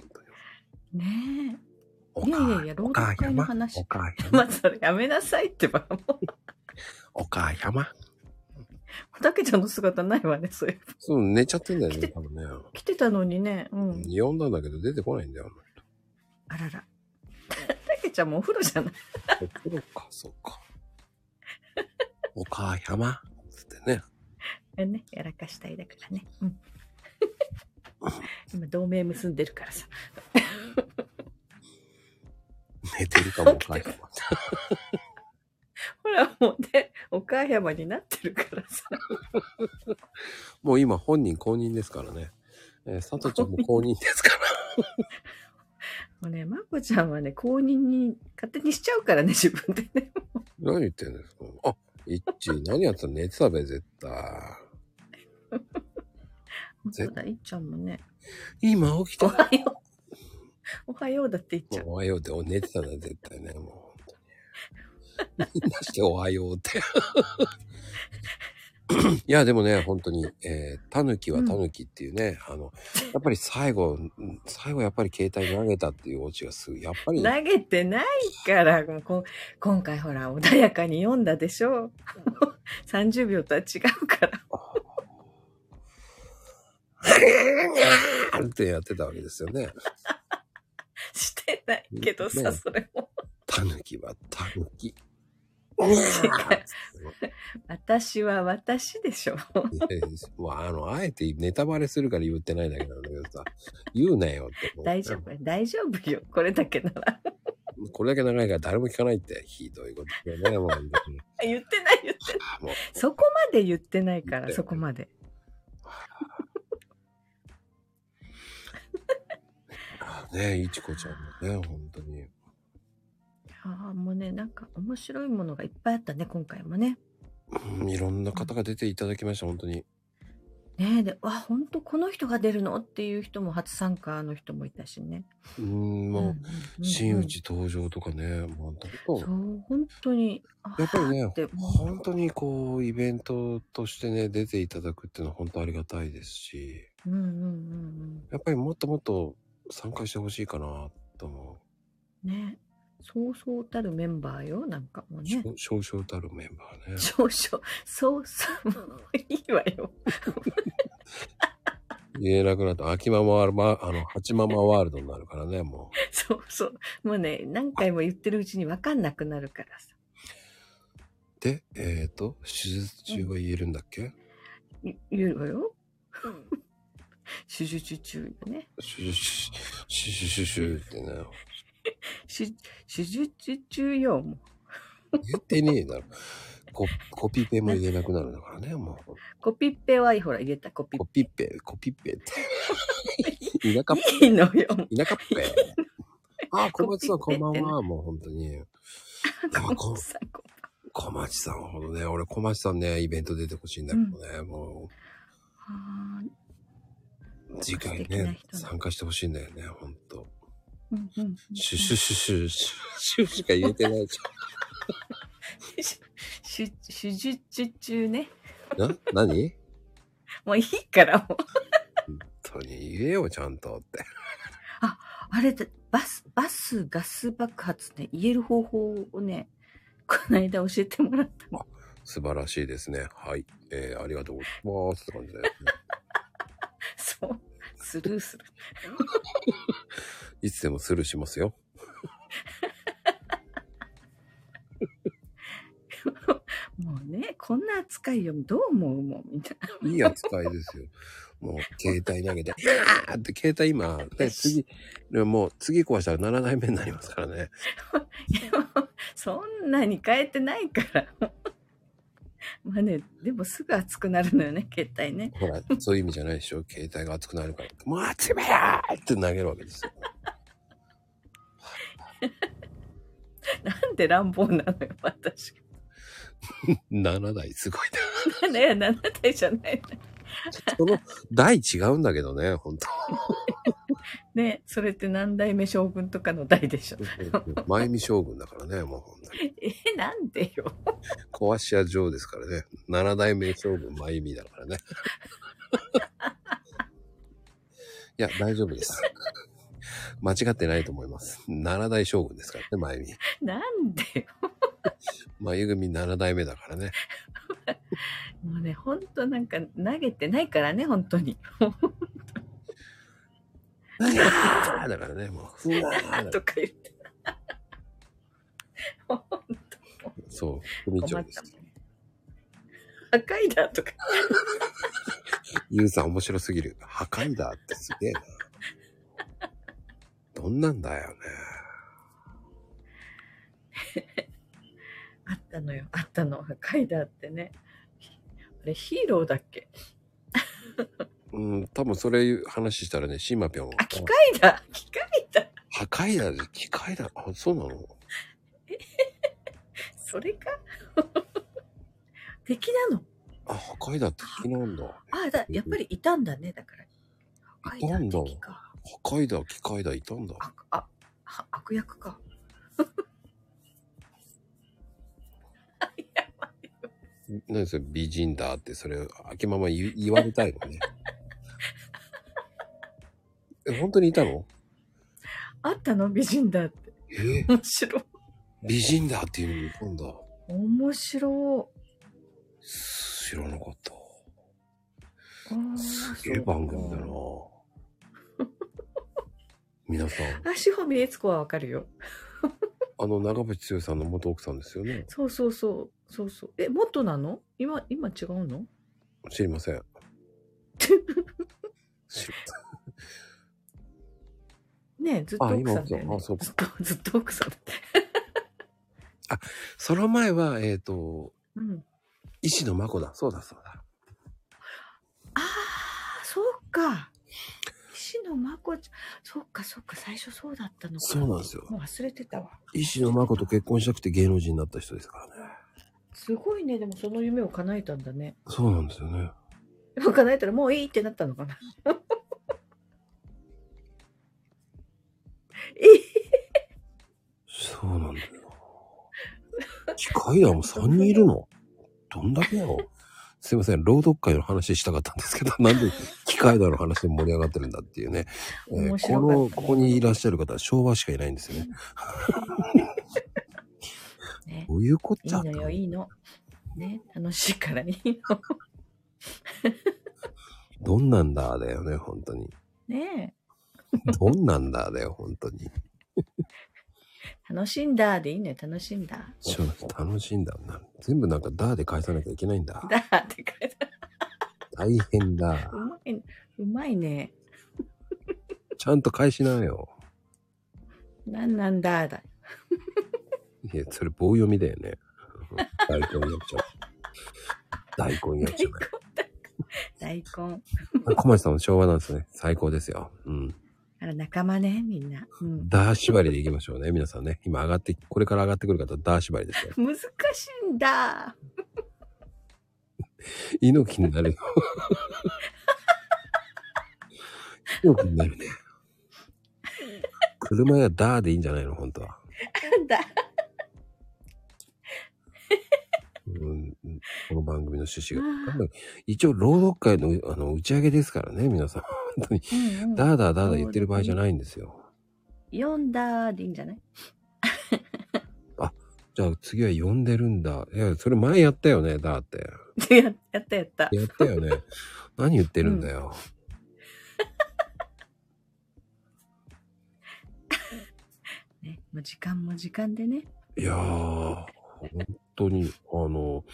ね
え。
いやいやいや、朗読会の話。
お
[laughs]
母や
[laughs] まあ、それやめなさいってば、もう。
お母やま。
たけちゃんの姿ないわね、そういう。
そう、寝ちゃってんだよね、多分ね。
来てたのにね、うん。
呼んだんだけど出てこないんだよ。
あらら。たけちゃんもお風呂じゃない。
お風呂か、そっ
[laughs]
か。お母やま。つってね。
ね、やらかしたいだからね。うん。 [laughs] 今、同盟結んでるか
[laughs]
らさ。
寝てるかも、お母やま。
ほら、もうね、お岡山になってるからさ。
もう今本人公認ですからね。えー、佐藤ちゃんも公認ですから。
[laughs] もうね、まこちゃんはね、公認に勝手にしちゃうからね、自分でね。
何言ってんですかあ、いっち、何やってたの寝てたべ、絶対。
そうだ、いっちゃんもね。
今起きた。
おはよう。おはようだって言っちゃう。
おはようって、お寝てたな、絶対ね、もう。みんなしておはようって。いや、でもね、本当に、えー、タヌキはタヌキっていうね、あの、やっぱり最後、うん最後やっぱり携帯投げたっていうオチがすごい、やっぱり、
投げてないから、 [laughs] もうこ今回ほら、穏やかに読んだでしょ。30秒とは違うから。 [laughs]
あるってやってたわけですよね。
してないけどさ、
ね
それも。
タヌキはタヌキ。
私は私でしょ。
えー [laughs] もうあの、あえてネタバレするから言ってないんだけどだけどさ、言うなよって思う。
大丈夫、大丈夫よ。これだけなら。 [laughs]
これだけ長いから誰も聞かないって、ひどいことだよね、もう本当に。
言ってない、言って
もう
ない。そこまで言ってないから、そこまで。
ねえ、いちこちゃんもね、本当に。
ああ、もうね、なんか面白いものがいっぱいあったね、今回もね。
うんいろんな方が出ていただきました、本当に。
ねえ、で、わ、ほんとこの人が出るのっていう人も初参加の人もいたしね。
うーん、もう、真打ち登場とかね、もう本当
そう、本当に。あ
やっぱりね
で、
本当にこう、イベントとしてね、出ていただくっていうのは本当ありがたいですし、
うんうんうん
やっぱりもっともっと参加してほしいかな、と思
うん。ねえそうそうたるメンバーよ、なんかもう
う。
ね。
少々たるメンバーね。
少々、そうそう、もういいわよ。
言えなくなった。秋ママワールド、まあの、八ママワールドになるからね、も
そうそう。もうね、何回も言ってるうちに分かんなくなるからさ。
う。で、えっ、ー、と、手術中は言えるんだっけ、
い言うわよ。手術中よね。
シュシュシュシュシュシュってね。
手手術中よ、もう。
言ってねえだろ。ココピペも言えなくなるんだからね、もう。
コピッペはほら入れた、コピッ
コピペ、コピペって。田舎っ
ぺ。いいのよ。
田舎っぺ。あ、小松さん、こんばんは。もう本当に。いや、こ小町さんほどね、俺小町さんね、イベント出てほしいんだけどね、もう、次回ね、参加してほしいんだよね、ほんと。
うんうん。
シュシュシュシュ、シュシュしか言えてないじ
手手術中ね。
ゃん。な、何
もういいから、もう。
本当に言えよ、ちゃんとって。 [laughs]
あれだ、バス、バスガス爆発ね、言える方法をね、この間教えてもらったの。
素晴らしいですね。はい。えー、ありがとうございますって感じだよね。
そう。スルーする。
[laughs] いつでもスルーしますよ。
もうね、こんな扱いよ、どう思うもん、みたいな。
いい扱いですよ。もう、携帯投げて、 [laughs] あーって携帯今、ね、次、もう次壊したら7代目になりますからね。
そんなに変えてないから。まあね、でもすぐ熱くなるのよね、携帯ね。
ほら、そういう意味じゃないでしょ。携帯が熱くなるから、もう熱めやーって投げるわけですよ。 [laughs]
なんで乱暴なのよ、私。
7代すごいな。
ね、7体じゃないの。
その、代違うんだけどね、本当
ね、それって何代目将軍とかの代でしょ。
[laughs] 前見将軍だからね、もう。
[laughs] え、なんでよ。
壊し屋城ですからね。七代目将軍、真由美だからね。いや、大丈夫です。間違ってないと思います。七代将軍ですからね、真由美。
[laughs] なんでよ。
真由組七代目だからね。
もうね、ほんとなんか投げてないからね、本当に。
ああ、だからね、もう。うわー
とか言って。
[laughs] そう、組長です。
赤いだとか。
ゆうさん面白すぎる。破壊だってすげえな。どんなんだよね。
ったの [laughs] よ。あったの。書いてあってね。あれ、ヒーローだっけ
うん、多分それ話したらね、シーマピョン。あ、機
械だ機械だ
破壊だね。機械だ。あ、そうなの
[laughs] それか [laughs] 敵なの
あ、破壊だって敵なんだ。
ああ、だ、やっぱりいたんだね。だから、
いたんだ。破壊だ、機械だ、いたんだ。
は悪役か。
何それ、美人だって、それ、あきまま言言われたいのね。 [laughs] え、本当にいたの
あったの美人だって。
え
面白い。
美人だっていうのにいたんだ。
面白
知らなかった。
い。面
すげえ
白い。
番組だな皆さん、
あ、志保美悦子はわかるよ。
あの、長渕剛さんの元奥さんですよね。
そうそうそう。そうそう。え、もっとなの今、今違うの [laughs]
知りません。
ねえずっと
あ、
奥
今
さん
奥さ
だよ
ん。
ね
あ、。そうか。
[laughs] ずっと奥さんだって。
その前は、えっ、と、
うん。
石野真子だ。そうだ、そうだ。
あ、そうか。石野真子ちゃん。そっかそっか、最初そうだったのか。
そうなんですよ
もう忘れてたわ。
石野真子と結婚したくて芸能人になった人ですからね。
すごいね、でもその夢を叶えたんだね。
そうなんですよね。
もう叶えたらもういいってなったのかな。
[laughs] そうなんだよ。機械だもん3人いるのどんだけやろすいません、朗読会の話したかったんですけど、 [laughs] なんで機械だの話で盛り上がってるんだっていうね。えー
面白
こ
かった
の、ここにいらっしゃる方は昭和しかいないんですよね。
ね、
どういうこっ
いい
ちゃ
のよ、いいの。ね、楽しいからいいの。
どんなんだだよね、本当に。
ね
どんなんだだよ、本当に。
え、楽しんだでいいのよ、楽しんだ。
ちょ楽しいんだな。全部なんかダーで返さなきゃいけないんだ。
だって書いてある
大変だ。
うまい、うまいね。
ちゃんと返しなよ。
なんなんだだ。
いや、それ棒読みだよね。大根役者。大根役者。
大 [laughs] 根。
小町さんも昭和なんですね。最高ですよ。うん。
あら、仲間ね、みんな。うん。
ダー縛りでいきましょうね。皆さんね。今上がって、これから上がってくる方、ダー縛りですよ。
難しいんだ。
猪木になるよ。猪木にな
[laughs]
るね。車やダーでいいんじゃないの本当は。
なんだ。
うん、この番組の趣旨が。一応、朗読会のあの打ち上げですからね、皆さん。本当に。ダーダーダーダー言ってる場合じゃないんですよ。
読んだでいいんじゃない
じゃあ次は読んでるんだ。いや、それ前やったよね、だって。
[laughs] ややったやった。
やった
[laughs]
よね。何言ってるんだよ。
ね、もう時間も時間でね。
いやー、本当に、あの、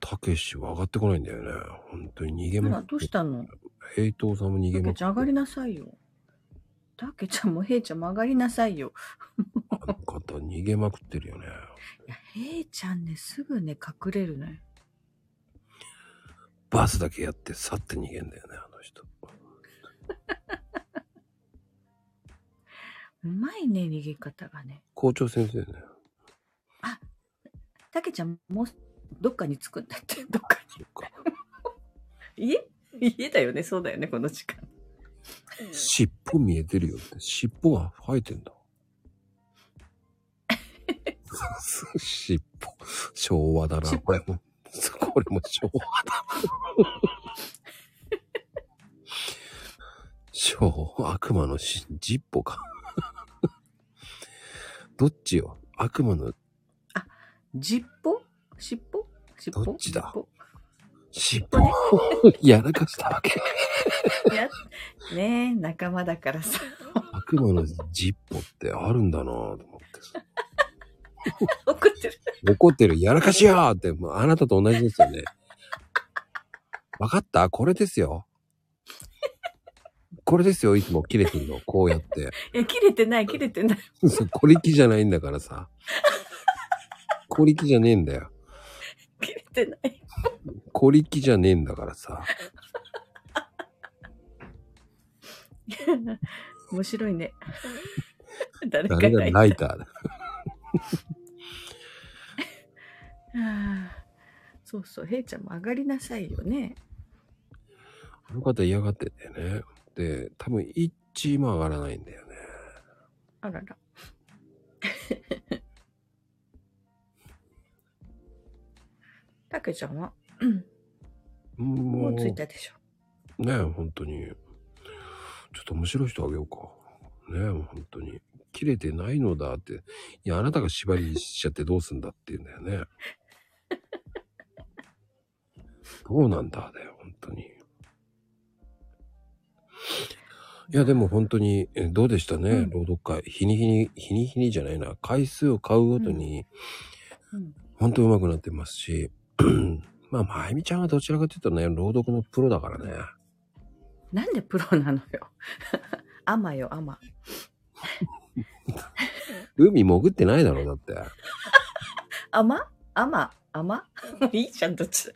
たけしは上がってこないんだよね。本当に逃げ
あ
ま
ら、
く
どうしたの
ヘイトーさんも逃げま
たけ
く
ちゃん上がりなさいよ。たけちゃんもへいちゃんも上がりなさいよ。
方逃げまくってるよね。
へいちゃんね、すぐね、隠れるのよ。
バスだけやって去って逃げんだよね、あの人。
うまいね、逃げ方がね。
校長先生ね。
たけちゃんもうどっかに着くんだ [laughs] って、どっかに。家 [laughs] 家だよね、そうだよね、この時間。
尻尾見えてるよって。尻尾が生えてんだ。尻尾。昭和だな。これも、これも昭和だ。昭和、悪魔のし尻尾か。どっちよ悪魔の
尻尾尻尾尻尾どっちだ
尻
[laughs]
尾やらかしたわけ。
やねえ、仲間だからさ。
悪魔の尻尾ってあるんだなぁと思ってさ。
[laughs] 怒ってる。
怒ってる。やらかしやーって、もうあなたと同じですよね。わかったこれですよ。これですよ。いつも切れてるの。こうやって。 [laughs]
いや、切れてない、切れてない。
そうこれきじゃないんだからさ。小力じゃねえんだよ。
切れてない。 [laughs]
小力じゃねえんだからさ。
面白いね。 [laughs] 誰か
誰がライターだ。
はあそうそう、ヘイちゃんも上がりなさいよね。
あの方嫌がってんだよね。で、多分一致も上がらないんだよね。
あらら。たけちゃんは、うん
も
もうついたでしょ。
ねえ、本当に。ちょっと面白い人あげようか。ねえ、本当に。切れてないのだって。いや、あなたが縛りしちゃってどうすんだって言うんだよね。 [laughs] どうなんだだよ、本当に。いや、でも本当に、えどうでしたね、朗読会。日に日に、日に日にじゃないな。回数を買うごとに、本当上手くなってますし、 [clears throat] まあ、まゆみちゃんはどちらかというとね、朗読のプロだからね。
なんでプロなの [laughs] よ。アマよ、アマ。
海潜ってないだろ、だって。
アマアマア [laughs] マもういいじゃん、どっちだ。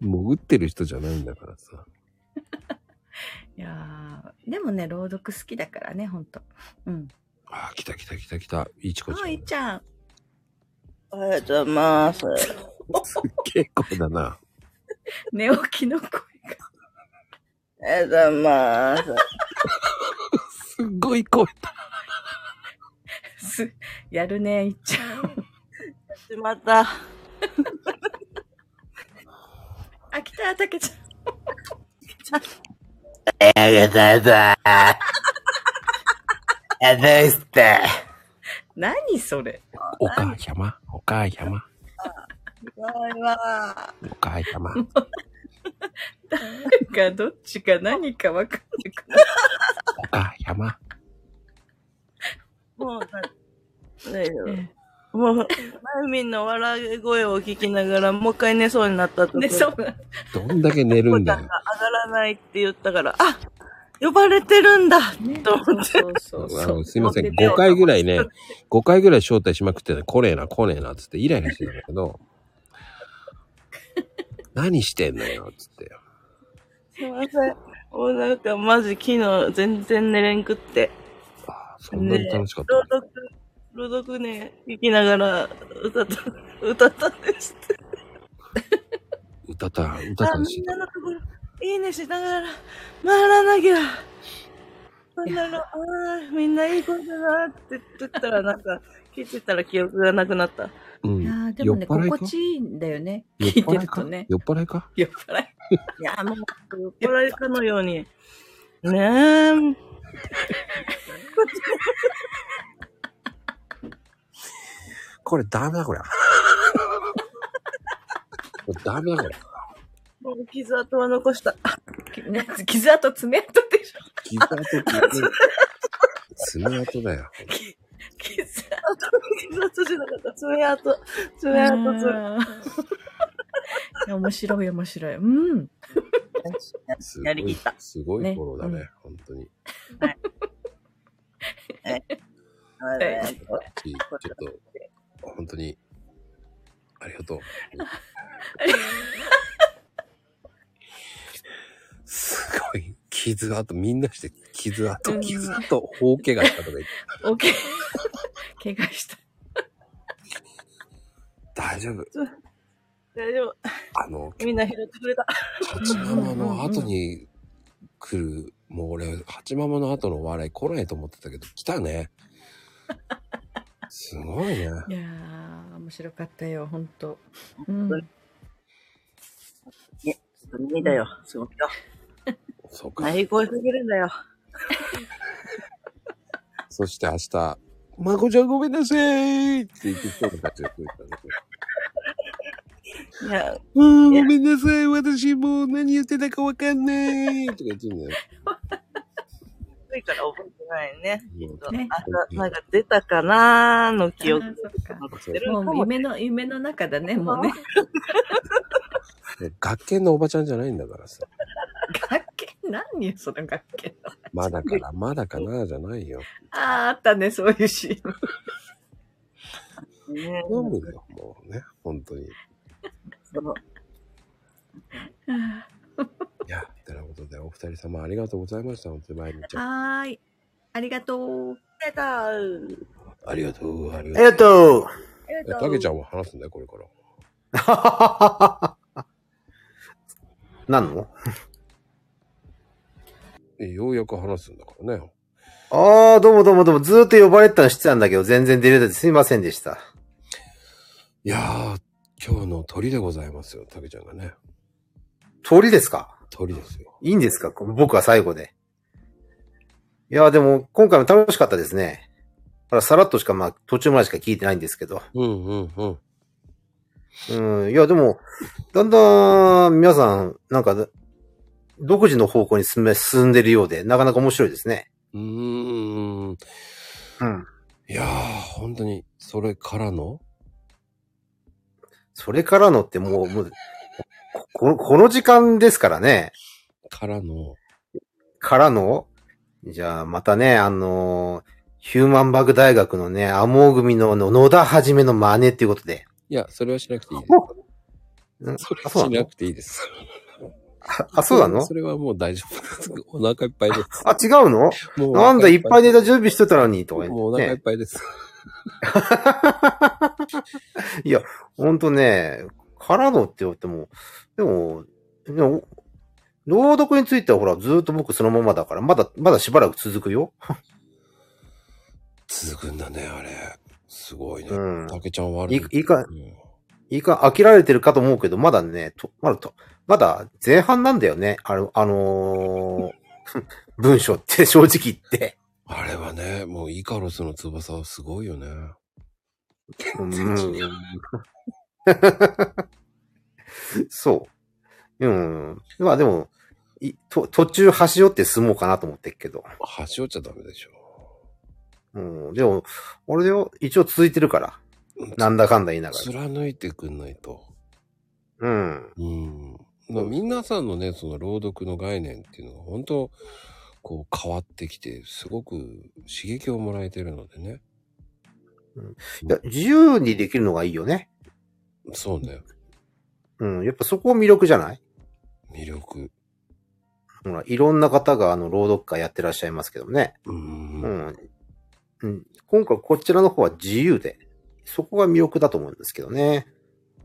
潜ってる人じゃないんだからさ。
いやーでもね、朗読好きだからね、ほんと。うん。
あ、来た来た来た来た。いちこちゃん。
あ、いっちゃん。
おはようございます。
結構だな。
寝起きの声が。
おはようございます。
すっごい声
だ。
す、やるね、いっ [laughs] ちゃん。
しまった。
あ、来た、たけちゃん。
おはようございます。え、どうして
[laughs] 何それ。
お母様、お母様、
すごいわ。
お母様。
誰かどっちか何か分かんなくな
お母様。
もう、大丈夫。もう、まゆみんの笑い声を聞きながら、もう一回寝そうになったと寝そう
な。
どんだけ寝るんだ
上 [laughs]
よ。
がらないって言ったから、あ呼ばれてるんだと思って。
あのすいません、5回ぐらいね、5回ぐらい招待しまくってね、来ねえな、来ねえな、つってイライラしてたんだけど、何してんのよ、つって。
すいません。もうなんか、マジ昨日全然寝れんくって。
そんなに楽しかった。
朗読、朗読ね、聞きながら歌った、歌ったんですって。
歌った、歌った
あ
んし
みん、なのところ、いいねしながら、回らなきゃ。なんだろう、あーみんないい声だなって言ってたら、なんか、聞いてたら記憶がなくなった。
うん。
あーでもね、
酔っ払いか
心地いいんだよね。
酔っ
聞いて
払い
る
か
とね。
酔っ払いか
酔っ払い。
いや、もう、酔っ払いかのように。ねえ。
これダメだ、これ。これダメだ、これ。
もう傷跡は残した。
傷跡爪跡でしょ。
傷跡っ
[laughs]
てね、爪痕だよ。
傷跡、傷跡じゃなかった。爪痕、爪痕、爪
あいや面白い、面白い。
[laughs]
うん。
すごい、すごいフォローだね、本当に。
はい
ちょっと、本当に、ありがとう。すごい、傷跡、みんなして、傷
う
跡、
ん
傷跡、大怪我したとか言って、
オッケー。怪我した。
大丈夫。
大丈夫。
あの、
みんな拾ってくれた。
八ママの後に来る、もう俺、八ママの後のお笑い来ないと思ってたけど、来たね。すごいね。
いやー、面白かったよ、ほんと。うん。
ね、海だよ、す
[laughs]
ごいよ。
そうか。
最高すぎるん
[laughs]
だよ。
そして明日、まこちゃんごめんなさいって言ってきそうな感じがするからね。
い
Ah,
や、
うん、ごめんなさい。私もう何言ってたかわかんない。とか言ってんだよ。
暑いから覚えてないね。
ね
朝、なんか出たかなーの記憶
あー
残ってる
も
か
う
も。
夢の、夢の中だね、もうね。
学研のおばちゃんじゃないんだからさ。
学研何よ、その学研の。
まだから、まだかな、じゃないよ。
あー、あったね、そういうシーン。
ね
飲むよ、もうね、本当に。
そう
いや、てなことで、お二人様ありがとうございました。本当に、まゆみちゃん。
はーい。ありがとう。ありがとう。
ありがとう、あり
ありがとう
えたけちゃん
[laughs]
は話すんだよ、これから。
なの
えようやく話すんだからね。
ああ、どうもどうもどうも、ずーっと呼ばれてたの知ってたんだけど、全然出れててすいませんでした。
いやー、今日の鳥でございますよ、たけちゃんがね。
鳥ですか
鳥ですよ。
いいんですかこの僕は最後で。いやー、でも、今回も楽しかったですね。ほら、さらっとしか、まあ、途中までしか聞いてないんですけど。
うんうんうん。
うん、いや、でも、だんだん、皆さん、なんか、独自の方向に進め、進んでるようで、なかなか面白いですね。
うーん。
うん。
いやー、本当に、それからの
それからのってもう、もう、ここの時間ですからね。
からの。
からのじゃあ、またね、あのーヒューマンバグ大学のね、アモー組のあの野田はじめの真似っていうことで。
いや、それはしなくていいで
うん
す。それ
あ、
は
そう
し
なの
なくていいです。
[laughs] あ、そうなの
それはもう大丈夫 [laughs] です。お腹いっぱいです。
あ、違うの
もう
なんだ、いっぱい
で
ネタ準備してたのに、とかね。
もうお腹いっぱいです。
いや、ほんとね、からのって言っても、でも、でも、朗読についてはほら、ずーっと僕そのままだから、まだ、まだしばらく続くよ。
[laughs] 続くんだね、あれ。すごいね。
うん。
たけちゃん悪
いい。いいか、いいか、飽きられてるかと思うけど、まだね、と、まだと、まだ前半なんだよね。あの、あのー [laughs] 文章って正直言って。
あれはね、もうイカロスの翼はすごいよね。
うん。 [laughs] そう。うん。まあでも、いと途中端折って進もうかなと思ってっけど。
端折っちゃダメでしょ。
うん。でも、俺でよ、一応続いてるから。なんだかんだ言いながら。
貫いてくんないと。
うん。
うん。まあ皆さんのね、その朗読の概念っていうのが本当、こう変わってきて、すごく刺激をもらえてるのでね。
いや、自由にできるのがいいよね。
そうね。
うん。やっぱそこ魅力じゃない
魅力。
ほら、いろんな方があの、朗読会やってらっしゃいますけどもね。
うん。
うん。今回こちらの方は自由で、そこが魅力だと思うんですけどね。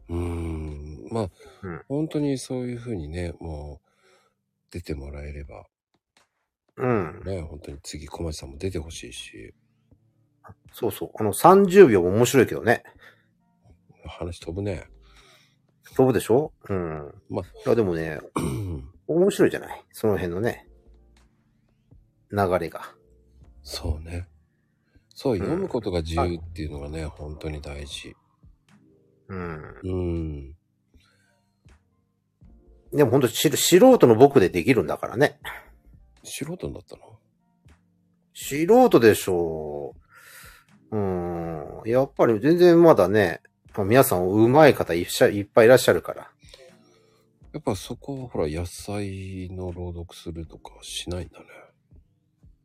うん。まあ、本当にそういうふうにね、もう、出てもらえれば。
うん。
ね、本当に次、小町さんも出てほしいし、
そうそう。あの、30秒も面白いけどね。
話飛ぶね。
飛ぶでしょうん。
まあ。
いや、でもね、面白いじゃないその辺のね、流れが。
そうね。そう、
うん
読むことが自由っていうのがね、本当に大事。
うん。
うん。
でも本当し素人の僕でできるんだからね。
素人になったの
素人でしょう。うん。やっぱり全然まだね、まあ皆さん上手い方いっしゃいっぱいいらっしゃるから。
やっぱそこはほら、野菜の朗読するとかしないんだね。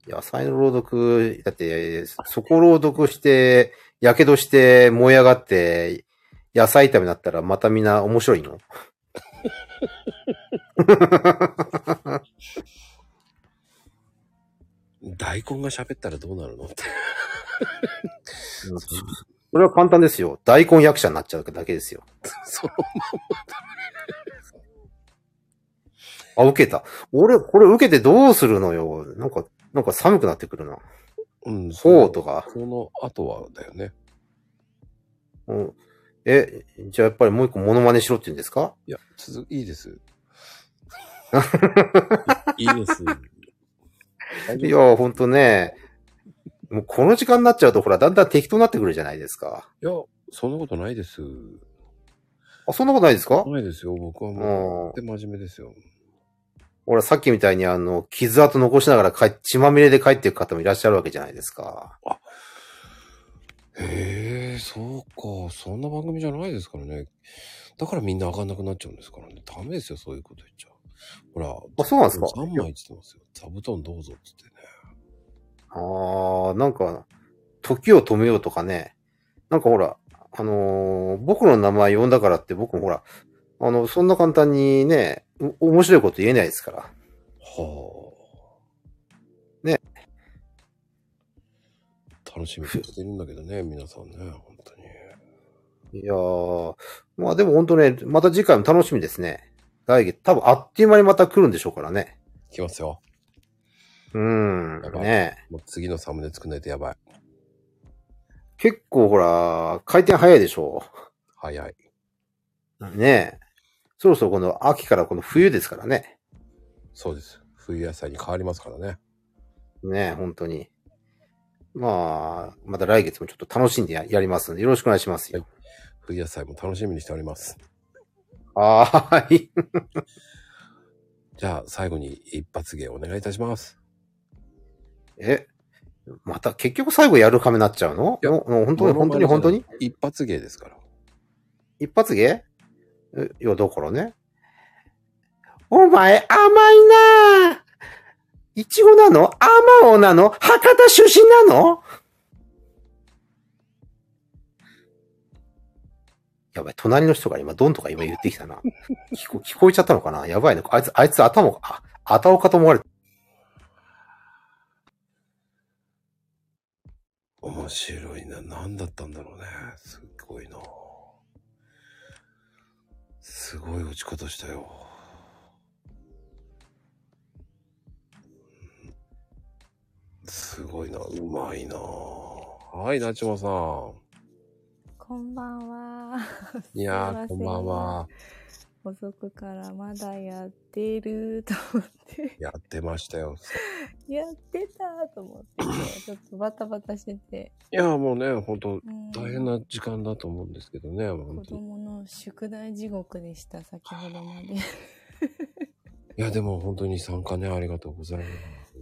野菜の朗読、だって、そこ朗読して、火傷して、燃え上がって、野菜炒めになったらまたみんな面白いの
大根が喋ったらどうな [laughs] るのって。
それは簡単ですよ。大根役者になっちゃうだけですよ。
[laughs] そのままだ
あ、受けた。俺、これ受けてどうするのよ。なんか、なんか寒くなってくるな。
うん。
ほうとか。
その後はだよね。
うん。え、じゃあやっぱりもう一個モノマネしろって言うんですか
いや、続いいです。いいです。
いや、ほんとね。もうこの時間になっちゃうと、ほら、だんだん適当になってくるじゃないですか。
いや、そんなことないです。
あ、そんなことないですか
ないですよ。僕はもう、で真面目ですよ。
俺さっきみたいにあの、傷跡残しながら帰、血まみれで帰っていく方もいらっしゃるわけじゃないですか。
へえ、そうか。そんな番組じゃないですからね。だからみんな上がんなくなっちゃうんですからね。ダメですよ、そういうこと言っちゃう。ほら。
あそうなんですか
?3 枚って言ってますよ。座布団どうぞって言って。
あー、なんか、時を止めようとかね。なんかほら、あのー僕の名前呼んだからって僕もほら、あの、そんな簡単にね、お面白いこと言えないですから。
は
あ。ね。
楽しみにしてるんだけどね、 [laughs] 皆さんね。本当
いやー、まあでも本当ね、また次回も楽しみですね。来月、多分あっという間にまた来るんでしょうからね。
来ますよ。
うーん、ね
もう次のサムネ作んないとやばい。
結構ほら、回転早いでしょ
早い。
ねえ。そろそろこの秋からこの冬ですからね。
そうです。冬野菜に変わりますからね。
ねえ、本当に。まあ、また来月もちょっと楽しんでややりますんで、よろしくお願いしますよ。
冬野菜も楽しみにしております。
はーい。
じゃあ、最後に一発芸お願いいたします。
え、また結局最後やるカメになっちゃうのいや、もう本当に本当に本当に
一発芸ですから。
一発芸えいや、だからね。お前甘いなあいちごなのあまおなの博多出身なのやばい、隣の人が今、ドンとか今言ってきたな。聞こ聞こえちゃったのかなやばいね。あいつ、あいつ頭が、あ、あたおかと思われて
面白いな。何だったんだろうね。すっごいな。すごい落ち方したよ。すごいな。うまいな。はい、なちまさん。
こんばんは。
いやー
す
こ
いませ
んばんは。
遅くからまだやってると思って、 [laughs]
やってましたよ。
やってたと思って今
[laughs]
日、ちょっとバタバタしてて、
いや、もうね、本当大変な時間だと思うんですけどね。本
子
当に
供の宿題地獄でした、先ほ
[laughs]
どまで。
いや、でも本当に参加ね、ありがとうございます。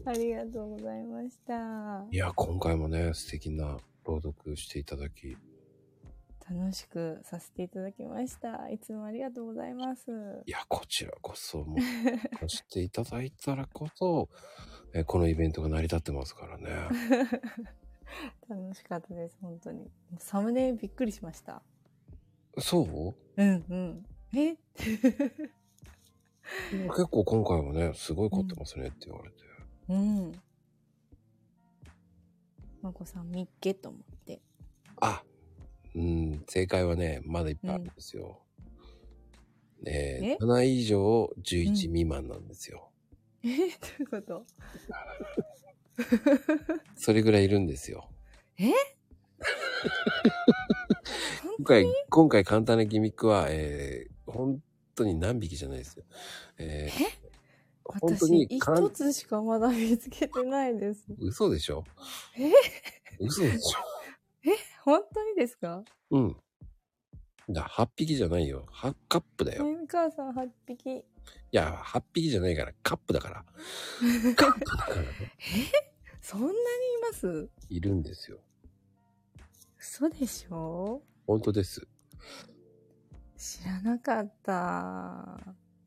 ありがとうございました。
いや、今回もね、素敵な朗読していただき、
楽しくさせていただきました。いつもありがとうございます。 [laughs]
いや、こちらこそ、もう、していただいたらこそ、えこのイベントが成り立ってますからね。
楽しかったです、本当に。サムネびっくりしました。
そう
うんうん。え
結構今回もね、すごい凝ってますねって言われて。
うん。まこさん、みっけと思って。
あ、うん、正解はね、まだいっぱいあるんですよ。え
え
ー、7以上11未満なんですよ。
え [laughs] どういうこと
それぐらいいるんですよ。
え
今回、今回簡単なギミックは、えー、本当に何匹じゃないですよ。えー、本当
私、
に簡
一つしかまだ見つけてないです。
嘘でしょ
え
嘘で [laughs] し
え本当にですか
ょうん。だ、8匹じゃないよ。8カップだ
え
よ。い
みかさん8匹。
や、8匹じゃないから、カップだから。
[laughs] そんなにいます
いるんですよ。
嘘でしょ
本当です。
知らなかった。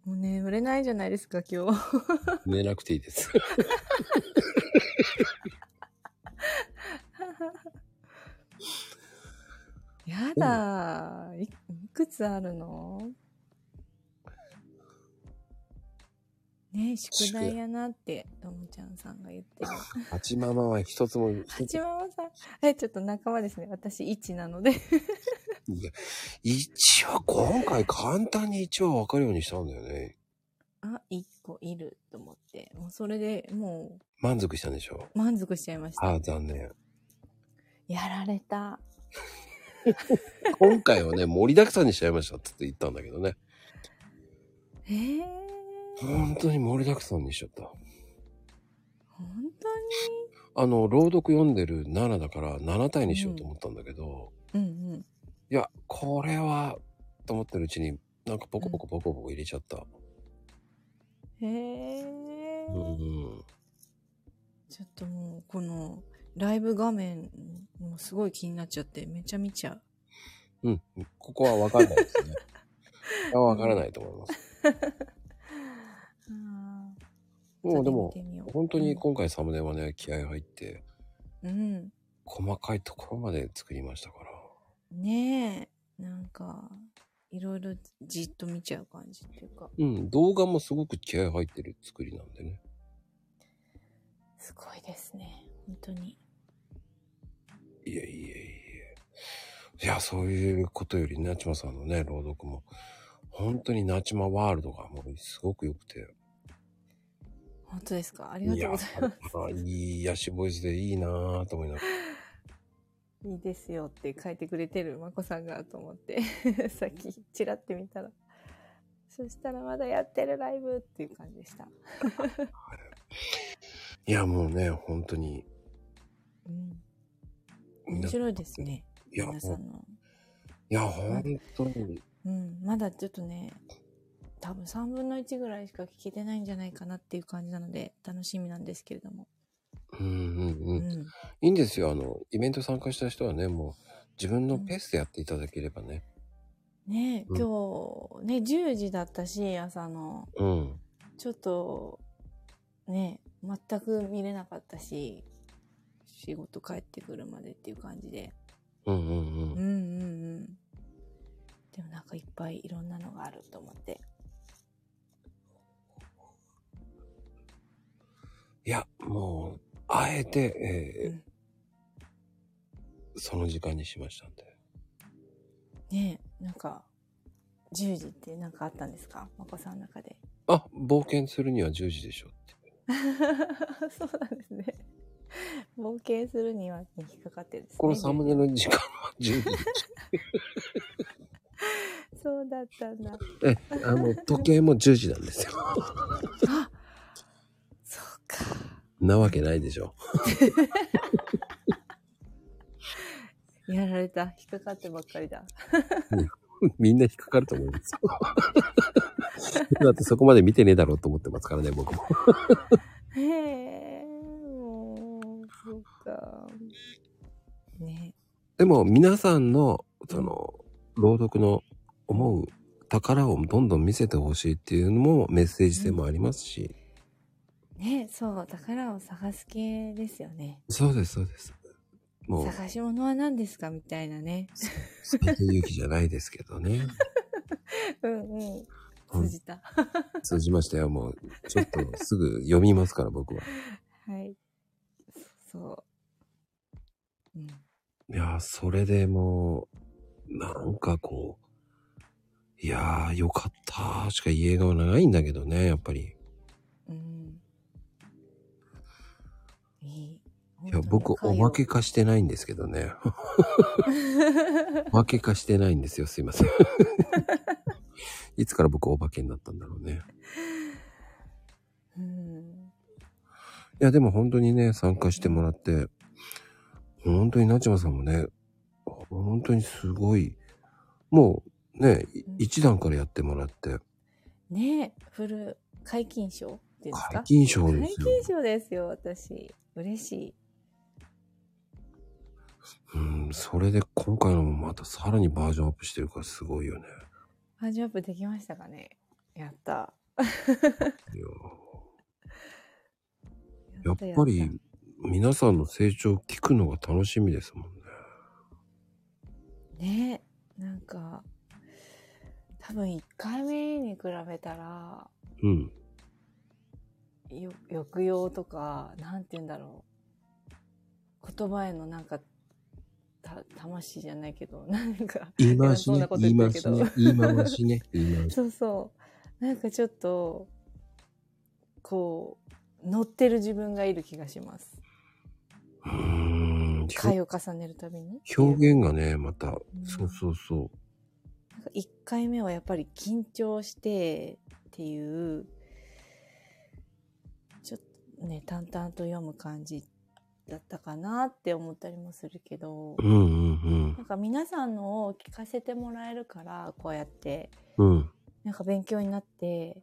もうね、売れないじゃないですか、今日。
寝なくていいです。
[laughs]
[laughs]
やだーい。いくつあるのねえ宿題やなって、ともちゃんさんが言ってる。
[laughs] 八ママは一つも、
八ママさん。え、ちょっと仲間ですね。私、1なので。 [laughs]
一応、今回簡単に一応わかるようにしたんだよね。
あ、1個いると思って。もうそれでも
満足したんでしょ
う満足しちゃいました。
ああ、残念。
やられ
[laughs]
た。 [laughs]
今回はね、盛りだくさんにしちゃいましたって言ったんだけどね。
えー、
本当に盛りだくさんにしちゃった。
本当に
あの、朗読読んでる7だから7体にしようと思ったんだけど、
うんうん。
いや、これは、と思ってるうちに、なんかボコボコボコボコ入れちゃった。
へえ
う。ん。
ちょっともう、この、ライブ画面、もうすごい気になっちゃって、めちゃ見ちゃう。
うん。ここはわかんないですね。ここはわからないと思い
[laughs]
ます。もうでも、本当に今回サムネはね、気合入って、
うん。
細かいところまで作りましたから。
ねえ、なんか、いろいろじっと見ちゃう感じっていうか。
うん、動画もすごく気合入ってる作りなんでね。
すごいですね。本当に。
いやいやいや。いや、そういうことより、なちまさんのね、朗読も、本当になちまワールドがもうすごく良くて。
本当ですかありがとうございま
い
す。
や、あいい癒しボイスでいいなぁと思いながら。
いいですよって書いてくれてるまこさんがと思って、 [laughs] さっきチラって見たら。そしたらまだやってるライブっていう感じでした。
いや、もうね、本当に。
面白いですね。
いや、
皆さんの。
いや、本当に。
うん、まだちょっとね、多分3分の1ぐらいしか聞けてないんじゃないかなっていう感じなので、楽しみなんですけれども。
うんうんうん。いいんですよ。あの、イベント参加した人はね、もう自分のペースでやっていただければね。
ねえ、
うん
今日、ね、10時だったし、朝の、
うん。
ちょっと、ねえ、全く見れなかったし、仕事帰ってくるまでっていう感じで。
うんうんうん。
うんうんうん。でもなんかいっぱいいろんなのがあると思って。
いや、もう、あえて、えーその時間にしましたんで。
ねえ、なんか、10時ってなんかあったんですかまこさんの中で。
あ、冒険するには10時でしょ。
[laughs] そうなんですね。冒険するには引っかかってるんですね。
このサムネの時間は10時。
そうだったんだ。 [laughs]
[laughs] え、あの、時計も10時なんですよ。
あ
なわけないでしょ。 [laughs]
やられた。引っかかってばっかりだ。
みんな引っかかると思います [laughs] よ。だってそこまで見てねえだろうと思ってますからね、僕も。
へえ、もう、そっか。ね
でも皆さんの、その、朗読の思う宝をどんどん見せてほしいっていうのもメッセージ性もありますし。
ねそう、宝を探す系ですよね。
そうです、そうです。もう、
探し物は何ですかみたいなね。
最近勇気じゃないですけどね。
[laughs] うんうん。通じた。 [laughs]
通じましたよ。もう、ちょっとすぐ読みますから、僕は。
はい。そ
いやー、それでもう、なんかこう、いやー、よかったーしか言えがないんだけどね、やっぱり。
う。いい。
いや、僕、おまけ化してないんですけどね。 [laughs] おまけ化してないんですよ。すいません。いつから僕、お化けになったんだろうね。いや、でも本当にね、参加してもらって、本当になちまさんもね、本当にすごい、もうね、い一段からやってもらって、
ねえ、フル解禁賞っていうんですか
解禁賞ですよ
解禁賞ですよ、私。嬉しい。
うん、それで今回のもまたさらにバージョンアップしてるからすごいよね。
パージョンアップできましたかねやった。
やっぱり皆さんの成長を聞くのが楽しみですもんね。
ねえ、なんか、多分1回目に比べたら、
うん。
よ抑揚とか、なんて言うんだろう。言葉へのなんか、た、魂じゃないけど、 [laughs] なんか、
言い回し
そんな
ね
こ、と
言い
言っ
回
てる
し
けど
ね、言い回しね、言い回し。
[laughs] そうそう。なんかちょっと、こう、乗ってる自分がいる気がします。
うん
回を重ねるたびに。
表現がね、また、そうそうそう。
なんか1回目はやっぱり緊張してっていう、ちょっとね、淡々と読む感じだったかなって思ったりもするけど、
うんうん
なんか皆さんのを聞かせてもらえるから、こうやって、
うん。うん。
なんか勉強になって、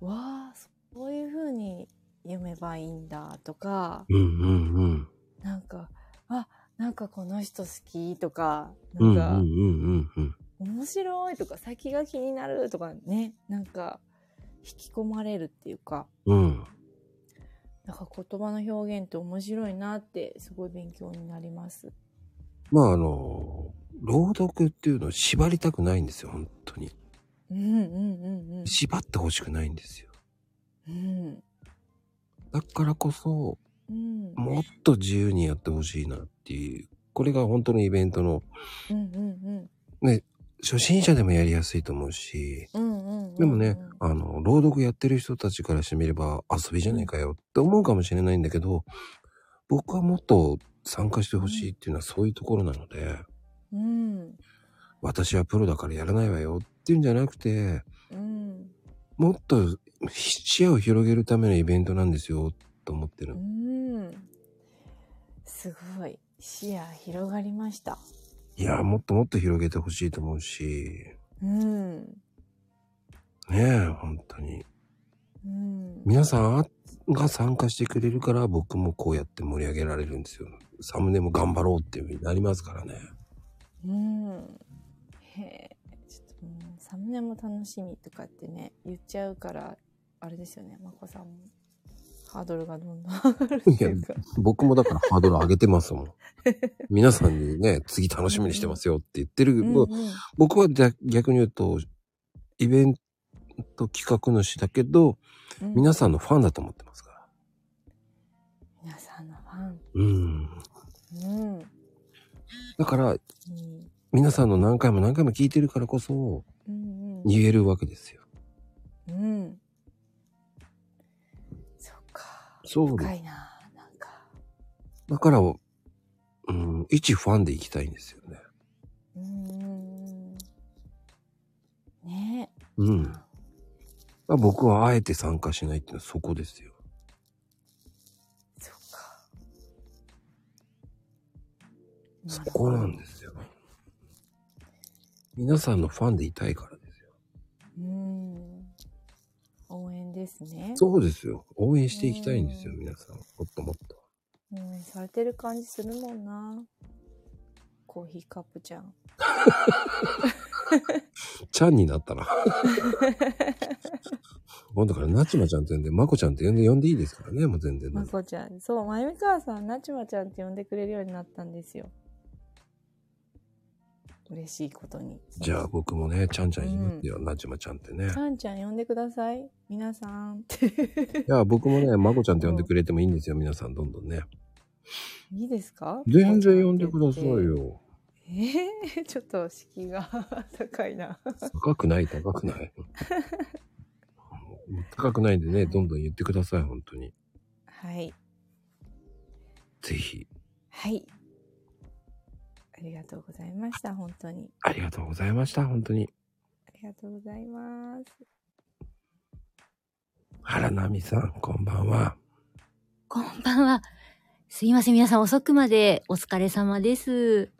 わあ、そういう風に読めばいいんだとか、
うんうんうん。
なんか、あ、なんかこの人好きとか、
う
なん
んう
か、
んうんうん
面白いとか先が気になるとかねなんか引き込まれるっていうか
うん。うん。
なんか言葉の表現って面白いなってすごい勉強になります
まああの、朗読っていうのを縛りたくないんですよ、本当に。
うんうんうんうん。
縛ってほしくないんですよ。
うん。
だからこそ、
うん。
もっと自由にやってほしいなっていう。これが本当のイベントの、
うんうん
ね、初心者でもやりやすいと思うし、
うん。うんうんうん。
でもね、あの、朗読やってる人たちからしてみれば遊びじゃねえかよって思うかもしれないんだけど、僕はもっと参加してほしいっていうのはそういうところなので、
うん。
私はプロだからやらないわよっていうんじゃなくて、
うん。
もっと視野を広げるためのイベントなんですよ、と思ってる。
うん。すごい。視野広がりました。
いや、もっともっと広げてほしいと思うし、
うん。
ねえ、本当に。
うん。
皆さんが参加してくれるから僕もこうやって盛り上げられるんですよ。サムネも頑張ろうっていう風になりますからね。
うん。へえ。ちょっと、うん、サムネも楽しみとかってね、言っちゃうから、あれですよね、まこさんも。ハードルがどんどん上がる。
いや、僕もだからハードル上げてますもん。皆さんにね、次楽しみにしてますよって言ってる。
うんうん
僕は逆逆に言うと、イベント企画主だけど、
うん
皆さんのファンだと思ってますから。
皆さんのファン。
うん。
うん。
だから、
うん
皆さんの何回も何回も聞いてるからこそ、
うんうん。
言えるわけですよ。
うん。
そうです。
深いな
だから、うん、一ファンで行きたいんですよね。
うんうんうん。ねえ。
うん。だから僕はあえて参加しないっていうのはそこですよ。そっか。そこなんですよ。皆さんのファンでいたいからです。
うん。応援ですね。
そうですよ。応援していきたいんですよ、皆さん。もっともっと。
応援されてる感じするもんな。コーヒーカップち
[laughs]
ゃん。
ちゃんになったな。 [laughs] 今度からなちまちゃんって呼んで、まこちゃんって呼んで、呼んでいいですからね、もう全然。
まこちゃん。そう、まゆみかわさん、なちまちゃんって呼んでくれるようになったんですよ。嬉しいことに。
じゃあ僕もね、ちゃんちゃんいますよ、なちまちゃんってね。
ちゃんちゃん呼んでください。皆さん
[laughs]
って。
いや、僕もね、まこちゃんって呼んでくれてもいいんですよ、皆さん、どんどんね。
いいですか
全然呼んでくださいよ。
えー、ちょ [laughs] っと敷居が [laughs] 高いな。
高くない、高くない。高くないんでね、どんどん言ってください、本当に。
[laughs] はい。
ぜひ、
はい。ありがとうございました。本当に。
ありがとうございました、本当に。
ありがとうございます。
原奈美さん、こんばんは。
こんばんは。すいません、皆さん遅くまでお疲れ様です。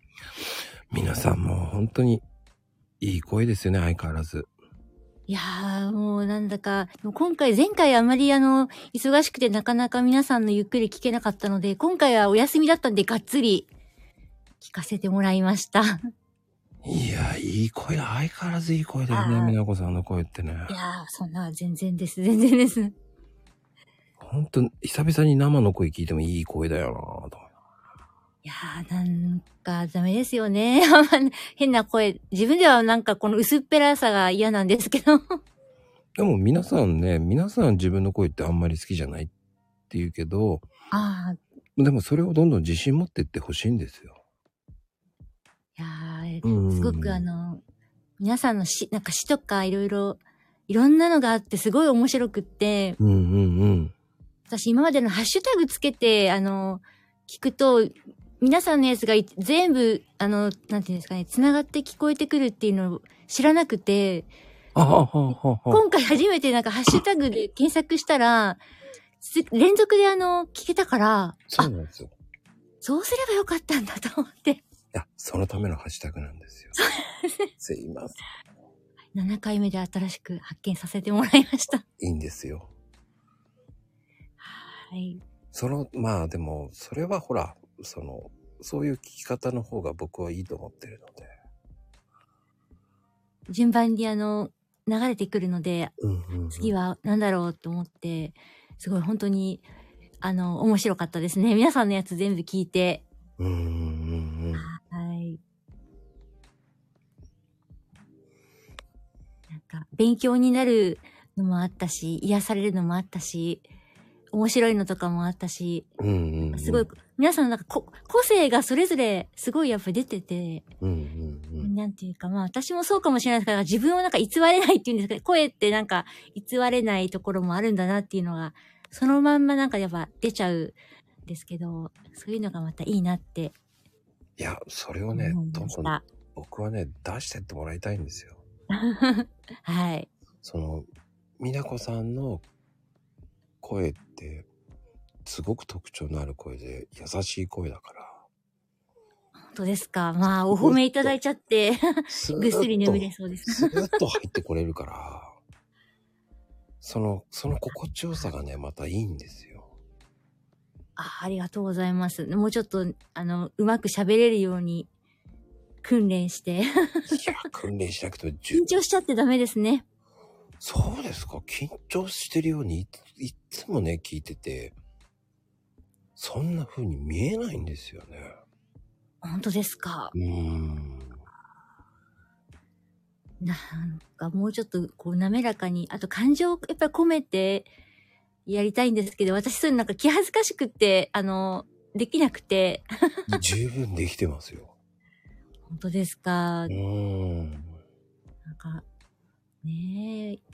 皆さんも本当に、いい声ですよね、相変わらず。
いやー、もうなんだか、もう今回、前回あまりあの、忙しくてなかなか皆さんのゆっくり聞けなかったので、今回はお休みだったんで、がっつり聞かせてもらいました。
いや、いい声だ、相変わらずいい声だよね、美奈子さんの声ってね。
いやー、そんな、全然です、全然です。
本当久々に生の声聞いてもいい声だよなと。
いやー、なんかダメですよね。 [laughs] あんま変な声。自分ではなんかこの薄っぺらさが嫌なんですけど。
でも皆さんね、皆さん自分の声ってあんまり好きじゃないって言うけど、
ああ、
でもそれをどんどん自信持ってってほしいんですよ。
いや
う
ー
ん
すごくあの、皆さんの詩、なんか詩とかいろいろ、いろんなのがあってすごい面白くって、
嗯
うんうんうん。
私今までのハッシュタグつけて、あの、聞くと、皆さんのやつがい全部、あの、なんていうんですかね、繋がって聞こえてくるっていうのを知らなくて、
あははは
今回初めてなんかハッシュタグで検索したら、す連続であの、聞けたから、
そうなんですよ。
そうすればよかったんだと思って、
いや、そのためのハッシュタグなんですよ。
[laughs]
すいませ
7回目で新しく発見させてもらいました。
ん。いいんですよ。
はい。
その、まあでも、それはほら、その、そういう聞き方の方が僕はいいと思ってるので。
順番にあの、流れてくるので、次は何だろうと思って、すごい本当に、あの、面白かった
嗯
ですね。皆さんのやつ全部聞いて。
うんうんうんうん。
はい。か、勉強になるのもあったし、癒されるのもあったし、面白いのとかもあったし、
うんうん、うん。
すごい、皆さんなんかこ個性がそれぞれすごいやっぱ出てて、なんていうかまあ私もそうかもしれないですから、自分をなんか偽れないっていうんですけど、声ってなんか偽れないところもあるんだなっていうのが、そのまんまなんかやっぱ出ちゃうんですけど、そういうのがまたいいなって。
いや、それをね、
思いました
どんどん僕はね、出してってもらいたいんですよ。
[laughs] はい。
その、美奈子さんの声って、すごく特徴のある声で、優しい声だから。
本当ですか。まあお褒めいただいちゃって、ぐっすり眠れそうで
ず
す。
っと入ってこれるから、 [laughs] その、その心地よさがね、またいいんですよ。
あありがとうございます。もうちょっと、あの、うまく喋れるように訓練して。
訓練しなくても十
緊張しちゃってダメですね。
そうですか緊張してるようにいついっつもね聞いててそんな風に見えないんです
[laughs]
よね
本当ですか。
うーん
なんかもうちょっとこう滑らかに、あと感情をやっぱり込めてやりたいんですけど、私そういうのなんか気恥ずかしくって、あの、できなくて。
十分できてますよ
本当ですか。
うーん
なんか、ねえ。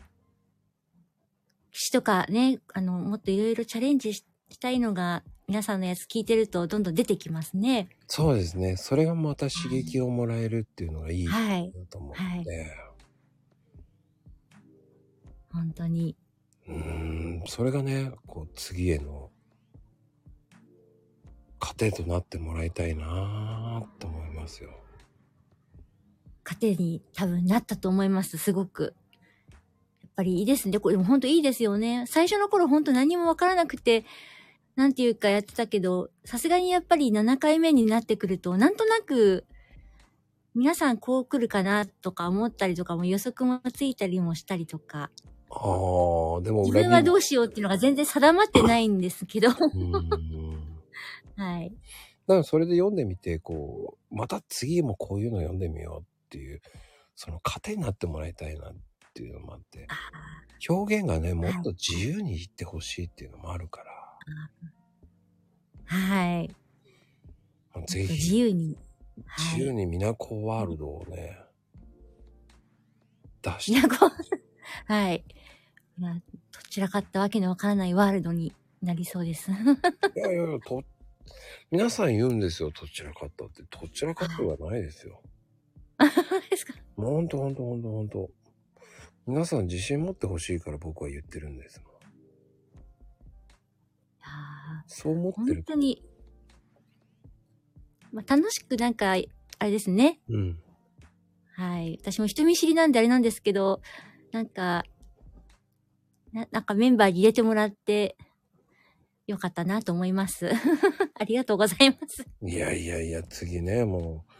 詩とかね、あの、もっといろいろチャレンジししたいのが、皆さんのやつ聞いてるとどんどん出てきますね。
そうですねそれがまた刺激をもらえるっていうのがいいな
はい。
と思
は
っ
い。
て、
本当に。
うんそれがねこう次への糧となってもらいたいなーと思いますよ
糧に多分なったと思います、すごく。やっぱりいいですね。これでも本当いいですよね。最初の頃本当何もわからなくて、なんていうかやってたけど、さすがにやっぱり7回目になってくると、なんとなく、皆さんこう来るかなとか思ったりとかも予測もついたりもしたりとか、
ああでも
自
裏
分は
切
どうしようっていうのが全然定まってないんですけど。 [laughs] はい。
だからそれで読んでみて、こう、また次もこういうの読んでみようっていう、その糧になってもらいたいなっていうのもあって、表現がね、もっと自由に言ってほしいっていうのもあるから、
はい。
ぜひ
自由に。
自由にみなこワールドをね、出して、
きなこ、 [laughs] はい。まあ、どちらかったわけのわからないワールドになりそうです。 [laughs]
いやいやいや、と、皆さん言うんですよ、どちらかったって。どちらかってはないですよ。もうほんとほんとほんとほんと。皆さん自信持ってほしいから僕は言ってるんですもん。そう思ってる
本。当に、まあ、楽しくなんか、あれですね。
うん。
はい。私も人見知りなんであれなんですけど、なんか、ななんかメンバーに入れてもらって、よかったなと思います。 [laughs] ありがとうございます。
いやいやいや、次ね、もう、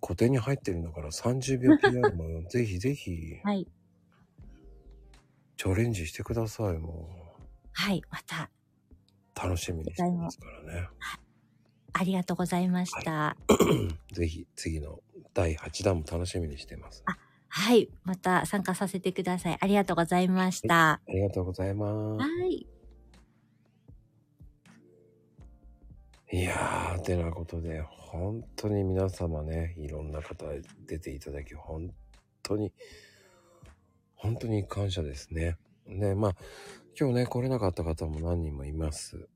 固定に入ってるんだから30秒 PR もぜひぜひ
はい。
チャレンジしてください、も
はい。また、
う。楽しみにしてますからね。
ありがとうございました。
ぜひ次の第8弾も楽しみにしてます。あ
はい。また参加させてください。ありがとうございました。
りがとうございます。
はい。
いやー、てなことで、本当に皆様ね、いろんな方出ていただき、本当に、本当に感謝ですね。ね、まあ、今日ね、来れなかった方も何人もいます。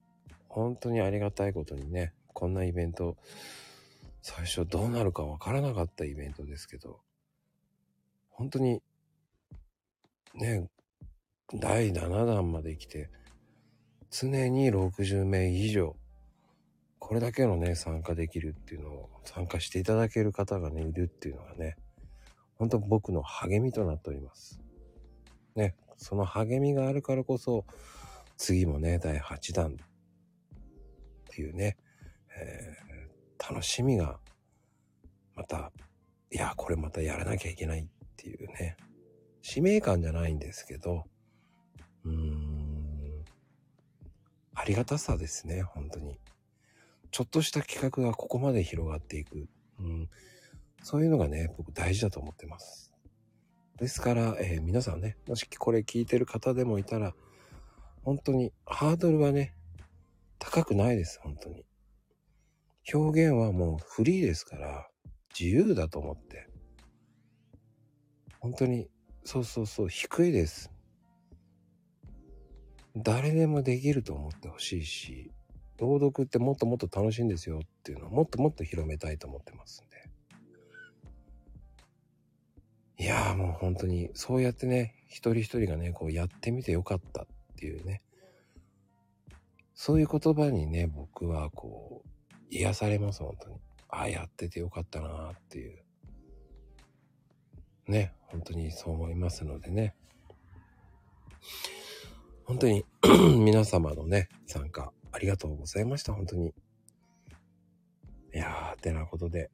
本当にありがたいことにね、こんなイベント、最初どうなるかわからなかったイベントですけど、本当に、ね、第7弾まで来て、常に60名以上、これだけのね、参加できるっていうのを、参加していただける方がね、いるっていうのがね、本当僕の励みとなっております。ね、その励みがあるからこそ、次もね、第8弾っていうね、えー楽しみが、また、いや、これまたやらなきゃいけないっていうね、使命感じゃないんですけど、うーん、ありがたさですね、本当に。ちょっとした企画がここまで広がっていく。うん、そういうのがね、僕大事だと思ってます。ですから、えー皆さんね、もしこれ聞いてる方でもいたら、本当にハードルはね、高くないです、本当に。表現はもうフリーですから、自由だと思って。本当に、そうそうそう、低いです。誰でもできると思ってほしいし、朗読ってもっともっと楽しいんですよっていうのをもっともっと広めたいと思ってますんで。いやーもう本当に、そうやってね、一人一人がね、こうやってみてよかったっていうね、そういう言葉にね、僕はこう、癒されます、本当に。ああ、やっててよかったなーっていう。ね、本当にそう思いますのでね。本当に [clears throat] 皆様のね、参加ありがとうございました、本当に。いやー、てなことで、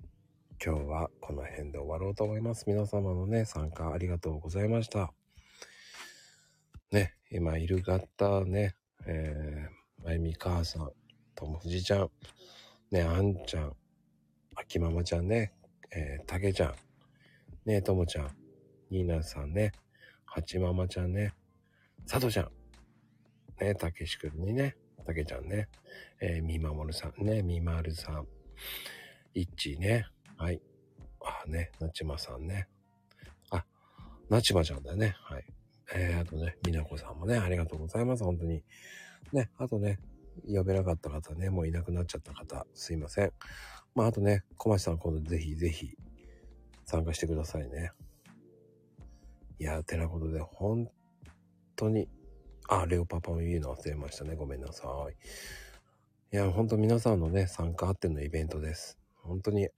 今日はこの辺で終わろうと思います。皆様のね、参加ありがとうございました。ね、今いる方ね、えー、まゆみ母さん、ともふじちゃん、ね、あんちゃん、あきままちゃんね、えー、たけちゃん、ねともちゃん、にーなさんね、はちままちゃんね、さとちゃん、ね、たけしくんにね、たけちゃんね、えーみまもるさんね、みまるさん、いっちーね、はい、あ、ね、なちまさんね、あ、なちまちゃんだね、はい、えー、あとね、みなこさんもね、ありがとうございます、本当に。ね、あとね、呼べなかった方ね、もういなくなっちゃった方、すいません。まあ、あとね、小町さん今度ぜひぜひ参加してくださいね。いやー、てなことで、本当に、あ、レオパパも言うの忘れましたね。ごめんなさい。いや、本当皆さんのね、参加あってのイベントです。本当に、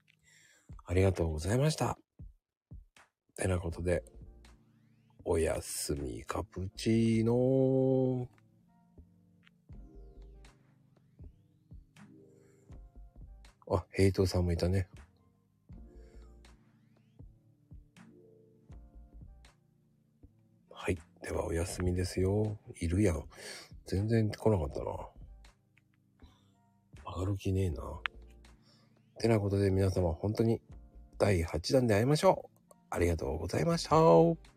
ありがとうございました。てなことで、おやすみカプチーノー。あ、ヘイトさんもいたね。はい。ではお休みですよ。いるやん。全然来なかったな。上がる気ねえな。てなことで皆様本当に第8弾で会いましょう。ありがとうございました。